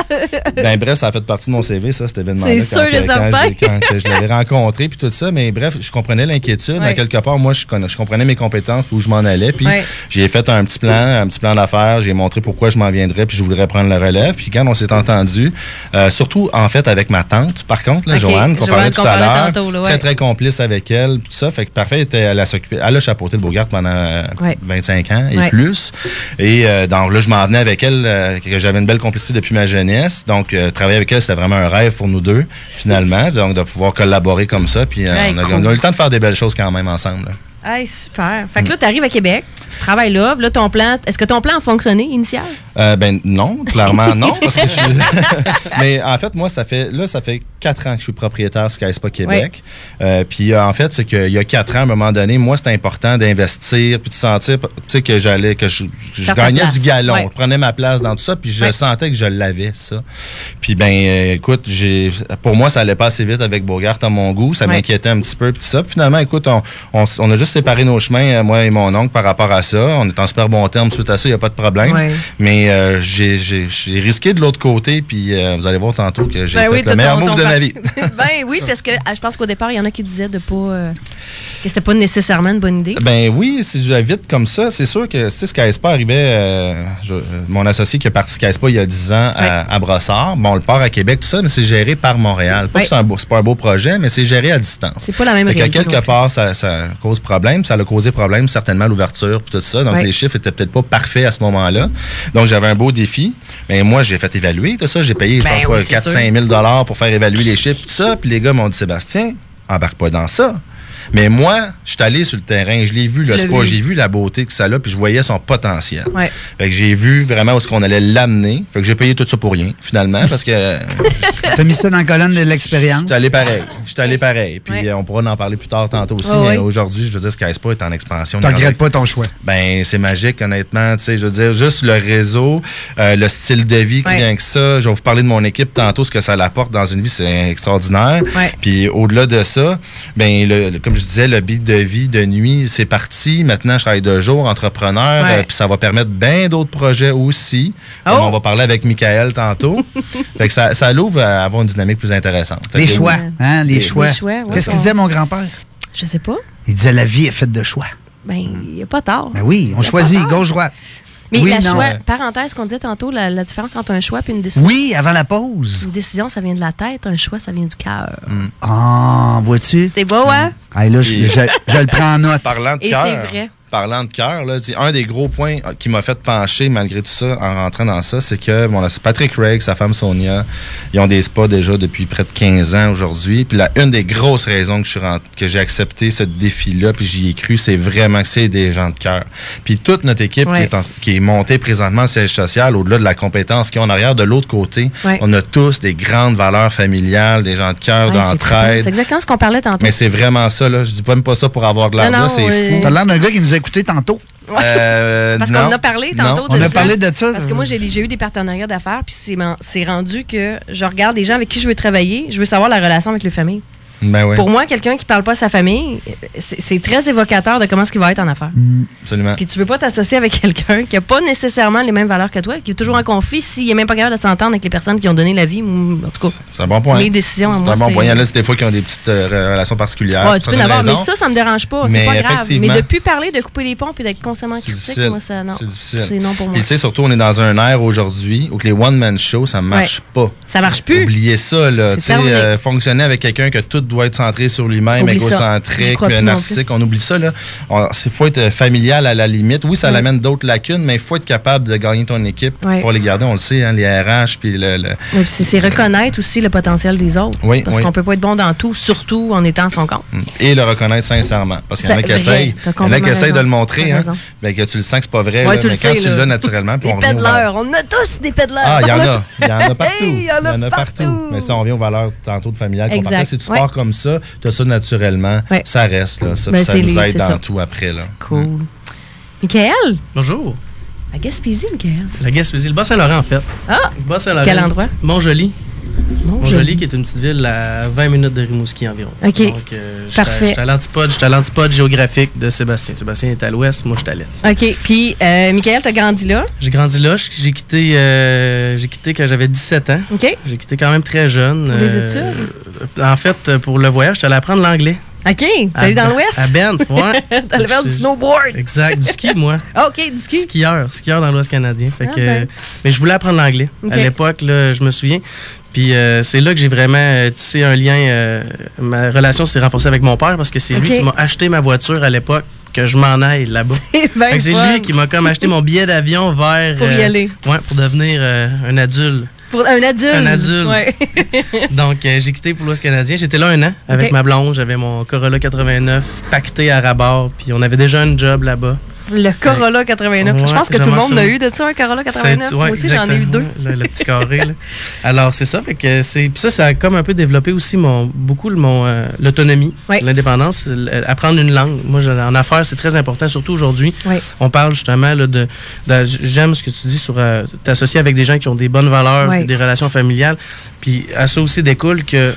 S16: Ben bref, ça a fait partie de mon CV, ça, cet événement-là.
S5: C'est
S16: quand
S5: sûr
S16: que-
S5: et
S16: quand
S5: certain.
S16: je l'ai- Quand, que je l'avais rencontré, puis tout ça. Mais bref, je comprenais l'inquiétude. À
S5: Ouais.
S16: quelque part, moi, je, conna- je comprenais mes compétences, puis où je m'en allais. Puis
S5: Ouais.
S16: j'ai fait un petit plan, un petit plan d'affaires. J'ai montré pourquoi je m'en viendrais, puis je voudrais prendre le relève. Puis quand on s'est entendu, euh, surtout, en fait, avec ma tante, par contre, là,
S5: Ok,
S16: Joanne, qu'on
S5: Joanne,
S16: parlait tout
S5: qu'on parlait
S16: à
S5: tantôt, là,
S16: l'heure,
S5: ouais.
S16: très, très complice avec elle, puis tout ça. Fait que parfait, elle était- elle a, s'occupé- elle a chapeauté le Beaugarde pendant euh,
S5: Ouais.
S16: 25 ans et
S5: Ouais.
S16: plus plus. Et euh, donc là, je m'en venais avec elle, euh, que j'avais une belle complicité depuis ma jeunesse. Donc, euh, travailler avec elle, c'était vraiment un rêve pour nous deux, finalement. Donc, de pouvoir collaborer comme ça. Puis, euh,
S5: Ouais,
S16: on, a,
S5: cool.
S16: on a eu le temps de faire des belles choses quand même ensemble. là.
S5: Hey, super. Fait que là, t'arrives à Québec, tu travailles là, puis là, ton plan, est-ce que ton plan a fonctionné initial?
S16: Euh, ben non, clairement non, parce que je suis- [LAUGHS] Mais en fait, moi, ça fait là, ça fait quatre ans que je suis propriétaire de Sky Spa Québec. Euh, puis euh, en fait, c'est qu'il y a quatre ans, à un moment donné, moi, c'était important d'investir puis de sentir, tu sais, que j'allais, que je, je
S5: Faire ta
S16: gagnais
S5: place.
S16: du galon,
S5: Ouais.
S16: je prenais ma place dans tout ça, puis je
S5: Ouais.
S16: sentais que je l'avais ça. Puis ben, euh, écoute, j'ai, pour moi, ça allait pas assez vite avec Bogart à mon goût, ça
S5: Ouais.
S16: m'inquiétait un petit peu puis tout ça. Puis finalement, écoute, on, on, s- on a juste séparé nos chemins, euh, moi et mon oncle, par rapport à ça. On est en super bon terme suite à ça, il y a pas de problème.
S5: Ouais.
S16: Mais euh, j'ai- j'ai j'ai risqué de l'autre côté, puis euh, vous allez voir tantôt que j'ai
S5: Ben
S16: fait
S5: oui, t'as
S16: le meilleur
S5: ton-
S16: move
S5: ton
S16: de ma
S5: plan.
S16: vie.
S5: [LAUGHS] ben oui, parce que ah, je pense qu'au départ, il y en a qui disaient de pas, euh, que c'était pas nécessairement une bonne idée.
S16: Ben oui, si je vais vite comme ça, c'est sûr que si Skysport arrivait, euh, je- euh, mon associé qui a parti Skysport il y a 10 ans à, à Brossard, bon, on le part à Québec, tout ça, mais c'est géré par Montréal. Pas
S5: Ouais.
S16: que c'est un beau- c'est pas un beau projet, mais c'est géré à distance.
S5: C'est pas la même
S16: Fait que
S5: réalité non
S16: quelque
S5: plus.
S16: part, ça, ça cause problème. Ça a causé problème, certainement, à l'ouverture puis tout ça. Donc,
S5: Ouais.
S16: les chiffres étaient peut-être pas parfaits à ce moment-là. Donc, j'avais un beau défi. Mais moi, j'ai fait évaluer tout ça. J'ai payé, je
S5: Ben
S16: pense,
S5: oui, c'est
S16: pas 4
S5: sûr.
S16: 5 000 dollars pour faire évaluer les chiffres tout ça. Puis les gars m'ont dit, Sébastien, embarque pas dans ça. Mais moi, je suis allé sur le terrain, je l'ai vu,
S5: Tu
S16: le
S5: l'as
S16: spa,
S5: vu.
S16: j'ai vu la beauté que ça a, puis je voyais son potentiel.
S5: Ouais.
S16: Fait que j'ai vu vraiment où est-ce qu'on allait l'amener. Fait que j'ai payé tout ça pour rien, finalement, parce que euh,
S4: T'as mis ça dans la colonne de l'expérience.
S16: J'étais allé pareil. J'étais allé pareil. Puis
S4: Ouais.
S16: euh, on pourra en parler plus tard tantôt aussi.
S4: Ouais,
S16: mais
S4: ouais.
S16: aujourd'hui, je veux dire, Sky Spa est en expansion.
S4: T'en
S16: Il y en a-
S4: regrettes pas ton choix.
S16: Ben, c'est magique, honnêtement. Tu sais, je veux dire, juste le réseau, euh, le style de vie qui
S5: Ouais.
S16: vient avec ça. Je vais vous parler de mon équipe tantôt, ce que ça l'apporte dans une vie, c'est extraordinaire.
S5: Ouais.
S16: Puis au-delà de ça, ben, le- le- comme je disais, le beat de vie de nuit, c'est parti. Maintenant, je travaille de jour, entrepreneur,
S5: Ouais. Oh!
S16: euh, puis ça va permettre bien d'autres projets aussi. Comme on va parler avec Michael
S5: [LAUGHS]
S16: tantôt. fait que ça, ça l'ouvre à avoir une dynamique plus intéressante. Fait
S4: Les
S16: que oui.
S4: choix, hein, les
S16: Les-
S4: choix.
S5: les choix, ouais,
S4: Qu'est-ce
S5: on-
S4: qu'il disait mon grand-père?
S5: Je sais pas.
S4: Il disait la vie est faite de choix.
S5: Ben, il n'y a pas tard.
S4: Ben oui, on
S5: Y a pas
S4: choisit
S5: tard.
S4: gauche-droite.
S5: Mais
S4: oui,
S5: la
S4: non. Euh,
S5: choix, parenthèse qu'on disait tantôt, la, la différence entre un choix et une décision.
S4: Oui, avant la pause.
S5: Une décision, ça vient de la tête, un choix, ça vient du cœur.
S4: Ah, vois-tu?
S5: C'est beau, hein?
S4: Hey, là, je,
S16: Et-
S4: je- je
S16: [LAUGHS]
S4: le prends en note.
S16: Parlant de
S5: Et
S16: cœur.
S5: c'est vrai.
S16: Parlant de cœur, là, c'est un des gros points euh, qui m'a fait pencher malgré tout ça en rentrant dans ça, c'est que mon c'est Patrick Craig, sa femme Sonia, ils ont des spas déjà depuis près de 15 ans aujourd'hui. Puis la une des grosses raisons que je suis rent- que j'ai accepté ce défi-là, puis j'y ai cru, c'est vraiment que c'est des gens de cœur. Puis toute notre équipe qui,
S5: Ouais.
S16: est en- qui est montée présentement en siège social, au-delà de la compétence qu'ils ont en arrière, de l'autre côté,
S5: Ouais.
S16: on a tous des grandes valeurs familiales, des gens de cœur,
S5: Ouais, c'est très-
S16: d'entraide.
S5: c'est exactement ce qu'on parlait tantôt.
S16: Ah, Mais c'est vraiment ça, là. Je dis pas même pas ça pour avoir de l'air
S5: Non,
S16: là,
S5: non,
S16: c'est
S5: oui.
S16: fou.
S4: T'as l'air d'un gars qui nous a écouté tantôt.
S16: Euh,
S5: Parce
S16: non.
S5: qu'on a parlé
S16: Non.
S5: tantôt de
S4: On a
S5: ça.
S4: parlé de ça.
S16: euh,
S5: Parce que moi, j'ai j'ai eu des partenariats d'affaires, puis c'est mon- c'est rendu que je regarde les gens avec qui je veux travailler, je veux savoir la relation avec les familles.
S16: Ben ouais,
S5: Pour moi, quelqu'un qui parle pas à sa famille, c'est c'est très évocateur de comment ce qu'il va être en affaires.
S16: absolument.
S5: Puis tu veux pas t'associer avec [LAUGHS] quelqu'un qui a pas nécessairement les mêmes valeurs que toi, qui est toujours en conflit s'il est même pas capable de s'entendre avec les personnes qui ont donné la vie, ou en tout cas.
S16: C'est un bon point.
S5: Mes décisions à
S16: C'est
S5: moi,
S16: un bon
S5: c'est-
S16: point. Il y en a c'est des fois qui ont des petites euh, relations particulières.
S5: Ouais, tu
S16: pour
S5: peux en
S16: certaines
S5: avoir, mais
S16: raisons.
S5: ça, ça me dérange pas,
S16: Mais
S5: c'est pas grave.
S16: effectivement.
S5: Mais de plus parler, de couper les ponts, puis d'être constamment
S16: C'est
S5: critique,
S16: difficile.
S5: moi, ça, non.
S16: C'est difficile.
S5: C'est non pour moi.
S16: Puis tu sais, surtout, on est dans un air aujourd'hui où que les one-man shows, ça marche pas.
S5: Ça marche plus.
S16: Oubliez ça, là.
S5: C'est
S16: Tu sais,
S5: terminé.
S16: euh, fonctionner avec quelqu'un qui a tout doit être centré sur lui-même,
S5: Oublie ça. J'y
S16: égocentrique,
S5: crois plus non
S16: narcissique. On oublie ça, là. Il faut être euh, familial à la limite. Oui, ça l'amène d'autres lacunes, mais il faut être capable de gagner ton équipe
S5: Ouais.
S16: pour les garder. On le sait, hein, les RH, puis le- le,
S5: Oui, puis C'est c'est reconnaître aussi le potentiel des autres.
S16: Oui,
S5: parce
S16: oui. Mm.
S5: qu'on peut pas être bon dans tout, surtout en étant à son compte.
S16: et le reconnaître sincèrement. Parce qu'il y en a
S5: Ça-
S16: qui
S5: vrai,
S16: essayent, il y en
S5: t'as
S16: a qui
S5: complètement
S16: essayent de
S5: raison.
S16: le montrer,
S5: T'as
S16: hein,
S5: raison.
S16: ben, que tu le sens que c'est pas vrai.
S5: Ouais,
S16: là,
S5: tu le
S16: mais quand
S5: sais,
S16: tu
S5: là.
S16: l'as naturellement, puis
S5: Les
S16: on revient aux valeurs.
S5: on a tous des pédaleurs.
S16: Ah, il y en [LAUGHS] a. Il y en a partout.
S5: Hey,
S16: Il y en a, partout. Mais ça, on revient aux valeurs tantôt de familial. qu'on
S5: Exact.
S16: parlait. Si tu
S5: Ouais.
S16: pars comme ça, tu as ça naturellement.
S5: Ouais.
S16: Ça reste, là. Ça,
S5: Ben,
S16: ça
S5: c'est
S16: nous
S5: les-
S16: aide
S5: c'est
S16: dans
S5: ça.
S16: tout après, là.
S5: Cool. Michael,
S18: Bonjour.
S5: la Gaspésie, Michael.
S18: La Gaspésie, le Bas-Saint-Laurent, en fait.
S5: Ah!
S18: Le Bas-Saint-Laurent.
S5: Quel endroit?
S18: Montjoli.
S5: Montjoli.
S18: Montjoli, qui est une petite ville à 20 minutes de Rimouski environ.
S5: OK.
S18: Donc, euh, j'étais-
S5: Parfait.
S18: J'étais à l'antipode, j'étais à l'antipode géographique de Sébastien. Sébastien est à l'ouest, moi, je suis à l'est.
S5: OK, puis euh, Michael, t'as grandi là.
S18: J'ai grandi là, j- j'ai quitté, euh, j'ai quitté quand j'avais 17 ans.
S5: OK.
S18: J'ai quitté quand même très jeune. euh,
S5: Pour les études?
S18: En fait, euh, pour le voyage, j'étais allé apprendre l'anglais.
S5: OK, t'es
S18: À
S5: allé dans
S18: Ben-
S5: l'ouest.
S18: À
S5: [LAUGHS]
S18: Banff, ouais.
S5: T'as allé faire du
S18: Je-
S5: snowboard.
S18: Exact, du ski, moi.
S5: [LAUGHS] Ah, OK, du ski.
S18: Skieur, skieur dans l'Ouest canadien. Fait
S5: Ah
S18: que,
S5: ben.
S18: Mais je voulais apprendre l'anglais.
S5: Ok.
S18: À l'époque, là, je me souviens. Puis euh, c'est là que j'ai vraiment euh, tissé un lien. euh, ma relation s'est renforcée avec mon père parce que c'est
S5: Ok.
S18: lui qui m'a acheté ma voiture à l'époque que je m'en aille là-bas.
S5: [LAUGHS] C'est bien
S18: Fait que c'est
S5: fun.
S18: lui qui m'a comme acheté mon billet d'avion vers...
S5: [LAUGHS]
S18: euh,
S5: Pour y aller.
S18: Ouais, pour devenir euh, un adulte.
S5: Pour un adulte.
S18: Un adulte.
S5: Ouais.
S18: [LAUGHS] Donc, euh, j'ai quitté pour l'Ouest canadien. J'étais là un an avec
S5: Ok.
S18: ma blonde. J'avais mon Corolla 89 pacté à rabat. Puis on avait déjà un job là-bas.
S5: Le Corolla 89. je
S18: Ouais,
S5: pense que tout le
S18: j'aimerais
S5: monde
S18: ça.
S5: a eu de ça, un Corolla 89.
S18: C'est- ouais,
S5: Moi aussi, j'en ai eu
S18: exactement,
S5: deux.
S18: Le, le petit carré.
S5: [LAUGHS]
S18: là. Alors, c'est ça. Fait que c'est, puis ça, ça a comme un peu développé aussi mon, beaucoup le- mon, euh, l'autonomie,
S5: Ouais.
S18: l'indépendance, l- euh, apprendre une langue. Moi, je- en affaires, c'est très important, surtout aujourd'hui.
S5: Ouais.
S18: On parle justement là, de, de- J'aime ce que tu dis sur euh, t'associer avec des gens qui ont des bonnes valeurs,
S5: Ouais.
S18: des relations familiales. Puis à ça aussi découle que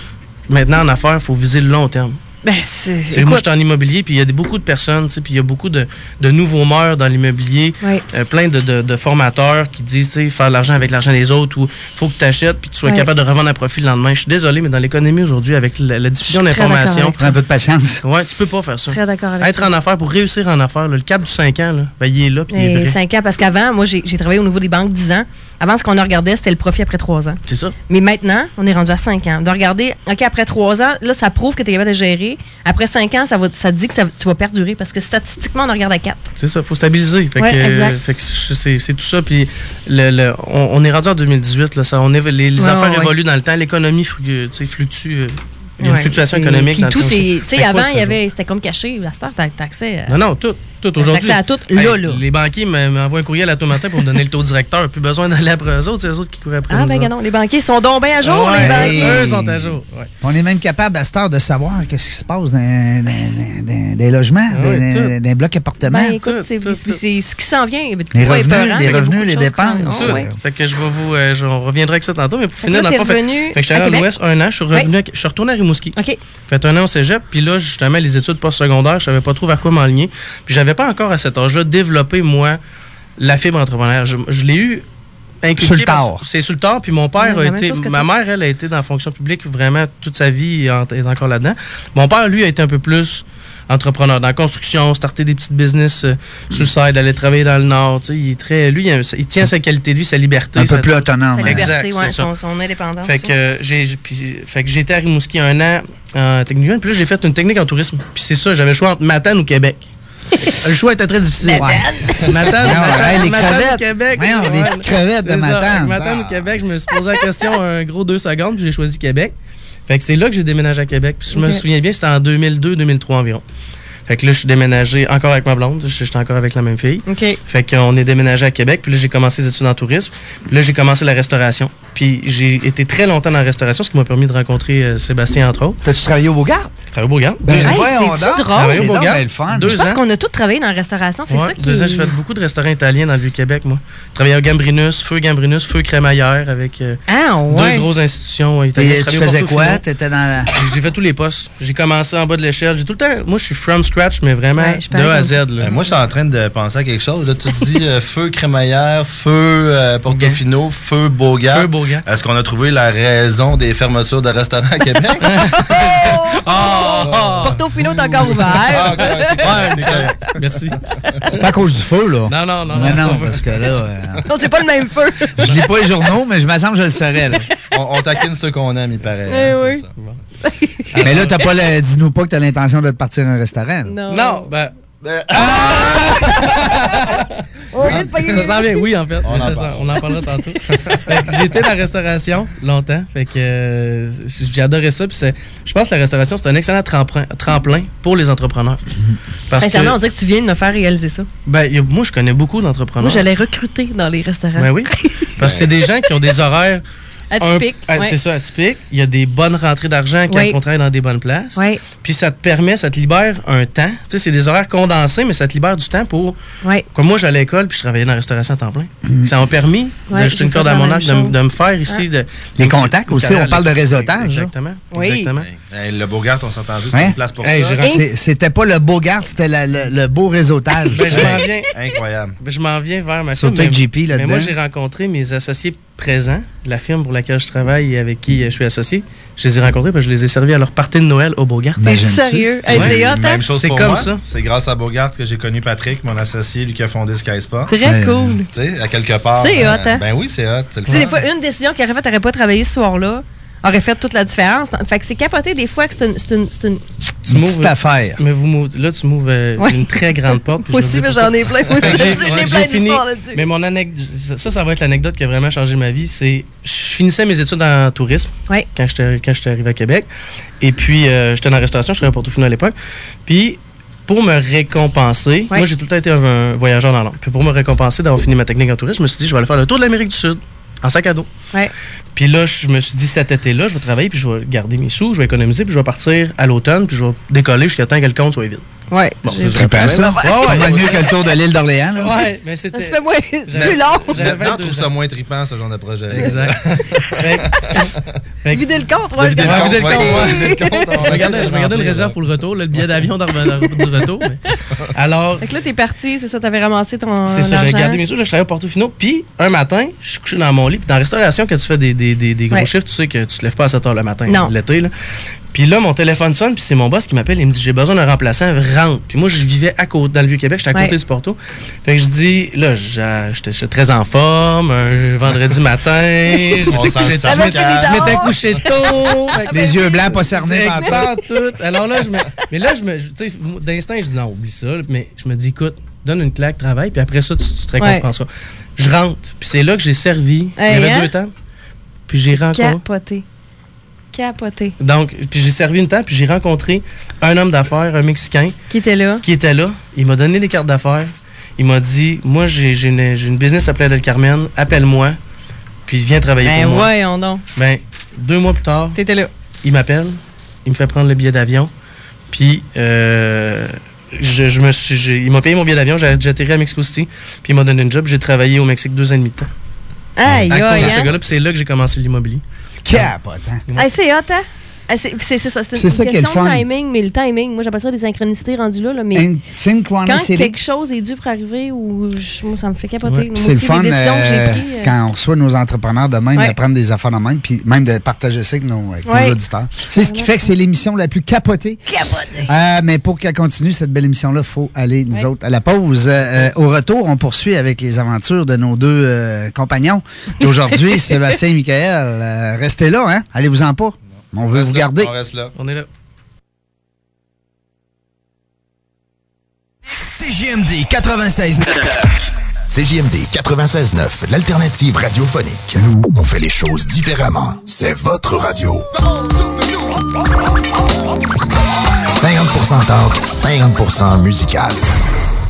S18: maintenant, en affaires, il faut viser le long terme.
S5: [LAUGHS] Ben, c'est.
S18: Tu sais, moi,
S5: écoute,
S18: je suis en immobilier, puis il y a des- beaucoup de personnes, tu sais, puis il y a beaucoup de, de nouveaux mœurs dans l'immobilier,
S5: Ouais.
S18: euh, plein de, de- de formateurs qui disent, tu sais, faire de l'argent avec l'argent des autres, ou faut que tu achètes, puis tu sois
S5: Ouais.
S18: capable de revendre à profit le lendemain. Je suis désolé, mais dans l'économie aujourd'hui, avec la, la diffusion
S5: Je suis très
S18: d'informations,
S5: d'accord
S4: Prends un peu de patience.
S18: ouais, tu peux pas faire ça.
S5: Très d'accord avec
S18: Être en affaires, pour réussir en affaires, là, le cap du 5 ans, là, ben, il est là, puis il est
S5: Et
S18: vrai.
S5: 5 ans, parce qu'avant, moi, j'ai j'ai travaillé au niveau des banques 10 ans. Avant, ce qu'on regardait, c'était le profit après 3 ans.
S18: C'est ça.
S5: Mais maintenant, on est rendu à 5 ans. De regarder, OK, après 3 ans, là, ça prouve que tu es capable de gérer. Après 5 ans, ça, va, ça te dit que ça- tu vas perdurer parce que statistiquement, on regarde à 4.
S18: C'est ça, faut stabiliser. Fait
S5: Ouais,
S18: que, euh,
S5: exact.
S18: fait que c'est- c'est c'est tout ça. Puis le, le- on, on est rendu en 2018, là, ça, on évo- les, les
S5: Ouais,
S18: affaires
S5: ouais.
S18: évoluent dans le temps, l'économie fru- euh, tu sais, fluctue. euh, Il y a
S5: Ouais,
S18: une fluctuation
S5: puis-
S18: économique
S5: puis
S18: dans le
S5: tout
S18: temps aussi.
S5: est- Tu
S18: Fait
S5: sais,
S18: qu'il faut
S5: avant,
S18: être
S5: il y
S18: présent.
S5: avait, c'était comme caché. La star, t'as t'as accès. à-
S18: Non, non, tout. Tout
S5: T'as
S18: aujourd'hui.
S5: accès à tout, là, là.
S18: Les banquiers me- m'envoient un courriel à tout matin pour me donner le taux directeur. Plus besoin d'aller après eux autres, c'est eux autres qui courent après
S5: Ah,
S18: nous
S5: ben,
S18: autres.
S5: non, les banquiers sont donc bien à jour,
S18: Ouais,
S5: les banquiers.
S18: Eux sont à jour. ouais.
S4: On est même capable à cette heure de savoir qu'est-ce qui se passe dans, dans- dans- dans- dans les logements,
S18: Ouais,
S4: dans- dans,
S18: tout.
S4: dans les blocs appartements.
S5: Ben, écoute, c'est c'est- c'est ce qui s'en vient.
S4: Les
S5: Pas
S4: revenus,
S5: épeurant,
S4: les
S5: il y a
S4: revenus,
S5: beaucoup de
S4: les
S5: choses qui s'en-
S4: dépenses.
S5: Ah, ouais.
S18: Fait que je vais vous. euh, je- on reviendra avec ça tantôt, mais pour
S5: Fait
S18: finir,
S5: que là,
S18: dans le fond,
S5: t'es
S18: fait,
S5: revenu
S18: fait que j'étais
S5: à
S18: allé
S5: Québec.
S18: à l'Ouest un an, je suis revenu, à- je suis retourné à Rimouski.
S5: OK.
S18: Fait un an au cégep, puis là, justement, les études postsecondaires, je savais pas trop vers quoi m'enligner. Puis j'avais pas encore à cet âge-là développé, moi, la fibre entrepreneur. Je, je l'ai eu inculqué.
S4: Sur le
S18: parce-
S4: tard.
S18: C'est sur le tard, puis mon père
S5: Ouais, la
S18: a
S5: même
S18: été.
S5: chose que
S18: Ma
S5: toi.
S18: mère, elle, a été dans la fonction publique vraiment toute sa vie et en- est encore là-dedans. Mon père, lui, a été un peu plus entrepreneur dans la construction, starter des petites business euh, sous le side, aller travailler dans le Nord. tu sais, Il est très. Lui, il, a- il tient sa qualité de vie, sa liberté.
S4: Un peu
S18: sa-
S4: plus autonome.
S5: Sa
S4: hein.
S5: liberté,
S18: Exact,
S5: ouais,
S18: c'est ça.
S5: son, son indépendance.
S18: fait que, euh, j'ai, j'ai- puis- fait que j'étais à Rimouski un an en technique humaine, puis là j'ai fait une technique en tourisme. Puis c'est ça, j'avais le choix entre Matane ou
S4: [LAUGHS]
S18: Québec. le choix était très difficile.
S4: Ouais.
S18: Matane, Matane,
S4: Voyons, hey, les
S18: Matane
S4: crevettes.
S18: ou Québec.
S4: Voyons, les petites crevettes de
S18: C'est ça.
S4: Matane.
S18: Fait que Matane ou Québec, je me suis posé la question un gros deux secondes, puis j'ai choisi Québec. Fait que c'est là que j'ai déménagé à Québec. Puis si je me
S5: Ok.
S18: souviens bien, c'était en 2002-2003 environ. Fait que là, je suis déménagé encore avec ma blonde. J'étais encore avec la même fille.
S5: OK.
S18: Fait qu'on est déménagé à Québec, puis là j'ai commencé les études en tourisme, puis là j'ai commencé la restauration. Puis j'ai été très longtemps dans la restauration, ce qui m'a permis de rencontrer euh, Sébastien entre autres.
S4: T'as-tu travaillé au Beaugard?
S18: Travaille au Beaugard.
S4: Ben,
S5: Hey,
S4: voyons
S5: c'est-tu
S4: donc.
S5: drôle?
S4: C'est
S18: Travailler au
S4: donc
S18: Beaugard.
S4: bien le fun.
S18: Deux
S5: Je pense
S18: ans.
S5: qu'on a tous travaillé dans la restauration, c'est
S18: Ouais,
S5: ça qui
S18: Deux ans, j'ai fait beaucoup de restaurants italiens dans le Vieux-Québec, moi. Travaillais au Gambrinus, Feu Gambrinus, Feu Crémaillère, avec euh,
S5: Ah, ouais.
S18: deux grosses institutions italiennes.
S4: Et
S18: Je
S4: tu
S18: travaillais au
S4: faisais quoi?
S18: Portofino.
S4: T'étais dans la.
S18: J'ai- J'ai fait tous les postes. J'ai commencé en bas de l'échelle. J'ai tout le temps. Moi, je suis from scratch, mais vraiment
S5: Ouais, je
S18: de A à Z. là.
S16: Euh, moi, je suis en train de penser à quelque chose. Là, tu te dis euh, feu crémaillère, feu euh, Portofino, feu Beaugard.
S18: Feu Beaugard.
S16: Est-ce qu'on a trouvé la raison des fermetures de restaurants à Québec? [LAUGHS]
S5: Portofino est encore ouvert.
S16: Ah, ok, ok,
S18: [LAUGHS] Ah. Ouais,
S16: c'est correct.
S18: Merci. [LAUGHS]
S4: C'est pas à cause du feu, là.
S18: Non, non, non.
S4: Non,
S18: non.
S4: non, parce que là, euh,
S5: Non, c'est pas le même feu.
S4: je lis pas les journaux, mais je me sens que je le serais, là.
S16: on, on taquine ceux qu'on aime, il paraît.
S5: Eh
S16: hein,
S5: oui.
S16: c'est ça.
S4: [LAUGHS] Mais là, t'as pas le. Dis-nous pas que t'as l'intention de te partir à un restaurant. là.
S18: Non. Non, ben.
S5: lieu de payer
S18: Ça
S5: les-
S18: sent bien, oui, en fait. mais
S5: On en
S18: ça,
S5: parle.
S18: ça, on en parlera tantôt. [LAUGHS] Fait que j'ai été dans la restauration longtemps. Fait que euh, j'ai adoré ça. Puis c'est- je pense que la restauration, c'est un excellent tremplin, tremplin pour les
S5: [LAUGHS]
S18: entrepreneurs. Parce
S5: Sincèrement, on
S18: que,
S5: dirait que tu viens de me faire réaliser ça.
S18: ben, y a- moi, je connais beaucoup d'entrepreneurs.
S5: Moi, j'allais recruter dans les
S4: Hein?
S5: restaurants.
S18: Ben oui. Parce que c'est des gens qui ont des horaires.
S5: Atypiques,
S18: un- ah,
S5: ouais.
S18: C'est ça, atypiques. Il y a des bonnes rentrées d'argent quand
S5: Oui.
S18: on travaille dans des bonnes places.
S5: Oui.
S18: Puis ça te permet, ça te libère un temps. Tu sais, c'est des horaires condensés, mais ça te libère du temps pour. Comme moi, j'allais à l'école puis je travaillais dans la restauration à temps plein.
S4: Mm.
S18: Ça m'a permis
S4: Ouais,
S18: d'ajouter une
S4: j'ai
S18: corde
S4: fait
S18: à
S4: la
S18: mon
S4: même
S18: arc, de, m-
S4: chose.
S18: de me faire ici.
S4: Ouais.
S18: De,
S4: Les contacts aussi, on parle de réseautage, là.
S18: Exactement.
S4: Oui.
S18: Exactement.
S16: le Beaugarde, on s'entend juste
S4: Hein?
S16: une place pour
S18: Hey,
S16: ça.
S18: j'ai
S4: C'est- C'était pas le beau garde, c'était la- le, le beau réseautage.
S18: Ben, je m'en viens. Ben,
S16: Incroyable.
S18: je m'en viens vers ma
S4: Surtout
S18: firme,
S4: avec
S18: mais-
S4: JP
S18: Mais
S4: là-dedans.
S18: moi, j'ai rencontré mes associés présents de la firme pour laquelle je travaille et avec qui euh, je suis associé. Je les ai rencontrés parce que je les ai servis à leur partie de Noël au Beaugard.
S5: Sérieux? Hey, c'est hot, hein?
S16: Même chose
S18: Ben, C'est
S16: pour
S18: comme
S16: moi.
S18: ça.
S16: C'est grâce à Bogart que j'ai connu Patrick, mon associé, lui qui a fondé Sky Sport. Euh,
S5: Très cool.
S16: Tu sais, à quelque part.
S5: C'est
S16: euh,
S5: hot, hein?
S16: Ben oui, c'est hot. C'est le
S5: Tu sais, des
S16: fun.
S5: fois, une décision qu'il aurait faite, t'aurais pas travaillé ce soir-là, aurait fait toute la différence. Fait que c'est capoté des fois que c'est une. C'est une, c'est une-
S18: Tu m'ouvres- Mais vous m'ouvrez- là, tu m'ouvres euh,
S5: Ouais.
S18: une très grande porte. puis je
S5: Moi
S18: vais
S5: aussi,
S18: vous dire
S5: mais j'en ai
S18: pourquoi.
S5: plein. Moi aussi,
S18: J'ai-
S5: j'ai plein
S18: j'ai
S5: d'histoires
S18: fini-
S5: là-dessus.
S18: Mais mon anecdote, ça, ça va être l'anecdote qui a vraiment changé ma vie. C'est, je finissais mes études en tourisme quand j'étais quand j'étais arrivé à Québec. Et puis, euh, j'étais dans la restauration, je travaillais pour Toufino à l'époque. Puis, pour me récompenser, moi, j'ai tout le temps été un, un voyageur dans l'ombre. Puis, pour me récompenser d'avoir fini ma technique en tourisme, je me suis dit, je vais aller faire le tour de l'Amérique du Sud en sac à dos.
S5: Ouais.
S18: Puis là, je me suis dit cet été-là, je vais travailler, puis je vais garder mes sous, je vais économiser, puis je vais partir à l'automne, puis je vais décoller jusqu'à temps que le compte soit vide.
S5: Ouais.
S18: Bon,
S4: J'ai
S18: ça,
S4: trippé à
S18: c'est
S4: ça.
S18: la même affaire.
S4: Pas mal mieux que le tour de l'île d'Orléans. là.
S18: Ouais, mais c'était.
S5: Ça se fait moins- c'est plus long.
S18: J'avais
S16: Maintenant, on
S18: 22
S16: trouve ça moins trippant, ce genre de projet.
S18: Exact.
S16: [LAUGHS]
S5: Vider le compte, ouais.
S16: De vider le
S5: regarde.
S16: compte,
S5: Ouais,
S16: ouais.
S5: vider le compte, on va essayer de
S18: Regardez, regardez
S5: le
S18: le
S5: remplir,
S18: réserve pour le retour, là, le billet d'avion dans- dans- du retour. mais- Alors,
S5: Fait que là, t'es parti, c'est ça, t'avais ramassé ton.
S18: C'est ça,
S5: j'ai
S18: j'avais gardé mes sous, là, je travaillais au Portofino. Puis, un matin, je suis couché dans mon lit. Puis, dans la restauration, quand tu fais des, des, des, des gros
S5: Ouais.
S18: chiffres, tu sais que tu te lèves pas à 7 h le matin,
S5: Non.
S18: l'été. là. Puis là, mon téléphone sonne, puis c'est mon boss qui m'appelle. Il me dit J'ai besoin d'un remplaçant, rentre. Puis moi, je vivais à côté, dans le Vieux-Québec, j'étais à côté
S5: Ouais.
S18: du Porto. Fait que je dis Là, j'a- j'étais j'étais très en forme, un vendredi matin.
S16: [LAUGHS]
S18: Je
S16: On
S18: m'étais
S16: s'en
S18: couché tôt.
S16: sort. Avec
S18: Je m'étais
S16: Unidor.
S18: couché
S5: Oh.
S18: tôt.
S5: Ah,
S18: Fait que-
S5: ben
S4: Les yeux blancs pas cernés
S18: c'est
S4: par
S18: pas tout. Alors là, je me. Mais là, je me. je- Tu sais, moi, d'instinct, je dis non, oublie ça. là. Mais je me dis, écoute, donne une claque, travaille, puis après ça, tu, tu te
S5: Ouais.
S18: récompenseras. Je rentre, puis c'est là que j'ai servi. Il y
S5: Hey,
S18: avait
S5: hein?
S18: deux temps. Puis j'ai rencontré.
S5: Capoté. Capoté.
S18: Donc, puis j'ai servi une temps, puis j'ai rencontré un homme d'affaires, un Mexicain.
S5: Qui était là.
S18: Qui était là. Il m'a donné des cartes d'affaires. Il m'a dit, moi, j'ai j'ai une, j'ai une business à Playa del Carmen, appelle-moi, puis viens travailler
S5: Ben,
S18: pour moi.
S5: voyons donc.
S18: Ben, deux mois plus tard, il m'appelle, il me fait prendre le billet d'avion, puis euh, je, je me suis, j'ai- il m'a payé mon billet d'avion, j'ai j'ai atterri à Mexico City, puis il m'a donné une job, j'ai travaillé au Mexique deux ans et demi de temps.
S5: Aïe,
S18: à cause
S5: aïe,
S18: de ce
S5: hein.
S18: gars-là, puis c'est là que j'ai commencé l'immobilier.
S4: Capotant.
S5: Hey, c'est hot, hein? Hey, c'est- C'est c'est ça, c'est une
S4: C'est ça qui est
S5: question
S4: le
S5: de
S4: fun.
S5: timing, mais le timing, moi j'appelle ça des synchronicités rendues là, là mais
S4: Une
S5: quand
S4: synchronicity.
S5: quelque chose est dû pour arriver, ou je- moi ça me fait capoter.
S4: Ouais.
S5: Moi
S4: C'est le
S5: aussi,
S4: fun
S5: les décisions que j'ai
S4: euh,
S5: prises, euh,
S4: quand on reçoit nos entrepreneurs de même,
S5: Ouais.
S4: de prendre des affaires de même, puis même de partager ça avec nos, avec nos
S5: Ouais.
S4: auditeurs. C'est ce qui fait que c'est l'émission la plus capotée.
S5: Capotée.
S4: Ah, mais pour qu'elle continue cette belle émission-là, faut aller, nous autres, à la pause. Euh, euh, au retour, on poursuit avec les aventures de nos deux euh, compagnons
S5: [LAUGHS]
S4: d'aujourd'hui, Sébastien et Michael. Euh, restez là, hein? Allez-vous en pas. On veut vous garder.
S16: On reste là.
S18: On est là.
S3: CJMD 96.
S25: CJMD
S3: 96.9, l'alternative radiophonique. Nous, on fait les choses différemment. C'est votre radio. 50% talk, 50% musical.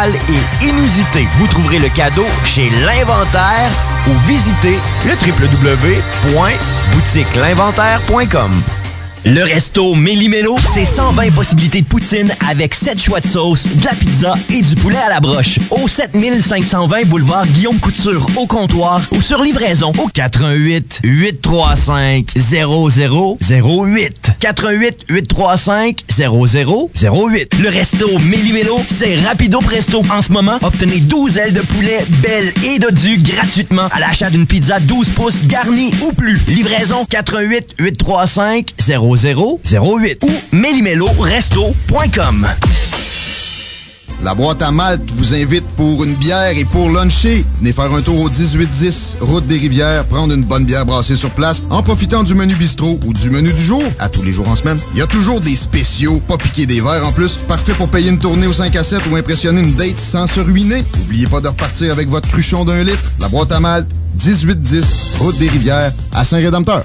S6: et inusitées. Vous trouverez le cadeau chez L'Inventaire ou visitez le www.boutiquelinventaire.com.
S22: Le resto Méli-Mélo, c'est 120 possibilités de poutine avec 7 choix de sauce, de la pizza et du poulet à la broche. Au 7520 boulevard Guillaume Couture, au comptoir ou sur livraison au 88 835 0008. 88 835 0008. Le resto Méli-Mélo, c'est Rapido Presto. En ce moment, obtenez 12 ailes de poulet belles et dodues gratuitement à l'achat d'une pizza 12 pouces garnie ou plus. Livraison 88 835 0008 ou melimeloresto.com.
S1: La boîte à Malte vous invite pour une bière et pour luncher. Venez faire un tour au 1810, route des Rivières, prendre une bonne bière brassée sur place en profitant du menu bistrot ou du menu du jour, à tous les jours en semaine. Il y a toujours des spéciaux, pas piquer des verres en plus, parfait pour payer une tournée au 5 à 7 ou impressionner une date sans se ruiner. N'oubliez pas de repartir avec votre cruchon d'un litre. La boîte à Malte, 1810, route des Rivières, à Saint-Rédempteur.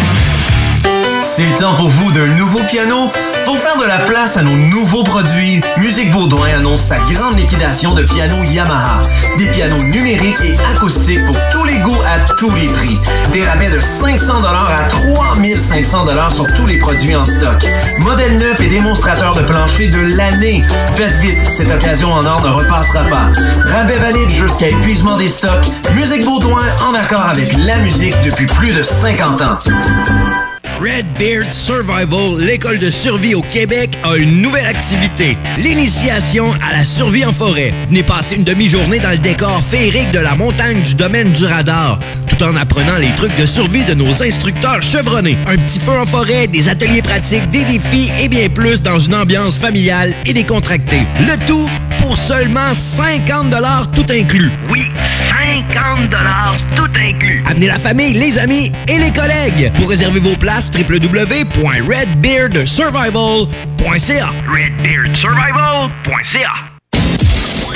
S26: C'est le temps pour vous d'un nouveau piano pour faire de la place à nos nouveaux produits, Musique Baudouin annonce sa grande liquidation de pianos Yamaha. Des pianos numériques et acoustiques pour tous les goûts à tous les prix. Des rabais de 500 à 3500 sur tous les produits en stock. Modèle neuf et démonstrateur de plancher de l'année. Faites vite, cette occasion en or ne repassera pas. Rabais valide jusqu'à épuisement des stocks. Musique Baudouin en accord avec la musique depuis plus de 50 ans.
S6: Red Beard Survival, l'école de survie au Québec, a une nouvelle activité. L'initiation à la survie en forêt. Venez passer une demi-journée dans le décor féerique de la montagne du domaine du radar, tout en apprenant les trucs de survie de nos instructeurs chevronnés. Un petit feu en forêt, des ateliers pratiques, des défis et bien plus dans une ambiance familiale et décontractée. Le tout pour seulement 50 tout inclus.
S27: Oui, 50 tout inclus.
S6: Amenez la famille, les amis et les collègues. Pour réserver vos places, www.redbeardsurvival.ca.
S27: Redbeardsurvival.ca.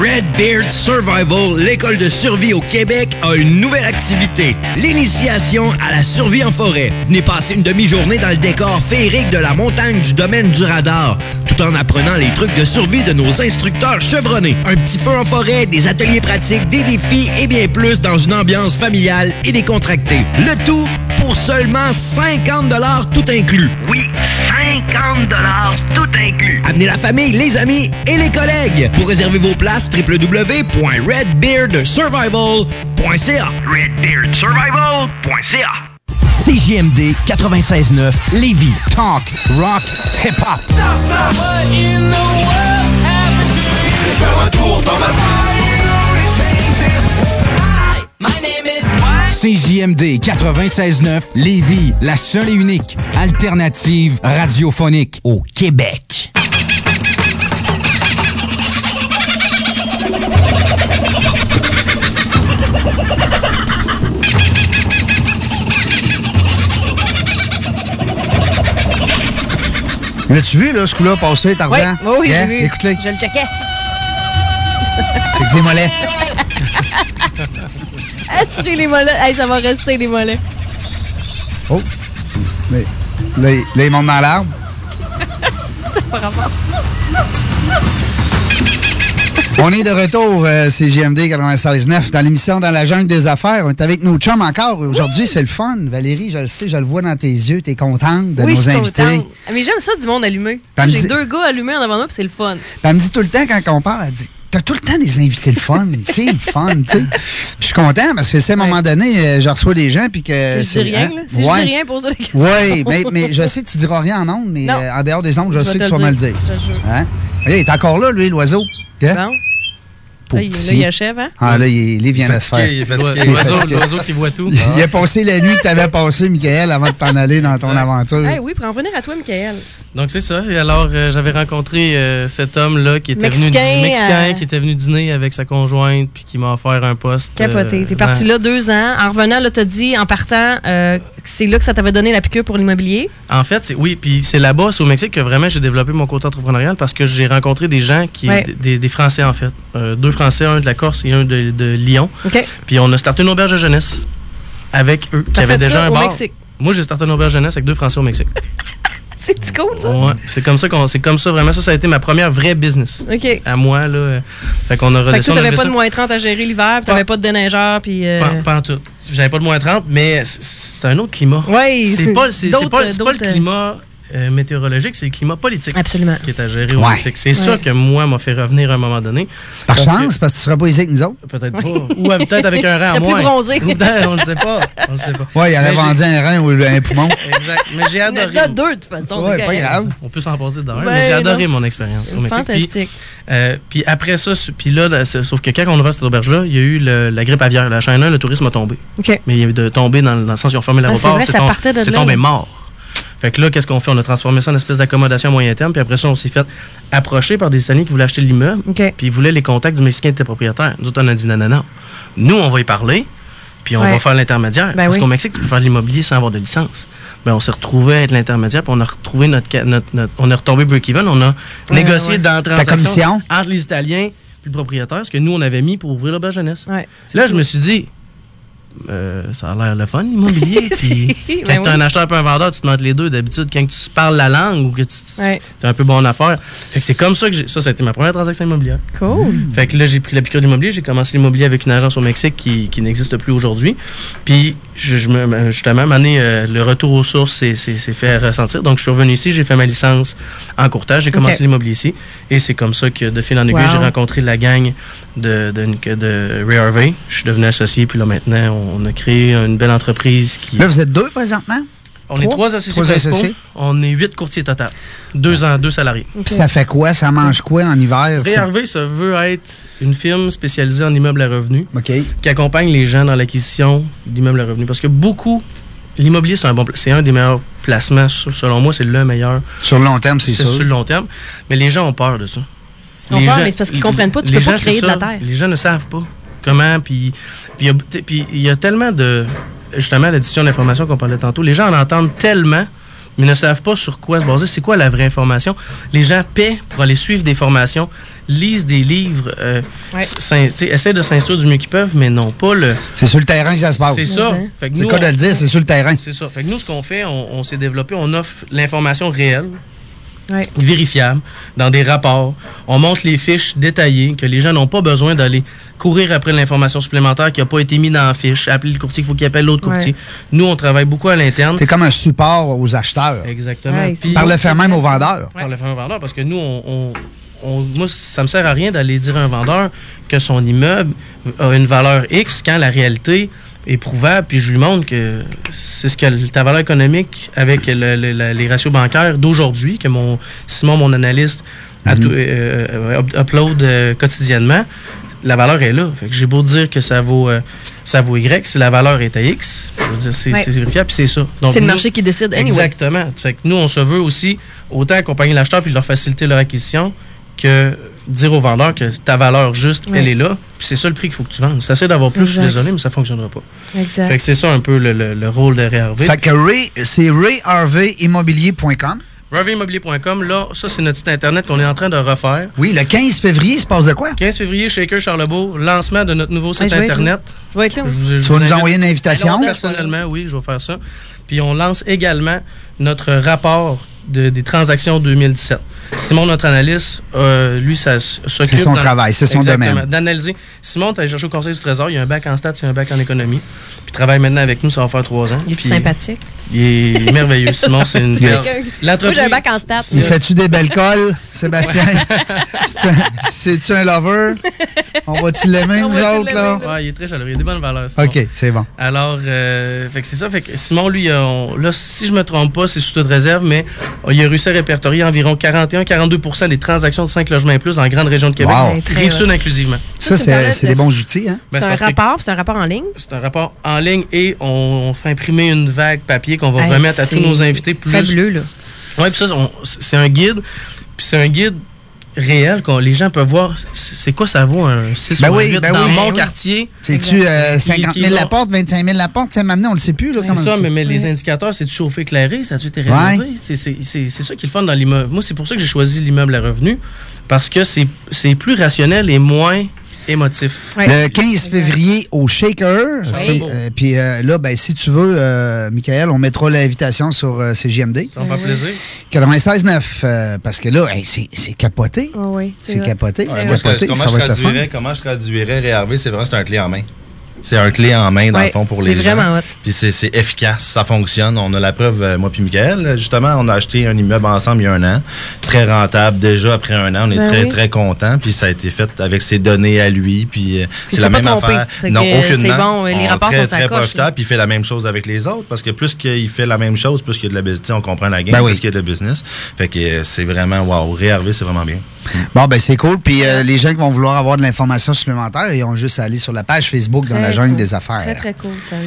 S6: Red Beard Survival, l'école de survie au Québec, a une nouvelle activité. L'initiation à la survie en forêt. Venez passer une demi-journée dans le décor féerique de la montagne du domaine du radar, tout en apprenant les trucs de survie de nos instructeurs chevronnés. Un petit feu en forêt, des ateliers pratiques, des défis et bien plus dans une ambiance familiale et décontractée. Le tout pour seulement 50 tout inclus.
S27: Oui, 50 tout inclus.
S6: Amenez la famille, les amis et les collègues. Pour réserver vos places, www.redbeardsurvival.ca.
S27: Redbeardsurvival.ca.
S22: CJMD 96.9 Lévis. Talk, rock, hip-hop.
S2: CJMD 96.9 Lévis, la seule et unique alternative radiophonique au Québec.
S4: L'as-tu vu, là, ce coup-là, passer,
S5: Oui,
S4: Tarzan?
S5: Oh oui, oui,
S4: Hein?
S5: j'ai vu.
S4: Écoute-le.
S5: Je le checkais.
S4: Check ses mollets.
S5: [LAUGHS] Assurer les mollets. Hey, ça va rester les mollets. [LAUGHS]
S4: Oh! Mais, là, il- là, il monte dans l'arbre.
S5: Par rapport.
S4: On est de retour, euh, c'est JMD 96.9, dans l'émission Dans la jungle des affaires. On est avec nos chums encore. Aujourd'hui, c'est le fun. Valérie, je le sais, je le vois dans tes yeux. T'es contente de
S5: oui,
S4: nos
S5: je suis
S4: invités.
S5: contente. Ah, Mais j'aime ça du monde allumé.
S4: Ben, me
S5: J'ai
S4: dis-
S5: deux gars allumés en avant moi, puis c'est le fun.
S4: Puis Elle me dit tout le temps, quand on parle, elle dit T'as tout le temps des invités le
S5: [LAUGHS]
S4: fun. c'est le fun, tu sais. Je suis content parce que, c'est à un moment donné, euh, je reçois des gens. Puis que.
S5: Je
S4: c'est-
S5: dis rien,
S4: hein?
S5: là. Si
S4: Ouais.
S5: je dis rien, pose-toi des questions. [LAUGHS]
S4: Oui, mais, mais je sais que tu diras rien en ondes, mais
S5: Non.
S4: euh, en dehors des ondes, je,
S5: Je vais
S4: sais
S5: te
S4: que tu
S5: le
S4: vas me le
S5: dire,
S4: dire.
S5: je te jure.
S4: Hein? Fait Il est encore là, lui, l'oiseau. Hein?
S5: Bon.
S4: Pauvre
S5: Là, il-
S4: petit.
S5: là, il achève, hein?
S4: Ah, là, il, il vient de se faire.
S5: Fatigué, il est fatigué. Ah.
S4: Il est
S5: L'oiseau-
S4: fatigué.
S5: l'oiseau qui voit tout.
S18: Ah.
S4: Il a passé la nuit que t'avais passé, Michael, avant de t'en aller dans ton aventure.
S5: Eh oui, pour en venir à toi, Michael.
S18: Donc c'est ça. Et alors euh, j'avais rencontré euh, cet homme là qui était
S5: Mexicain,
S18: venu mexicain
S5: euh,
S18: qui était venu dîner avec sa conjointe puis qui m'a offert un poste.
S5: Capoté.
S18: euh,
S5: T'es parti
S18: ouais.
S5: là deux ans. En revenant, là, t'as dit, en partant, euh, que c'est là que ça t'avait donné la piqûre pour l'immobilier.
S18: En fait, c'est- oui, puis c'est là-bas, c'est au Mexique que vraiment j'ai développé mon côté entrepreneurial parce que j'ai rencontré des gens qui,
S5: Ouais.
S18: des, des Français en fait, Euh, deux Français, un de la Corse et un de, de Lyon.
S5: OK.
S18: Puis on a starté une auberge de jeunesse avec eux, qui
S5: T'as
S18: avaient
S5: fait
S18: déjà
S5: ça
S18: un
S5: au
S18: bar.
S5: Mexique.
S18: Moi, j'ai starté une auberge de jeunesse avec deux Français au Mexique.
S5: [LAUGHS] C'est cool, ça?
S18: Ouais, c'est comme ça qu'on, c'est comme ça vraiment ça, ça a été ma première vraie business.
S5: OK.
S18: À moi là, euh, fait qu'on a
S5: Fait que
S18: redescendu.
S5: toi,
S18: on a
S5: t'avais pas
S18: ça-
S5: de moins 30 à gérer l'hiver, puis t'avais pas de déneigeur, puis. euh,
S18: pas, pas en tout. J'avais pas de moins 30, mais c- c'est un autre climat.
S5: Oui.
S18: C'est pas, c'est- c'est
S5: D'autres-
S18: pas, c'est pas le
S5: d'autres, euh,
S18: climat euh, météorologique, c'est le climat politique. Qui est à gérer au
S4: Ouais.
S18: Mexique. C'est
S4: Ouais.
S18: ça que moi m'a fait revenir à un moment donné.
S5: [LAUGHS]
S4: Par
S18: Donc,
S4: chance, parce que tu seras pas ici avec nous autres.
S18: Peut-être pas. Ou euh, peut-être avec
S5: [LAUGHS]
S18: un rein
S4: Serais
S18: à
S4: plus
S18: moins.
S4: bronzé.
S18: on le sait pas. On le sait pas.
S4: Ouais, il aurait
S18: Mais j'ai-
S4: vendu un rein ou un poumon.
S18: Exact. Mais j'ai adoré.
S5: Il y en a [LAUGHS] deux, de toute façon,
S18: Ouais,
S5: c'est
S18: pas
S5: correct.
S18: grave. On peut s'en passer dedans.
S5: Ben
S18: mais j'ai adoré
S5: non.
S18: mon expérience au Mexique. Puis,
S5: Fantastique.
S18: euh, puis après ça, su- puis là, là, c'est- sauf que quand on a ouvert cette auberge-là, il y a eu le- la grippe aviaire. La chaîne 1, le tourisme a tombé.
S5: OK.
S18: Mais il y avait de tomber dans, dans le sens où ils ont fermé
S5: Ah, c'est
S18: l'aéroport.
S5: vrai, ça
S18: tom-
S5: partait de
S18: c'est
S5: là.
S18: tombé mort. Fait que là, qu'est-ce qu'on fait? On a transformé ça en espèce d'accommodation à moyen terme. Puis après ça, on s'est fait approcher par des Italiens qui voulaient acheter l'immeuble. Puis ils voulaient les contacts du Mexicain qui était propriétaire. Nous autres, on a dit non, non, non. Nous, on va y parler. Puis on
S5: Ouais.
S18: va faire l'intermédiaire.
S5: Ben
S18: parce
S5: oui.
S18: qu'au Mexique, tu peux faire de l'immobilier sans avoir de licence. Ben, on s'est retrouvé à être l'intermédiaire. Puis on a retrouvé notre, ca- notre, notre- on est retombé break-even. On a
S5: Ouais,
S18: négocié
S5: ouais.
S18: dans la
S5: Ta
S18: transaction
S5: commission?
S18: entre les Italiens puis le propriétaire, ce que nous, on avait mis pour ouvrir l'auberge jeunesse.
S5: c'est
S18: Là,
S5: cool.
S18: je me suis dit, euh, ça a l'air le fun, l'immobilier. puis quand
S5: [LAUGHS] Ben
S18: tu as
S5: oui.
S18: un acheteur et un vendeur, tu te montres les deux. D'habitude, quand tu parles la langue ou que tu
S5: Ouais.
S18: es un peu bon en affaires. Fait que c'est comme ça que j'ai. Ça, ça a été ma première transaction immobilière. Mmh.
S5: Cool.
S18: Fait que là, j'ai pris la piqûre de l'immobilier. J'ai commencé l'immobilier avec une agence au Mexique qui, qui n'existe plus aujourd'hui. Puis, je, je me, justement, à un moment donné, euh, le retour aux sources s'est- s'est s'est fait ressentir. Donc, je suis revenu ici, j'ai fait ma licence en courtage, j'ai commencé
S5: Ok.
S18: l'immobilier ici. Et c'est comme ça que, de fil en aiguille,
S5: Wow.
S18: j'ai rencontré la gang de, de, que- de ReHRV. Je suis devenu associé, puis là, maintenant, on a créé une belle entreprise qui.
S4: Là, vous êtes deux présentement?
S18: on est trois associés Ah. principaux. On est huit courtiers total. Deux, ans, deux salariés.
S4: Puis ça fait quoi? Ça mange quoi en hiver? ça?
S18: BRV, ça veut être une firme spécialisée en immeubles à revenus qui accompagne les gens dans l'acquisition d'immeubles à revenus. Parce que beaucoup, l'immobilier, c'est un, bon, pla- c'est un des meilleurs placements. sur- Selon moi, c'est le meilleur.
S4: Sur le long terme, c'est sûr.
S18: sur le long terme. Mais les gens ont peur de ça.
S5: Ils ont peur, mais c'est parce qu'ils comprennent pas, tu
S18: les
S5: peux pas
S18: gens, c'est
S5: créer de la
S18: ça,
S5: terre.
S18: Les gens ne savent pas comment. Puis puis il y a- t- puis il y a tellement de. Justement, l'addition d'informations qu'on parlait tantôt, les gens en entendent tellement mais ne savent pas sur quoi se baser. C'est quoi la vraie information? Les gens paient pour aller suivre des formations, lisent des livres, euh,
S4: Ouais.
S18: s- s'in- tu sais, essaient de s'instruire du mieux qu'ils peuvent, mais n'ont pas le...
S4: C'est sur le terrain que ça se passe.
S18: C'est ça. Fait que
S4: C'est le
S18: nous,
S4: cas de
S18: on-
S4: le dire, c'est sur le terrain.
S18: C'est ça. Fait que nous, ce qu'on fait, on, on s'est développé, on offre l'information réelle,
S5: Ouais.
S18: vérifiable, dans des rapports. On montre les fiches détaillées que les gens n'ont pas besoin d'aller courir après l'information supplémentaire qui n'a pas été mise dans la fiche, appeler le courtier qu'il faut qu'il appelle l'autre courtier.
S4: Ouais.
S18: Nous, on travaille beaucoup à l'interne.
S4: C'est comme un support aux acheteurs.
S18: Exactement. Puis-
S4: Par le fait même aux vendeurs.
S18: Par le fait même aux vendeurs, parce que nous, on, on- on- moi, ça me sert à rien d'aller dire à un vendeur que son immeuble a une valeur X quand la réalité est prouvable, puis je lui montre que c'est ce que le- ta valeur économique avec le- le- la- les ratios bancaires d'aujourd'hui, que mon Simon, mon analyste, a
S4: Mhm.
S18: tout- euh, euh, up- upload euh, quotidiennement, la valeur est là. Fait que j'ai beau dire que ça vaut, euh, ça vaut Y, si la valeur est à X, je veux dire, c'est
S5: Ouais.
S18: c'est vérifiable, puis c'est ça. Donc,
S5: C'est le
S18: nous-
S5: marché qui décide, anyway.
S18: Exactement. Fait que nous, on se veut aussi autant accompagner l'acheteur puis leur faciliter leur acquisition que dire au vendeur que ta valeur juste,
S5: Ouais.
S18: elle est là, puis c'est ça le prix qu'il faut que tu vendes. Ça sert d'avoir plus, je suis
S4: Exact.
S18: désolé, mais ça fonctionnera pas.
S5: Exact.
S18: Fait que c'est ça un peu le, le- le rôle de RRV.
S4: Fait que Ray, c'est rayharveyimmobilier.com.
S18: RRVimmobilier.com, là, ça, c'est notre site Internet qu'on est en train de refaire.
S4: Oui, le 15 février, il se passe de quoi?
S18: 15 février, Shaker Charlebourg, lancement de notre nouveau site
S4: je vais être
S18: Internet.
S4: là.
S5: Je vais être là.
S18: vous- je
S4: Tu
S18: vous
S4: vas nous
S18: invite-
S4: envoyer une invitation?
S18: Alors, personnellement, oui, je vais faire ça. Puis on lance également notre rapport de- des transactions 2017. Simon, notre analyste, euh, lui, ça s- s'occupe...
S4: C'est son
S18: dans-
S4: travail, c'est son
S18: Exactement,
S4: domaine.
S18: D'analyser. Simon, tu allé chercher au Conseil du Trésor, il y a un bac en stats et un bac en économie. Puis il travaille maintenant avec nous, ça va faire trois ans.
S5: Il est
S18: Puis
S5: plus sympathique.
S18: Il est merveilleux, Simon, c'est
S4: [LAUGHS]
S18: une...
S4: Yes.
S5: Moi, j'ai
S18: L'entreprise...
S5: un bac en stats.
S4: Il
S5: [LAUGHS]
S4: fait-tu des belles colles, Sébastien? C'est-tu un- C'est-tu un lover? On va-tu
S5: [LAUGHS]
S4: l'aimer, nous autres, là?
S18: Ouais, il est très chaleureux, il a des bonnes valeurs. Simon.
S4: OK, c'est bon.
S18: Alors, euh, fait que c'est ça. Fait que Simon, lui, euh, on- là, si je me trompe pas, c'est sous toute réserve, mais euh, il a réussi à répertorier environ 41-42 des transactions de 5 logements et plus dans la grande région de Québec,
S4: Wow.
S18: Rive-Sud
S4: Très hot.
S18: inclusivement.
S4: Ça, c'est c'est des bons outils, hein?
S18: Ben,
S5: c'est un
S18: parce que-
S5: rapport, c'est un rapport en ligne.
S18: C'est un rapport en ligne et on, on fait imprimer une vague papier qu'on va
S5: Hey,
S18: remettre à tous
S5: c'est
S18: nos invités. Plus...
S5: fabuleux, là.
S18: Oui, puis ça, on- c'est un guide. Puis c'est un guide réel qu'on les gens peuvent voir. C'est c'est quoi ça vaut un 6
S4: Ben
S18: ou un
S4: oui,
S18: 8
S4: ben
S18: dans
S4: oui.
S18: mon
S4: Ben oui.
S18: quartier?
S4: C'est-tu euh, 50
S18: Qui- qui
S4: 000 la
S18: vont-
S4: porte, 25 000 la porte? Tu sais, maintenant, on le sait plus, là.
S18: C'est
S4: comment
S18: ça,
S4: on le
S18: mais,
S4: sait.
S18: mais les indicateurs, c'est-tu chauffé éclairé? Ça a-tu été
S4: Ouais.
S18: rénové? C'est- C'est c'est- c'est ça qui est le fun dans l'immeuble. Moi, c'est pour ça que j'ai choisi l'immeuble à revenu, parce que c'est c'est plus rationnel et moins émotif.
S4: Le 15 février au Shaker.
S18: Ça,
S4: c'est,
S18: c'est beau.
S4: euh, Puis euh, là, ben, si tu veux, euh, Michael, on mettra l'invitation sur euh, CGMD.
S18: Ça me fait plaisir.
S4: 96.9, euh, parce que là, hey, c'est c'est capoté.
S5: oui,
S4: c'est C'est vrai. capoté.
S16: Ouais,
S4: C'est
S16: moi, ce que-
S4: capoté,
S16: comment,
S4: ça
S16: je
S4: va être le fun.
S16: traduirais, comment je traduirais réarver, c'est vraiment c'est un clé en main. C'est un clé en main, dans
S5: Ouais,
S16: le fond, pour
S5: c'est
S16: les gens.
S5: vraiment hot.
S16: Puis c'est- c'est efficace, ça fonctionne. On a la preuve, euh, moi puis Michael. euh, Justement, on a acheté un immeuble ensemble il y a un an. Très rentable. Déjà, après un an, on est
S5: Ben
S16: très,
S5: oui.
S16: très contents. Puis ça a été fait avec ses données à lui. Puis euh,
S5: Il
S16: c'est la
S5: s'est pas
S16: même
S5: trompé.
S16: affaire.
S5: Fait que,
S16: non,
S5: euh,
S16: aucunement.
S5: c'est bon, les
S16: On est
S5: rapports
S16: très,
S5: sont
S16: très
S5: sacoches, là.
S16: profitable. Puis il fait la même chose avec les autres. Parce que plus qu'il fait la même chose, plus qu'il y a de la business, tu sais, on comprend la game,
S4: Ben oui.
S16: plus qu'il y a de la business. Fait que euh, c'est vraiment, wow, réarver, c'est vraiment bien.
S4: Bon, ben c'est cool. Puis euh, les gens qui vont vouloir avoir de l'information supplémentaire, ils ont juste à aller sur la page Facebook dans
S5: Très
S4: la jungle
S5: cool.
S4: des affaires.
S5: Très, très cool, sérieux.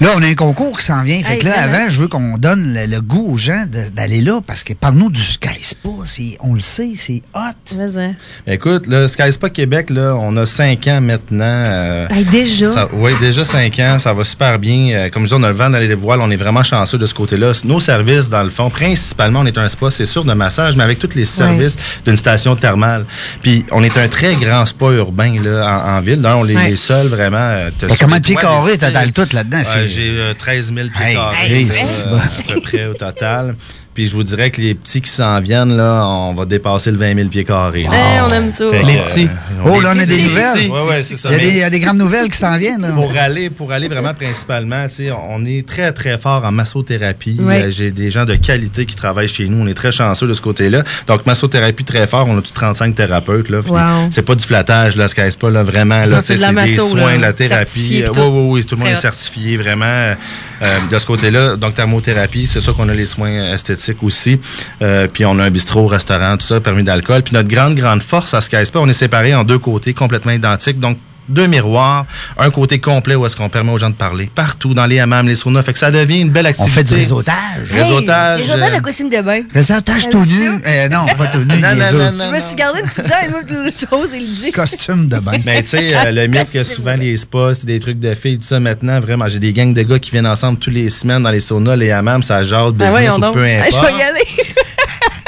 S4: Là, on a un concours qui s'en vient. Fait que
S5: Hey,
S4: là,
S5: vraiment.
S4: avant, je veux qu'on donne le, le goût aux gens de- d'aller là parce que parle-nous du Sky Spa. C'est- On le sait, c'est hot.
S5: Vas-y.
S16: Écoute, le Sky Spa Québec, là, on a 5 ans maintenant. euh,
S5: Hey, déjà?
S16: ça- oui, déjà 5 ans, ça va super bien. Euh, comme je dis, on a le vent dans les voiles, on est vraiment chanceux de ce côté-là. Nos services, dans le fond, principalement, on est un spa, c'est sûr, de massage, mais avec tous les services d'une station thermale. Puis, on est un très grand spa urbain là, en, en ville. Là, on est
S4: Ouais.
S16: les seuls vraiment. euh, t'as
S4: Fait
S16: sur
S4: comment
S16: les
S4: de pieds
S16: toits, des
S4: carrés t'as dans le tout là-dedans?
S16: euh,
S4: c'est-
S16: J'ai euh, 13 000 pieds
S4: Hey,
S16: carrés,
S4: hey,
S16: euh,
S4: c'est bon.
S16: à peu près au total. Puis je vous dirais que les petits qui s'en viennent, là, on va dépasser le 20 000 pieds carrés. là.
S5: Eh, on aime ça.
S16: Fait que,
S5: Les
S16: euh,
S5: petits.
S4: Oh, là, on a des nouvelles.
S16: Ouais, ouais, c'est ça.
S4: Il y a
S16: Mais
S4: des- il y, a des grandes nouvelles qui s'en viennent. là.
S16: Pour aller, pour aller vraiment principalement, tu sais, on est très, très fort en massothérapie.
S4: Ouais.
S16: Euh, J'ai des gens de qualité qui travaillent chez nous. On est très chanceux de ce côté-là. Donc, massothérapie très fort. On a tous 35 thérapeutes. là. Puis,
S5: Wow.
S16: C'est pas du flattage, là, ce qu'est-ce pas, là, vraiment. Là,
S5: Non,
S16: tu sais,
S5: c'est de la
S16: c'est des
S5: masso,
S16: soins,
S5: là,
S16: de la
S5: certifié
S16: thérapie.
S5: puis
S16: Oui,
S5: tout.
S16: oui, oui. Tout le monde
S5: Très
S16: est
S5: hot.
S16: certifié, vraiment, euh, euh, de ce côté-là. Donc, thermothérapie, c'est sûr qu'on a les soins esthétiques aussi. Euh, puis, on a un bistrot, restaurant, tout ça, permis d'alcool. Puis, notre grande, grande force à ce qu'est-ce pas, on est séparés en deux côtés complètement identiques. Donc, deux miroirs, un côté complet où est-ce qu'on permet aux gens de parler partout dans les hammams, les saunas, fait que ça devient une belle activité.
S4: fait du réseautage.
S16: Réseautage.
S8: Hey, Isabelle,
S16: euh,
S8: le costume de bain.
S4: Réseautage tout nu. Eh, non, pas tout nu.
S16: [LAUGHS] Non, non,
S4: niaiseux.
S16: non, non.
S8: Je me suis gardé une petite jambe et une autre chose, il dit.
S4: Costume de bain.
S16: Mais tu sais, euh, le
S8: [LAUGHS]
S16: mythe que souvent les spas, c'est des trucs de filles, tout ça maintenant, vraiment, j'ai des gangs de gars qui viennent ensemble tous les semaines dans les saunas, les hammams, ça jase,
S8: Ben
S16: business ou peu
S8: Ah, [LAUGHS] Je
S16: importe.
S8: vais y aller.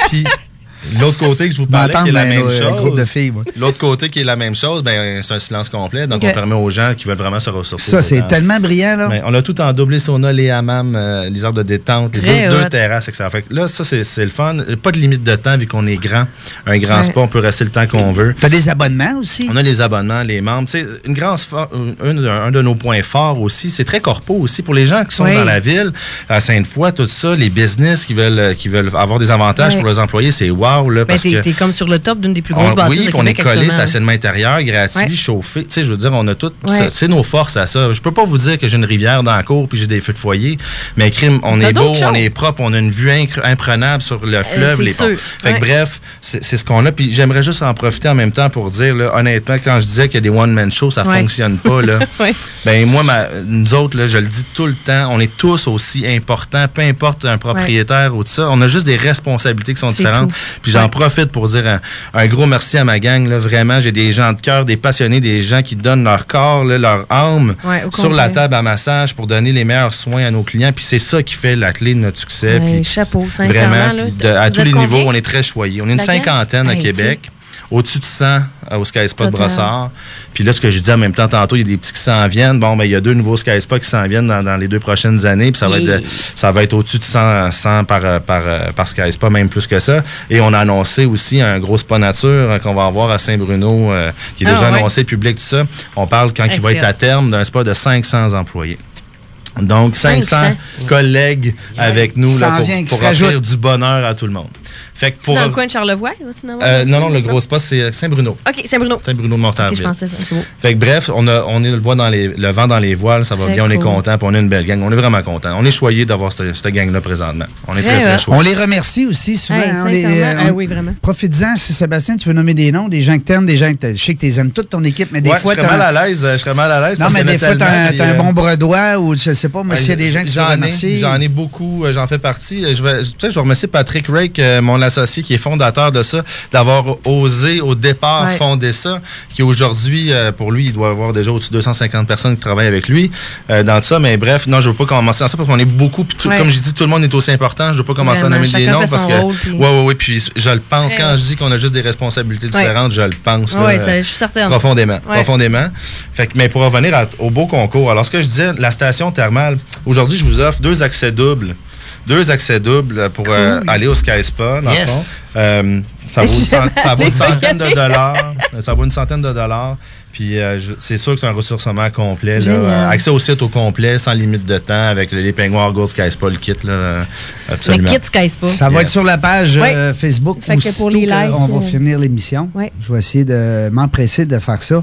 S16: Puis l'autre côté que je vous parlais,
S4: M'entendre
S16: qui est la
S4: dans
S16: même
S4: le- le
S16: chose.
S4: groupe de filles,
S16: L'autre côté qui est la même chose, ben c'est un silence complet. Donc
S4: Ok.
S16: on permet aux gens qui veulent vraiment se ressourcer.
S4: Ça, c'est
S16: dedans.
S4: tellement brillant, là.
S16: Ben, on a tout en doublé sauna, les hammams, euh, les arbres de détente, les
S4: Très
S16: deux, deux
S4: hot.
S16: terrasses, etc. Fait que là, ça, c'est c'est le fun. Pas de limite de temps vu qu'on est grand. Un grand
S4: Ouais.
S16: spa, on peut rester le temps qu'on veut.
S4: T'as des abonnements aussi?
S16: On a les abonnements, les membres. Tu sais, une grande for- un, un- un de nos points forts aussi, c'est très corpo aussi. Pour les gens qui sont
S4: Oui.
S16: dans la ville, à Sainte-Foy, tout ça, les business qui veulent, euh, qui veulent avoir des avantages
S5: Ouais.
S16: pour leurs employés, c'est wow. Là,
S5: Ben,
S16: parce
S5: t'es
S16: que
S5: t'es comme sur le top d'une des plus grosses
S4: Ah
S16: on- Ah
S5: bâtisses
S16: Oui,
S5: de
S16: puis on est
S5: Québec
S16: collé,
S5: actuellement.
S16: stationnement intérieur, gratuit,
S5: Ouais.
S16: chauffé. Tu sais, je veux dire, on a tout.
S5: Ouais.
S16: ça- C'est nos forces à ça. Je peux pas vous dire que j'ai une rivière dans la cour puis j'ai des feux de foyer, mais crime, on
S5: T'as
S16: est beau,
S5: d'autres
S16: on
S5: choses. Euh,
S16: est propre, on a une vue incr- imprenable sur le fleuve,
S5: c'est
S16: les ponts.
S5: sûr.
S16: Fait que
S5: Ouais.
S16: bref, c'est c'est ce qu'on a. Puis j'aimerais juste en profiter en même temps pour dire, là, honnêtement, quand je disais qu'il y a des one-man shows, ça
S5: Ouais.
S16: fonctionne
S2: [LAUGHS]
S16: pas,
S5: [LAUGHS]
S16: là.
S5: Ouais.
S16: Ben moi, ma- nous autres, là, je le dis tout le temps, on est tous aussi importants, peu importe un propriétaire ou tout ça. On a juste des responsabilités qui sont
S4: C'est
S16: différentes.
S4: tout.
S16: Puis j'en profite pour dire un, un gros merci à ma gang. Là, vraiment, j'ai des gens de cœur, des passionnés, des gens qui donnent leur corps, là, leur âme
S5: Ouais, au
S16: sur la
S5: contraire.
S16: table à massage pour donner les meilleurs soins à nos clients. Puis c'est ça qui fait la clé de notre succès.
S5: Hey,
S16: Puis
S5: chapeau, sincèrement.
S16: vraiment,
S5: là.
S16: puis de- à
S5: Vous
S16: tous
S5: êtes
S16: les
S5: combien?
S16: niveaux, on est très choyés. On est une
S5: La gang?
S16: cinquantaine à
S5: Hey,
S16: Québec. Au-dessus de 100 euh, au Sky Spa de
S5: Total.
S16: Brossard. Puis là, ce que je dis en même temps, tantôt, il y a des petits qui s'en viennent. Bon, ben, il y a deux nouveaux Sky Spa qui s'en viennent dans, dans les deux prochaines années. Puis ça va être, de-
S5: Et-
S16: ça va être au-dessus de 100, 100 par, euh, par, euh, par Sky Spa, même plus que ça. Et on a annoncé aussi un gros Spa Nature euh, qu'on va avoir à Saint-Bruno, euh, qui est
S5: Ah,
S16: déjà
S5: ouais.
S16: annoncé public, tout ça. On parle quand il va être
S5: Excellent.
S16: à terme d'un Spa de 500 employés. Donc, 500,
S5: 500.
S16: collègues avec nous
S4: Ça en
S16: là, pour,
S4: vient, qui
S16: pour
S4: se
S16: offrir
S4: rajoute.
S16: du bonheur à tout le monde. Fait que
S28: C'est
S16: pour,
S28: dans le coin de Charlevoix? vas-tu en avoir?
S16: euh, non, non, le gros spot, c'est Saint-Bruno.
S28: OK, Saint-Bruno.
S16: Saint-Bruno de
S28: OK, je
S16: Montarville.
S28: pensais ça. C'est beau.
S16: Fait que bref, on, a, on est le, voit dans les, le vent dans les voiles, ça va
S28: Très
S16: bien, on est
S28: cool.
S16: content, puis on a une belle gang. On est vraiment content. On est choyé d'avoir cette, cette gang-là présentement. On est
S8: euh,
S16: très, très choyé.
S4: On les remercie aussi souvent.
S28: Hey,
S4: hein, on les-
S28: sincèrement,
S4: euh,
S28: ah
S4: on-
S28: oui, vraiment.
S4: Profites-en, si Sébastien, tu veux nommer des noms, des gens que t'aimes, des gens que t'as- je sais que tu aimes toute ton équipe, mais des
S16: Ouais,
S4: fois.
S16: je serais
S4: t'as-
S16: mal à l'aise. Je serais mal à l'aise.
S4: Non,
S16: parce
S4: mais
S16: qu'il y en a
S4: des fois, t'as
S16: tellement,
S4: un,
S16: puis,
S4: t'as un
S16: euh,
S4: bon bredois ou je sais pas, moi,
S16: Ouais,
S4: s'il y a des gens qui sont
S16: Ah, j'en ai-
S4: remercier.
S16: J'en ai beaucoup, euh, j'en fais partie. Euh, Je vais, tu sais, je vais remercier Patrick Rake, euh, mon associé qui est fondateur de ça, d'avoir osé au départ
S15: Ouais.
S16: fonder ça, qui aujourd'hui, euh, pour lui, il doit avoir déjà au-dessus de 250 personnes qui travaillent avec lui euh, dans ça. Mais bref, non, je veux pas commencer dans ça parce qu'on est beaucoup, puis tout-
S15: Ouais.
S16: comme je dis, tout le monde est aussi important. Je veux pas commencer
S15: Vraiment,
S16: à nommer des
S15: chacun
S16: noms
S15: fait son
S16: parce que,
S15: rôle, puis-
S16: ouais, ouais, ouais, puis je le pense.
S15: Ouais.
S16: Quand je dis qu'on a juste des responsabilités
S15: Ouais.
S16: différentes, je le pense. là,
S15: Ouais, ça,
S16: euh,
S15: je suis certaine.
S16: Profondément,
S15: Ouais.
S16: profondément. Fait que, mais pour revenir à- au beau concours, alors ce que je disais, la station thermale, aujourd'hui, je vous offre deux accès doubles. Deux accès doubles pour euh, aller au Sky Spa, dans le
S15: Yes.
S16: fond. Euh, ça,
S15: [LAUGHS]
S16: vaut
S15: Je
S16: une
S15: suis
S16: cent- ça vaut une
S15: jamais
S16: centaine de
S15: allée.
S16: dollars. Ça vaut une centaine de dollars. Puis euh, je- c'est sûr que c'est un ressourcement complet. là.
S15: Génial.
S16: Euh, accès au site au complet, sans limite de temps, avec les, les peignoirs Gold Sky Spa, le kit. Là, euh, absolument.
S4: Ça va
S16: Yes.
S4: être sur la page
S16: Ouais.
S4: euh, Facebook.
S28: Fait que pour les
S4: aussitôt que
S28: likes,
S4: On
S28: euh,
S4: va finir l'émission. Je vais essayer de m'empresser de faire ça.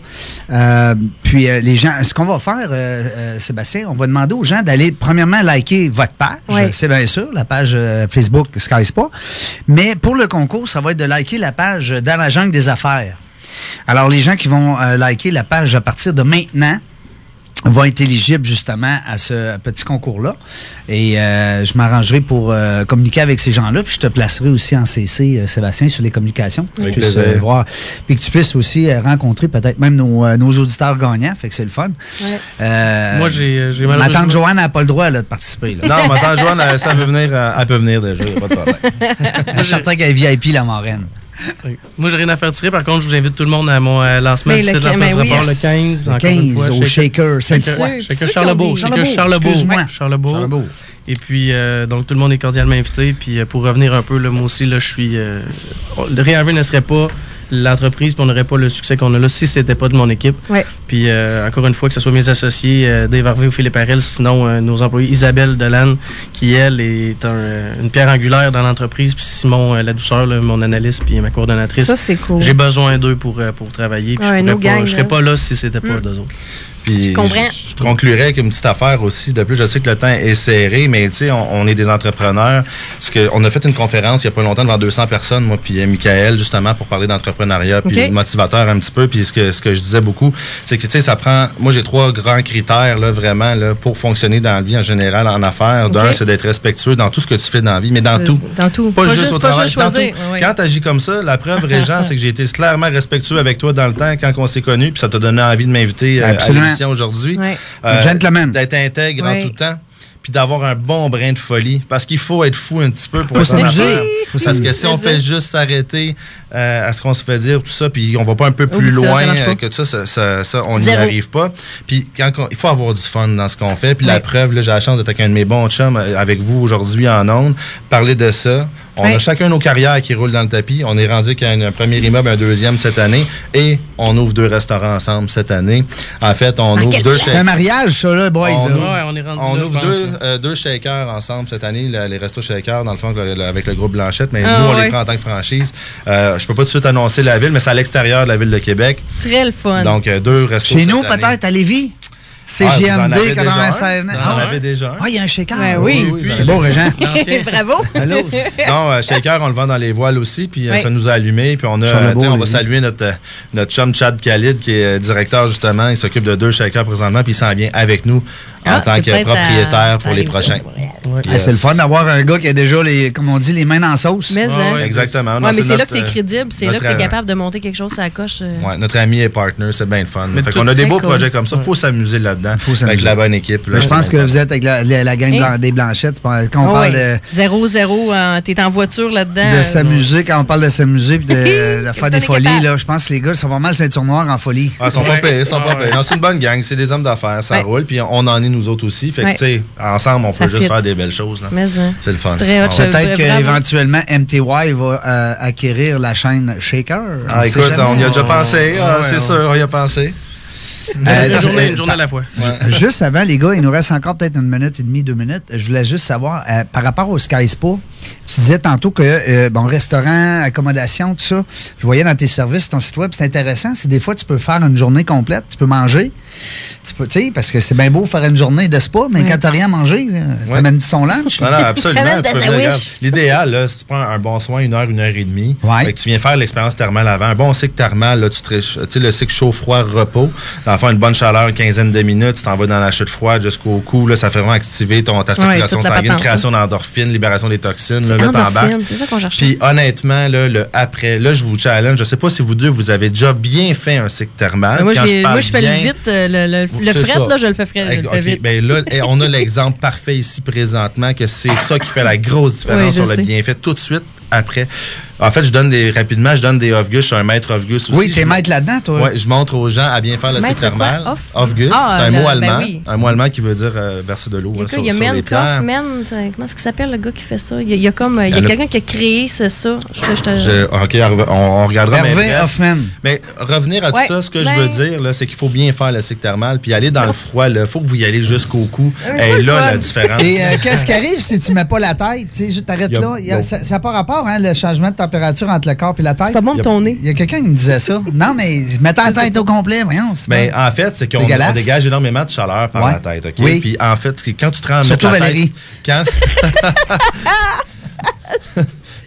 S4: Euh, puis euh, les gens, ce qu'on va faire, euh, euh, Sébastien, on va demander aux gens d'aller premièrement liker votre page.
S28: Ouais.
S4: C'est bien sûr la page euh, Facebook Sky Spa. Mais pour le concours, ça va être de liker la page euh, dans la jungle des affaires. Alors les gens qui vont euh, liker la page à partir de maintenant vont être éligibles justement à ce petit concours-là. Et euh, je m'arrangerai pour euh, communiquer avec ces gens-là. Puis je te placerai aussi en CC, euh, Sébastien, sur les communications. pour que
S15: Avec
S4: tu puisses, euh,
S15: plaisir.
S4: voir. Puis que tu puisses aussi euh, rencontrer peut-être même nos, euh, nos auditeurs gagnants. Fait que c'est le fun. Euh,
S18: Moi, j'ai- euh, j'ai
S4: Ma
S18: malheureusement-
S4: tante Joanne n'a pas le droit là, de participer. là.
S16: Non, ma tante Joanne,
S4: [LAUGHS]
S16: elle, ça veut venir, euh, elle peut venir déjà, y a pas de problème.
S4: Je suis certain qu'elle est VIP, la marraine.
S18: Moi, j'ai rien à faire tirer. Par contre, je vous invite tout le monde à mon euh, lancement
S4: Mais
S18: du
S4: le
S18: site
S4: quin-
S18: lancement
S4: mais
S18: du
S4: oui.
S18: rapport
S4: Yes.
S18: le 15.
S4: Le
S18: encore une
S4: 15
S18: fois,
S4: au Shaker, c'est
S18: Shaker,
S4: le fois.
S18: Shaker
S4: Ceux qui ont
S18: Charlebourg.
S4: des-
S18: Shaker
S4: Charlebourg,
S18: Charlebourg.
S4: excuse-moi.
S18: Charlebourg. Et puis, euh, donc, tout le monde est cordialement invité. Puis, euh, pour revenir un peu, là, moi aussi, là, je suis. Euh, le Réinvent ne serait pas l'entreprise, puis on n'aurait pas le succès qu'on a là si c'était pas de mon équipe.
S28: Ouais.
S18: Puis euh, encore une fois, que ce soit mes associés, euh, Dave Harvey ou Philippe Harel, sinon euh, nos employés Isabelle Delanne, qui elle est un, euh, une pierre angulaire dans l'entreprise, puis Simon euh, La Douceur, là, mon analyste, puis ma coordonnatrice.
S28: Ça, c'est cool.
S18: J'ai besoin d'eux pour, euh, pour travailler, puis
S28: Ouais,
S18: je
S28: nos
S18: pourrais pas-
S28: gangs,
S18: je serais
S28: là.
S18: pas là si c'était pas
S28: Mm.
S18: d'eux autres.
S16: Puis,
S18: Je comprends.
S16: Je, je conclurai avec une petite affaire aussi. De plus, je sais que le temps est serré, mais tu sais, on, on est des entrepreneurs. Parce que on a fait une conférence il n'y a pas longtemps devant 200 personnes, moi puis euh, Michael, justement, pour parler d'entrepreneuriat, puis
S15: Ok.
S16: de motivateur un petit peu. Puis ce que, ce que je disais beaucoup, c'est que tu sais, ça prend. Moi, j'ai trois grands critères là, vraiment là, pour fonctionner dans la vie en général, en affaires. D'un,
S15: Ok.
S16: c'est d'être respectueux dans tout ce que tu fais dans la vie, mais dans
S15: Euh,
S16: tout.
S15: dans tout.
S16: Pas,
S15: Pas
S16: juste,
S15: juste-
S16: au
S15: pas
S16: travail.
S15: juste
S16: dans
S15: choisir.
S16: tout.
S15: Ouais, ouais.
S16: Quand tu agis comme ça, la preuve, Régent,
S15: [LAUGHS]
S16: c'est que j'ai été clairement respectueux avec toi dans le temps quand on s'est connus, puis ça t'a donné envie de m'inviter euh, à
S4: Absolument.
S16: l'émission aujourd'hui.
S4: Ouais.
S16: Euh,
S4: Un gentleman.
S16: D'être intègre en
S4: Ouais.
S16: tout temps. Puis d'avoir un bon brin de folie. Parce qu'il faut être fou un petit peu pour
S4: Faut
S16: s'en
S4: s'amuser.
S16: affaire.
S4: Faut
S16: Parce
S4: s'amuser.
S16: que si on fait juste s'arrêter euh, à ce qu'on se fait dire, tout ça, puis on va pas un peu plus
S15: Oublie ça, ça
S16: loin
S15: marche pas.
S16: euh, que ça, ça, ça- ça, on n'y
S15: Zéro.
S16: arrive pas. Puis quand qu'on- il faut avoir du fun dans ce qu'on fait. Puis la preuve, là, j'ai la chance d'être avec un de mes bons chums euh, avec vous aujourd'hui en ondes, parler de ça. On
S15: Ouais.
S16: a chacun nos carrières qui roulent dans le tapis. On est rendu qu'à un, un premier immeuble, un deuxième cette année. Et on ouvre deux restaurants ensemble cette année. En fait, on ouvre deux
S4: C'est un mariage, ça, là, boys.
S16: on
S4: là.
S16: ouvre, on
S4: là, je
S16: ouvre
S4: pense, hein.
S16: deux,
S4: là.
S16: euh, deux shakers ensemble cette année, le- les restos shakers, dans le fond, le- le- avec le groupe Blanchette. Mais
S28: Ah,
S16: nous, on
S28: ouais.
S16: les prend en tant que franchise. Euh, je peux pas tout de suite annoncer la ville, mais c'est à l'extérieur de la ville de Québec.
S28: Très le fun.
S16: Donc, euh, deux restos.
S4: Chez nous,
S16: cette année.
S4: peut-être, à Lévis. C'est
S16: Ah, vous en avez
S4: GMD
S16: déjà
S4: 96.
S16: un? Vous en avez déjà un?
S4: Ah, il y a un shaker.
S16: Ben oui. Oui, oui, vous en
S4: C'est beau,
S16: avez-
S4: Régent.
S16: [LAUGHS]
S4: [LAUGHS]
S16: L'ancien.
S28: Bravo.
S4: Allô?
S16: Non, euh, Shaker, on le vend dans les voiles aussi, puis euh,
S28: Oui.
S16: ça nous a allumé, puis on a,
S15: Charlebourg,
S16: euh, tu sais, on va
S15: Lévis.
S16: saluer notre euh, notre chum Chad Khalid qui est euh, directeur justement, il s'occupe de deux Shakers présentement, puis il s'en vient avec nous en
S4: Ah,
S16: tant
S4: c'est
S16: que
S4: peut-être à-
S16: propriétaire pour les prochains.
S4: Ah, c'est le fun d'avoir un gars qui a déjà, les, comme on dit, les mains dans la sauce.
S28: Mais, hein.
S16: Exactement.
S28: Ouais,
S16: Non,
S28: mais c'est là
S16: notre,
S28: que t'es
S16: euh,
S28: crédible, c'est là
S16: notre
S28: que t'es
S16: ami.
S28: capable de monter quelque chose à la coche. euh.
S16: Ouais, notre ami et partner, c'est bien le fun.
S28: Mais
S16: Fait
S28: tout
S16: qu'on a des
S28: très
S16: beaux
S28: cool.
S16: projets comme ça. Faut s'amuser là-dedans. Avec la bonne équipe. là.
S4: Mais je pense que vous êtes avec la, la- la gang
S28: Hey.
S4: blan- des Blanchettes. Quand on
S28: Ah
S4: parle
S28: ouais.
S4: de,
S28: 0-0, euh, t'es en voiture là-dedans.
S4: de
S28: euh,
S4: s'amuser, quand on parle de s'amuser puis de, de faire des folies, là, je pense que les gars sont pas mal ceinture noire en folie.
S16: Ah, ils sont pas payés, ils sont pas
S4: Ouais.
S16: payés. Non, c'est une bonne gang, c'est des hommes d'affaires, ça
S4: Ouais.
S16: roule, puis on en est nous autres aussi. Fait que,
S4: Ouais.
S16: tu sais, ensemble, on
S4: Ça
S16: peut juste
S4: fit.
S16: faire des belles choses. là.
S4: Mais, hein.
S16: C'est le fun. Ah, ouais.
S4: Peut-être qu'éventuellement, MTY va euh, acquérir la chaîne Shaker.
S16: Ah,
S4: sait
S16: écoute,
S4: jamais.
S16: on y a déjà pensé, ah, c'est sûr, on y a pensé.
S4: Euh,
S18: une,
S4: tu-
S18: journée,
S4: euh,
S18: une journée à la fois.
S4: [LAUGHS] Juste avant, les gars, il nous reste encore peut-être une minute et demie, deux minutes. Je voulais juste savoir, euh, par rapport au Sky Spa, Tu disais tantôt que, euh, bon, restaurant, accommodation, tout ça, je voyais dans tes services, ton site web, c'est intéressant. C'est des fois, tu peux faire une journée complète, tu peux manger. Tu peux, tu sais, parce que c'est bien beau faire une journée de spa, mais
S16: Ouais. Ah
S4: quand t'as rien à manger, là, t'amènes son lunch. [LAUGHS]
S16: Non, non, absolument.
S4: T'amènes
S16: tu
S4: ta
S16: peux venir,
S4: sandwich.
S16: regarde, L'idéal, là, si tu prends un bon soin, une heure, une heure et demie, fait que tu viens faire l'expérience thermale avant. Un bon cycle thermal, là, tu te réch- tu sais, le cycle chaud-froid-repos, t'en fais une bonne chaleur, une quinzaine de minutes, tu t'en vas dans la chute froide jusqu'au cou, là, ça fait vraiment activer ton, ta
S5: Ouais,
S16: circulation
S5: toute la
S16: sanguine,
S5: patente.
S16: création d'endorphines, libération des toxines, là, là,
S5: C'est
S16: t'embarques.
S5: endorphine, c'est ça qu'on cherche.
S16: Puis honnêtement, là, le après, là, je vous challenge. Je sais pas si vous deux, vous avez déjà bien fait un cycle thermal.
S5: Mais moi, je
S16: Quand
S5: l'ai-
S16: parle
S5: moi, je fais le
S16: bien-
S5: vite, euh, le, le, le
S16: c'est
S5: fret,
S16: ça.
S5: là, je le fais frais, je le
S16: Ok,
S5: fais vite.
S16: ben là, eh, on a l'exemple [LAUGHS] parfait ici présentement que c'est ça qui fait la grosse différence
S5: [LAUGHS] Oui, je
S16: sur le
S5: sais.
S16: bienfait tout de suite après. En fait, je donne des rapidement, je donne des off-gus, je suis un maître off-gus aussi.
S4: Oui, t'es
S16: Je-
S4: maître là-dedans, toi.
S16: Ouais, je montre aux gens à bien faire le cycle
S4: Maître quoi?
S16: thermal.
S4: Off?
S16: Off-gus,
S5: Ah,
S16: c'est un
S5: le-
S16: mot
S5: ben
S16: allemand.
S5: oui.
S16: Un mot allemand qui veut dire euh, verser de l'eau hein,
S5: Il y a quoi,
S16: sur,
S5: il y a
S16: sur les
S5: Man
S16: pierres.
S5: Kaufman, euh, comment est-ce qu'il s'appelle le gars qui fait ça? Il y a, il y a comme, euh, il y
S16: Il y en
S5: a
S16: a-
S5: quelqu'un qui a créé ce, ça. Je, te- je te-
S16: Je- ok, on, on regardera. mais
S4: Euh, Hervé
S16: bref.
S4: Hoffman.
S16: Mais revenir à
S5: Ouais,
S16: tout ça, ce que
S5: ben-
S16: je veux dire, là, c'est qu'il faut bien faire le cycle thermal, puis aller dans le froid. Il faut que vous y allez jusqu'au cou.
S4: Euh,
S16: Et
S4: c'est le
S16: là,
S4: fun.
S16: la différence.
S4: Et euh, qu'est-ce qui arrive si tu mets pas la tête? Tu sais, je t'arrête
S16: Y a-
S4: là. Il y a-
S16: bon.
S4: ça n'a pas rapport, hein, le changement de température entre le corps et la tête. pas bon
S16: de ton
S4: nez. Il y a quelqu'un qui me disait ça. Non, mais mets ta tête au complet, voyons. c'est
S16: [LAUGHS] Ben,
S4: pas-
S16: en fait, c'est qu'on
S4: Dégueulasse.
S16: on dégage énormément de chaleur par
S4: Ouais.
S16: la tête, OK?
S4: Oui.
S16: Puis en fait, c'est quand tu te rends à mettre
S4: Surtout
S16: la
S4: Valérie.
S16: tête... Quand...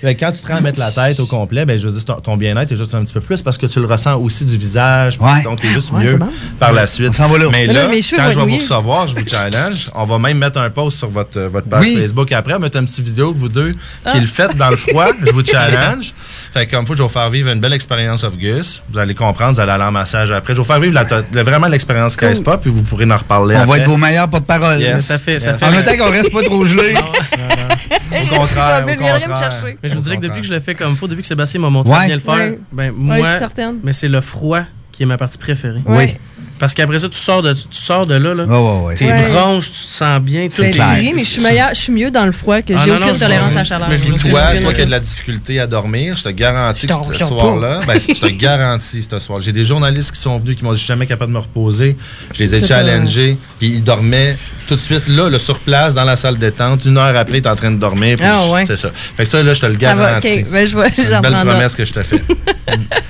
S16: Ben, quand tu te rends à mettre la tête au complet, ben, je veux dire, ton, ton bien-être est juste un petit peu plus parce que tu le ressens aussi du visage. puis
S4: Ouais.
S16: Donc, tu es juste
S4: Ouais, c'est
S16: mieux
S4: bon.
S16: par la suite. Mais
S4: Mais là,
S16: là,
S4: mes cheveux
S16: quand
S4: vont
S16: je vais
S4: être
S16: vous
S4: mouillés.
S16: recevoir,
S4: [LAUGHS]
S16: je vous challenge. On va même mettre un post sur votre, euh, votre page
S4: Oui.
S16: Facebook après, mettre une petite vidéo de vous deux
S4: Ah.
S16: qui le faites dans le
S4: [LAUGHS]
S16: froid. je vous challenge. Fait que comme faut, je vais vous faire vivre une belle expérience of Gus. Vous allez comprendre, vous allez aller en massage après. Je vais vous faire vivre la to- la- vraiment l'expérience
S4: Cool.
S16: caisse pas, puis vous pourrez en reparler
S4: on va
S16: après.
S4: être vos meilleurs Ah, porte-parole.
S16: Yes. Ça fait- ça fait-
S4: En même temps qu'on reste pas trop gelé.
S16: Au contraire, au
S18: viendrait me
S16: contraire.
S18: Mais je vous dirais que depuis que je le fais comme faut, depuis que Sébastien m'a montré
S4: Ouais.
S18: à bien le faire,
S4: Ouais.
S18: ben moi,
S4: Ouais, je suis certaine.
S18: mais c'est le froid qui est ma partie préférée.
S4: Oui.
S18: Parce qu'après ça, tu sors de, tu, sors de là, là.
S4: Ouais, ouais, ouais,
S18: tes
S4: c'est vrai.
S18: bronches, tu te sens bien, tout
S5: Ben,
S18: est
S5: j'ai ri, mais je suis meilleure- je suis mieux dans le froid que
S18: Ah,
S5: j'ai
S18: non, non,
S5: aucune
S18: je
S5: tolérance
S18: vois.
S5: à la chaleur.
S18: Mais je
S5: Moi,
S18: vous
S5: c'est
S16: Toi,
S5: juste
S16: toi
S5: une-
S16: qui as de la difficulté à dormir, je te garantis
S5: Je
S16: que
S5: dors-
S16: ce-
S5: je
S16: ce
S5: dors
S16: soir-là,
S5: pas.
S16: ben, si je te
S5: [LAUGHS]
S16: garantis ce soir. J'ai des journalistes qui sont venus qui m'ont dit je suis jamais capable de me reposer. Je les ai
S5: Tout,
S16: challengés, puis ils dormaient tout de suite là, le sur place, dans la salle détente. Une heure après, tu es en train de dormir. puis
S5: Ah, ouais.
S16: C'est ça. Fait que ça, là, je te le
S5: Ça va,
S16: garantis.
S5: ok, ben, je vois-
S16: C'est
S5: j'en
S16: une belle
S5: prends note.
S16: promesse que je te
S5: [LAUGHS]
S16: fais.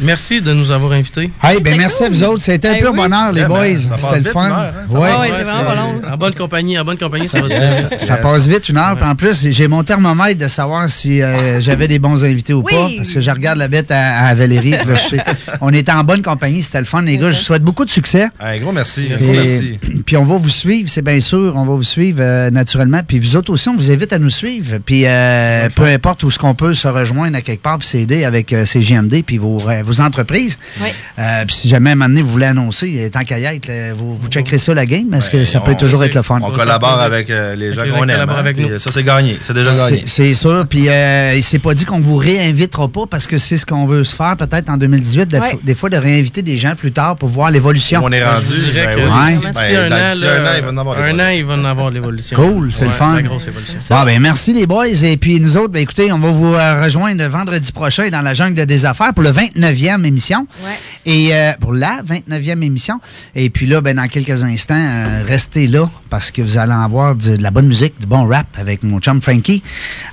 S18: Merci de nous avoir invités.
S4: Hey, ben merci à vous autres. C'était un
S18: Ben
S4: pur
S18: oui.
S4: bonheur, les
S18: Vraiment,
S4: boys.
S18: ça passe
S4: C'était le
S18: vite,
S4: fun.
S18: une heure, hein, ça
S4: Ouais.
S18: passe, ouais, c'est vraiment pas long. En bonne compagnie, en bonne compagnie, ça va te
S4: Yes, Ça passe vite une heure. Puis en plus, j'ai mon thermomètre de savoir si euh, j'avais des bons invités ou pas. Parce que je regarde la bête à, à Valérie. puis là, je [LAUGHS] sais. On était en bonne compagnie. C'était le fun, les gars. Je vous souhaite beaucoup de succès.
S16: Un gros merci.
S4: Et-
S16: Merci, merci.
S4: Puis on va vous suivre, c'est bien sûr. On va vous suivre euh, naturellement. Puis vous autres aussi, on vous invite à nous suivre. Puis euh, peu importe où ce qu'on peut se rejoindre à quelque part puis s'aider avec euh, ces JMD puis vos, euh, vos entreprises.
S5: Oui.
S4: Euh, puis si jamais à un moment donné, vous voulez annoncer, euh, tant qu'à y être, là, vous, vous checkerez ça la game parce que ça peut
S16: on-
S4: toujours être le fun.
S16: On collabore avec euh, les gens
S4: les gens
S16: qu'on
S4: qui
S16: aime.
S4: collaborent
S16: hein,
S4: avec
S16: puis
S4: nous.
S16: Ça, c'est gagné. C'est
S4: [LAUGHS]
S16: déjà gagné.
S4: C'est- C'est sûr. Puis euh, il s'est pas dit qu'on vous réinvitera pas parce que c'est ce qu'on veut se faire peut-être en 2018, des,
S16: Ouais.
S4: fois- des fois de réinviter des gens plus tard pour voir l'évolution.
S16: On est
S4: Ouais,
S16: rendu.
S4: je vous dirais
S16: ben
S4: que-
S16: oui.
S4: Ouais.
S16: Ben, dans- d'ici un an, il va en avoir des
S18: un an, il va en avoir l'évolution.
S4: Cool, c'est le
S18: Ouais,
S4: fun.
S18: La grosse évolution.
S4: Bon, ben, merci les boys. Et puis nous autres, ben, écoutez, on va vous euh, rejoindre vendredi prochain dans la jungle des affaires pour le 29e émission. Et euh, pour la 29e émission. Et puis là, ben, dans quelques instants, euh, restez là parce que vous allez avoir du- de la bonne musique, du bon rap avec mon chum Frankie.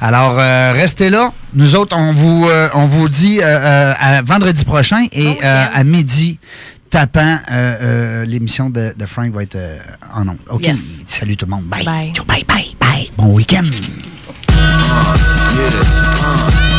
S4: Alors, euh, restez là. Nous autres, on vous, euh, on vous dit euh, euh, à vendredi prochain et euh, à midi. Tapant, euh, euh, l'émission de, de Frank va être euh, en ondes. OK.
S15: Yes.
S4: Salut tout le monde. Bye.
S15: Bye.
S4: Ciao, bye, bye, bye. Bon week-end.
S15: Yeah, uh,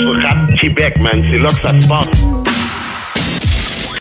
S17: sur Rap Québec, man. C'est là que ça se passe.